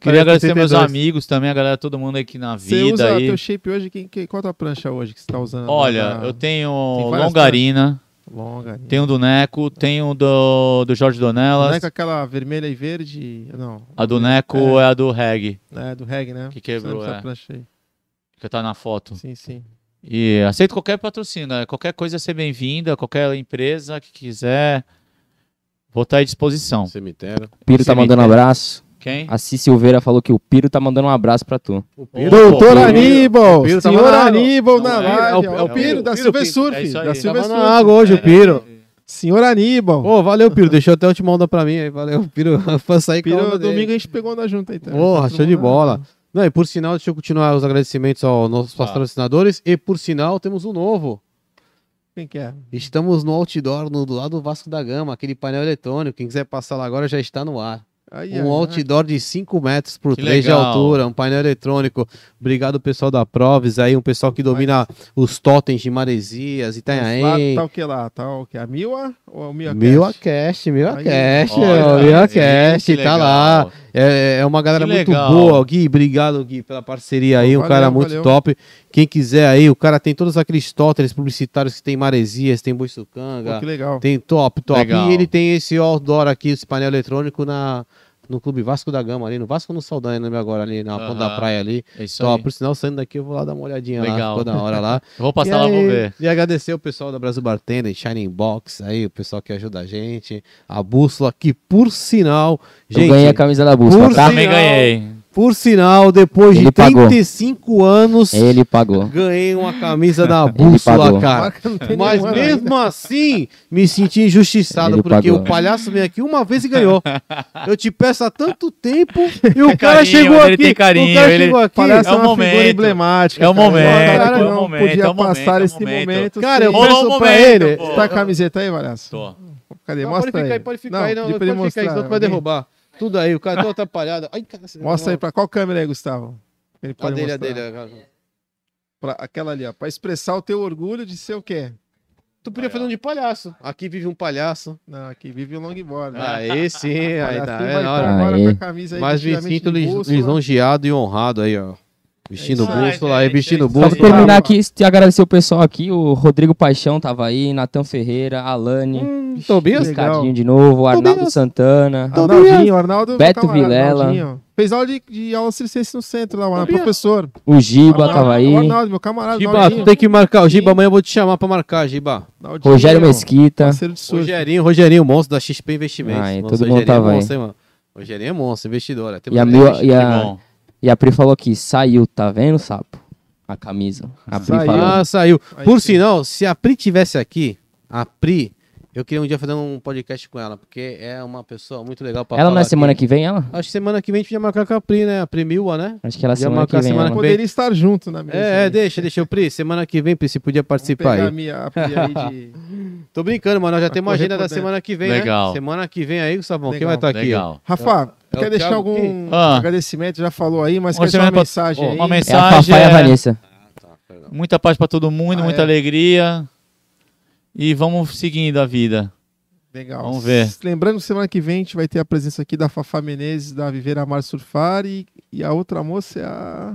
B: Queria agradecer
C: 82.
B: meus amigos também, a galera, todo mundo aqui na
A: Você
B: vida.
A: usa
B: aí.
A: teu shape hoje? Quem, quem, qual a tua prancha hoje que você tá
C: né?
A: usando?
B: Olha,
C: Ah.
A: Da-
B: eu tenho
A: Tem várias
B: Longarina,
A: Longa. né?
B: tenho do Neco, tenho do, do Jorge
A: Não
B: Donelas.
A: é com aquela vermelha e verde? Não.
B: A do Neco é, a do Reg,
A: É do reggae, né?
B: Que quebrou,
A: Você lembra dessa
B: é.
A: prancha aí?
B: que tá na foto.
A: Sim, sim.
B: E aceito qualquer patrocínio, galera. qualquer coisa é ser bem-vinda, qualquer empresa que quiser, vou estar à disposição.
C: (laughs) Cemitério.
D: Piro tá
B: Cemitério.
D: mandando abraço.
B: Quem?
D: A Cis Silveira falou que o Piro tá mandando um abraço pra tu.
C: O
B: Piro-
A: Doutor
B: Piro-
A: Aníbal!
C: o Piro tava
A: senhor
C: na água.
A: Aníbal na
B: Não, é-
A: live!
C: é o-
A: ó,
C: é o
A: o Piro,
C: Piro,
A: da
B: Piro
A: Silver
B: Pinto, é
A: Surf!
B: isso aí.
A: Da
B: Tava
A: Silver
C: Tava
A: Surf!
C: na água
B: É
C: hoje, o Piro.
A: Senhor Aníbal!
C: Ô, valeu, Piro. Deixou até o último onda pra mim aí. Valeu, Piro. (laughs) Foi sair com a
A: Piro,
C: onda dele.
A: domingo a gente pegou na junta aí. tá?
C: Porra,
A: Todo
C: show
A: mundo na-
B: né?
C: de bola. Não, e por sinal, deixa eu continuar os agradecimentos aos nossos
B: Tá.
C: patrocinadores. E por sinal, temos um novo.
A: Quem que é?
C: Estamos no outdoor no, do lado do Vasco da Gama, aquele painel eletrônico. Quem quiser passar lá agora já está no ar.
A: Aí,
C: Um
A: ó,
C: outdoor de 5 metros por
B: Que
C: 3 de
B: legal.
C: altura, um painel eletrônico. Obrigado, pessoal da Provis aí, um pessoal que domina os totens de Maresias,
A: Lá,
C: Itanhaém.
A: tá o que lá? Tá o que? A Mila ou o Mila?
C: Milacast, Milacast,
B: Olha,
C: ó,
B: que
C: Milacast, tá
B: legal.
C: lá. É, é uma galera
B: Que
C: muito
B: legal.
C: boa, Gui. Obrigado, Gui, pela parceria aí.
A: Pô,
C: um cara
A: valeu,
C: muito
A: valeu.
C: top. Quem quiser aí, o cara tem todos aqueles tóteres publicitários que tem Maresias, tem
A: Pô,
C: Boiçucanga,
A: que legal.
C: tem top, top.
B: Legal.
C: E ele tem esse outdoor aqui, esse painel eletrônico na, no Clube Vasco da Gama, ali no Vasco no Saldanha, lembro agora, ali na ponta da
B: Aham.
C: praia ali.
B: É isso
C: Então, ó,
B: aí.
C: por sinal, saindo daqui, eu vou lá dar uma olhadinha lá,
B: Legal.
C: ficou da
B: (laughs)
C: hora lá.
B: Vou passar lá,
C: aí,
B: vou ver.
C: E agradecer o pessoal da Brasil Bartender, Shining Box, aí, o pessoal que ajuda a gente, a bússola, que por sinal,
D: Eu
C: gente,
D: ganhei a camisa da
C: por
D: busca, tá?
B: Também
C: sinal-
B: ganhei.
C: por sinal, depois de
D: Ele pagou.
C: 35 anos,
D: Ele pagou.
C: ganhei uma
B: (laughs)
C: camisa da bússola,
D: pagou.
C: cara.
A: Marca não tem
C: Mas
A: nenhuma, né?
C: mesmo assim, me senti injustiçado,
D: Ele
C: porque
D: pagou.
C: o palhaço veio aqui uma vez e ganhou. Eu te peço há
A: (laughs)
C: tanto tempo e o
B: Tem
C: cara
B: carinho,
C: chegou
B: ele
C: aqui.
B: tem carinho,
C: o cara
B: ele-
C: chegou aqui.
A: Parece
B: É o
A: uma figura
B: momento.
A: emblemática.
B: É o
A: cara.
B: momento,
A: Cara,
B: é o
A: não
B: momento,
A: podia
B: é o momento,
A: passar
B: é o
A: esse
B: momento.
A: momento.
C: Cara, eu
A: Sim.
B: Rolou
C: peço
B: um
C: pra
B: momento,
C: ele.
B: pô.
A: Você tá com Tá a camiseta aí, Valhaço?
B: Tô.
A: Cadê?
C: Não,
A: Mostra
C: pode ficar aí,
A: aí.
C: pode ficar
A: Não,
C: aí, não,
A: pedi pra
C: pode
A: ele
C: ficar aí, senão tu vai
A: alguém?
C: derrubar. Tudo aí, o cara todo atrapalhado. Ai, cara,
A: Mostra aí pra qual câmera aí, Gustavo? Ele
C: a
A: pode
C: dele, a
A: mostrar.
C: dele. a-
A: Pra aquela ali, ó. Pra expressar o teu orgulho de ser o quê?
C: Tu podia fazer um de palhaço. Aqui vive um palhaço.
A: Não, aqui vive o longboard. né?
C: Aí sim, aí
A: Olha,
C: tá.
A: assim
C: É
A: vai
C: na
A: estar
C: hora.
A: agora
D: Aí.
A: com a camisa aí
C: Mas me
A: antigamente
C: sinto
A: de
C: lis-
A: bússola.
C: lisonjeado e honrado aí, ó. Vestindo
A: isso aí,
C: bússola aí,
B: gente, é
C: vestindo
B: isso aí.
D: Só
A: Sim.
D: pra
C: bússola.
D: terminar aqui, te agradecer o pessoal aqui. O Rodrigo Paixão tava aí, Natan Ferreira, Alane,
C: Hum, Tobias?
A: legal.
D: Ricardinho de novo, Arnaldo
C: Deus.
A: Ah,
D: Santana.
A: Arnaldinho, Arnaldo.
D: Beto
A: camarada,
D: Vilela.
A: Arnaldinho. Fez aula de, de aula circense no centro lá, mano.
C: Sabia?
A: Professor.
D: O Giba tava aí,
A: O Arnaldo, meu camarada.
C: Giba, tu
A: Arnaldinho.
C: tem que marcar. O Giba, amanhã eu vou te chamar pra marcar, Giba.
A: Arnaldinho,
D: Rogério Mesquita.
A: Parceiro de surf.
C: Rogerinho, Rogerinho, monstro da XP Investimentos.
D: Ai,
C: Nossa,
D: Ah, todo mundo
C: Rogerinho
D: tava
C: é
D: aí.
C: monstro, hein, mano. Rogerinho é monstro, investidor. Até
D: E
C: poderia
D: a Mil-
A: Tá
C: investir.
D: e a-
B: Que bom.
D: E a Pri falou aqui, saiu, tá vendo, sapo? a camisa. A Pri
A: Saiu.
D: falou.
C: Ah, saiu.
A: Aí
C: Por
A: sim.
C: sinal, se a Pri tivesse aqui, a Pri, eu queria um dia fazer um podcast com ela, porque é uma pessoa muito legal pra
D: Ela
C: falar
D: não é semana
C: aqui.
D: que vem, ela?
C: Acho que semana que vem a gente vai marcar com a Pri, né? A Pri Milwa, né?
D: Acho que ela é
C: Já
D: semana que
C: marcar
D: vem.
C: semana
D: ela.
C: que
A: Poderia estar junto na mesa.
C: É, é,
A: aí.
C: deixa, deixa. eu, Pri, semana que vem, Pri, você podia
A: Vamos
C: participar
A: pegar a
C: aí.
A: minha a Pri
C: (laughs)
A: aí de...
C: É Tô brincando, mano. Nós já
A: Vai
C: temos a
A: correr
C: agenda
A: por
C: da
A: dentro.
C: semana que vem,
B: Legal.
C: né? Semana que vem aí, Gustavão. Quem
A: Legal.
C: vai estar aqui? ó?
B: Legal.
A: Rafa,
C: É o
A: quer deixar
C: Thiago Um
A: algum
B: aqui? Ah.
A: agradecimento? Já falou aí, mas
B: Uma
A: quer deixar uma
B: semana pra-
A: mensagem
B: Ó,
A: aí?
B: uma
D: É a Fafá
B: mensagem.
D: e a
B: é-
D: Vanessa.
B: Muita paz pra todo mundo,
A: Ah,
B: muita
A: é?
B: alegria. E vamos seguindo a vida.
A: Legal.
B: Vamos ver.
A: S- Lembrando que semana que vem a gente vai ter a presença aqui da Fafá Menezes, da Viveira Mar Surfar e, e a outra moça é a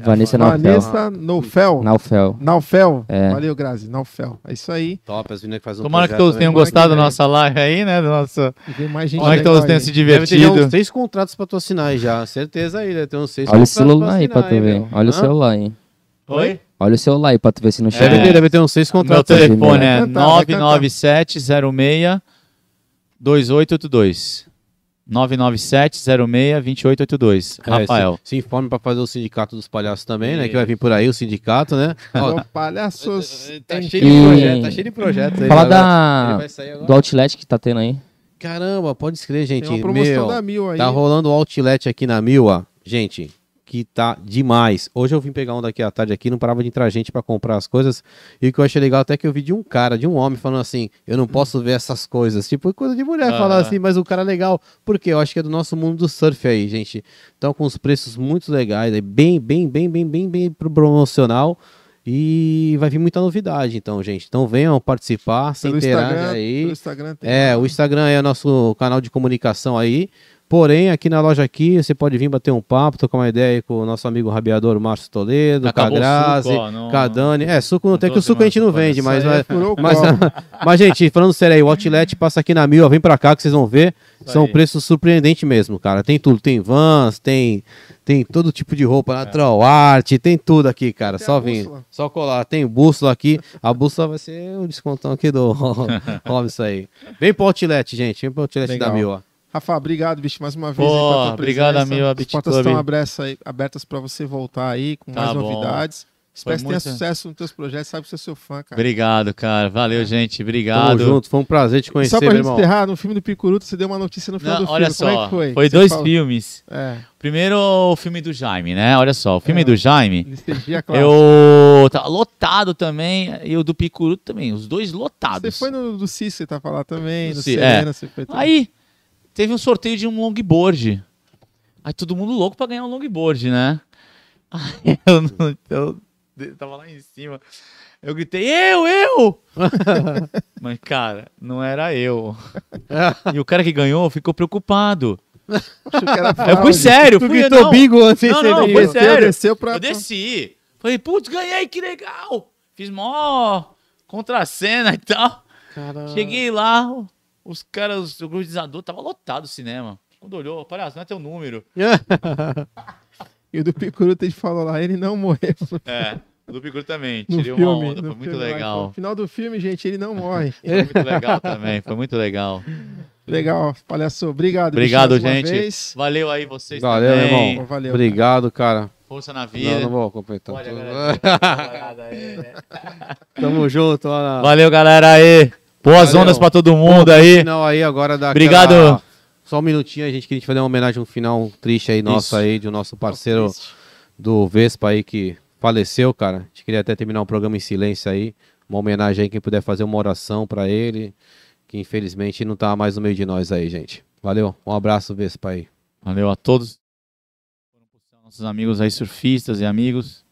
D: Vanessa Naufel.
A: Vanessa Naufel.
D: Naufel.
A: Naufel.
D: É.
A: Valeu, Grazi. Naufel. É isso aí.
C: Top, as meninas que fazem um
B: Tomara que
C: projeto,
B: todos
C: né?
B: tenham
A: Tomara que
B: gostado da
A: venha.
B: nossa live aí, né? Da nossa...
A: E vem mais gente.
B: Tomara que
A: legal
B: todos tenham
A: aí.
B: se
C: Deve ter já uns
B: divertido.
C: três contratos pra tu assinar aí já, certeza aí, né? Tem uns seis
D: Olha o
C: contratos
D: celular aí pra
C: assinar
D: tu ver.
C: meu.
D: Olha o
C: Hã? É
D: celular É. aí.
B: Oi?
D: Olha o celular aí pra tu ver se não chega.
C: Deve ter, deve ter uns seis
B: Meu
C: contratos. aí.
B: telefone
A: Vai
B: é
A: cantar, vai cantar.
B: 997-06-2882. 997-06-2882.
C: É,
B: Rafael.
C: Se, se informe pra fazer o sindicato dos palhaços também, né? Que vai vir por aí o sindicato,
D: (laughs)
C: né? Ó,
A: Ô, palhaços.
C: tá
A: tem-
C: cheio de
D: E-
C: projeto, tá cheio de projeto aí.
D: Fala
C: galera.
D: da-
C: Ele vai sair agora.
D: Do Outlet que tá tendo aí.
C: Caramba, pode escrever,
A: Tem
C: gente.
A: uma promoção
C: Meu,
A: da Mil aí.
C: tá rolando o outlet aqui na Milwa, gente, que tá demais. Hoje eu vim pegar um daqui à tarde aqui, não parava de entrar gente pra comprar as coisas. E o que eu achei legal até que eu vi de um cara, de um homem, falando assim: eu não posso ver essas coisas. Tipo, coisa de mulher
B: Ah.
C: falar assim, mas o cara é legal. Porque eu acho que é do nosso mundo do surf aí, gente. Então, com os preços muito legais, é bem, bem, bem, bem, bem, bem pro- promocional. E vai vir muita novidade, então, gente. Então venham participar, se
A: Pelo
C: interagem
A: Instagram,
C: aí.
A: pelo Instagram tem.
C: É, o Instagram é o nosso canal de comunicação aí. Porém, aqui na loja aqui, você pode vir bater um papo, trocar uma ideia aí com o nosso amigo rabiador Márcio Toledo, com a
B: Acabou o
C: Grazi,
B: suco, ó, não-
C: com a Dani. É, suco não
B: não
C: tem,
B: tô
C: que o suco a gente não
B: tomando,
C: vende, mas...
A: Isso aí
C: mas...
A: É, furou o
C: Mas,
A: copo.
C: mas, gente, falando sério aí, o Outlet passa aqui na Mil, vem pra cá que vocês vão ver.
B: Isso
C: São
B: aí.
C: preços surpreendentes mesmo, cara. Tem tudo, tem vans, tem, tem todo tipo de
B: É.
C: roupa, natural art, tem tudo aqui, cara.
A: Tem
C: só
A: a
C: vir,
A: bússola.
C: só colar. Tem bússola aqui. A bússola vai ser um descontão aqui do
B: (laughs)
C: Robson aí. Vem pro Outlet, gente. Vem pro Outlet
A: Legal.
C: da Mil, ó.
A: Rafa, obrigado, bicho, mais uma vez.
B: Pô,
A: aí, pela tua
B: obrigado,
A: presença.
B: amigo,
A: As
B: Beach
A: portas
B: Club.
A: estão abertas, aí- abertas para você voltar aí com
B: Tá
A: mais
B: bom.
A: novidades.
B: Foi
A: Espero que tenha
B: muito-
A: sucesso nos teus projetos. Sabe que você é seu fã, cara.
B: Obrigado, cara. Valeu, gente.
C: Tamo
B: Obrigado.
C: junto, foi um prazer te
A: E só
C: conhecer,
A: pra
C: meu
A: gente
C: irmão.
A: encerrar, no filme do Picuruto você deu uma notícia no final
B: Não,
A: do filme.
B: olha
A: Como é
B: só,
A: que foi?
B: foi
A: Você
B: dois
A: fala-
B: filmes. (laughs)
A: É,
B: Primeiro, o filme do Jaime, né? Olha só, o filme do Jaime.
A: anestesia, É. claro.
B: Eu tá lotado também, e o do Picuru também, os dois lotados.
A: Você foi no do Cícero, tá falar também,
B: Do
A: no
B: Cis- é.
A: Serena, você foi também.
B: Então, Aí, teve um sorteio de um longboard. Aí todo mundo louco pra ganhar um longboard, né? (laughs) Aí eu, não- eu de- tava lá em cima. Eu gritei, eu,
C: (laughs)
B: eu! Mas, cara, não era eu.
C: É.
B: E o cara que ganhou ficou preocupado.
A: Achou que era
B: (laughs) Eu fui
A: fraude.
B: sério,
C: Ah, Tu (laughs)
B: fui eu,
C: gritou
B: não.
C: bingo antes
B: Não,
C: de
B: não,
C: ser
B: foi
C: bingo.
A: Desceu,
B: sério.
A: desceu pra...
B: Eu desci. Falei, putz, ganhei, que legal! Fiz mó contracena e tal. Cheguei lá, os caras, o organizador tava lotado o cinema. Quando olhou, palhaço, não é teu número.
A: E o do Picuruto, ele falou lá, ele não morreu
B: É, o do Picuru também.
A: no
B: Tirei uma
A: filme.
B: onda,
A: no
B: foi muito
A: filme lá,
B: legal.
A: No final do filme, gente, ele não morre.
B: Foi muito legal também, foi muito legal.
A: Legal, palhaço. Obrigado. bicho,
B: Obrigado,
A: mais uma
B: gente.
A: vez.
B: Valeu aí vocês
C: Valeu, meu
B: também.
C: irmão.
A: Valeu.
C: Obrigado, cara.
B: Força na vida.
C: Não, não vou completar (laughs)
B: Olha,
C: tudo.
B: galera, tem uma parada aí, né?
C: Tamo junto, ó. na-
B: Valeu, galera aí. Boas
C: Valeu.
B: ondas pra todo mundo aí.
C: final aí agora da
B: Obrigado.
C: aquela- Só um minutinho, a gente queria te fazer uma homenagem um final triste aí nosso
B: Isso.
C: aí do nosso parceiro do Vespa aí que faleceu, cara. A gente queria até terminar o programa em silêncio aí, uma homenagem aí quem puder fazer uma oração pra ele, que infelizmente não tá mais no meio de nós aí, gente. Valeu. Um abraço Vespa aí.
B: Valeu a todos. Nossos amigos aí, surfistas e amigos.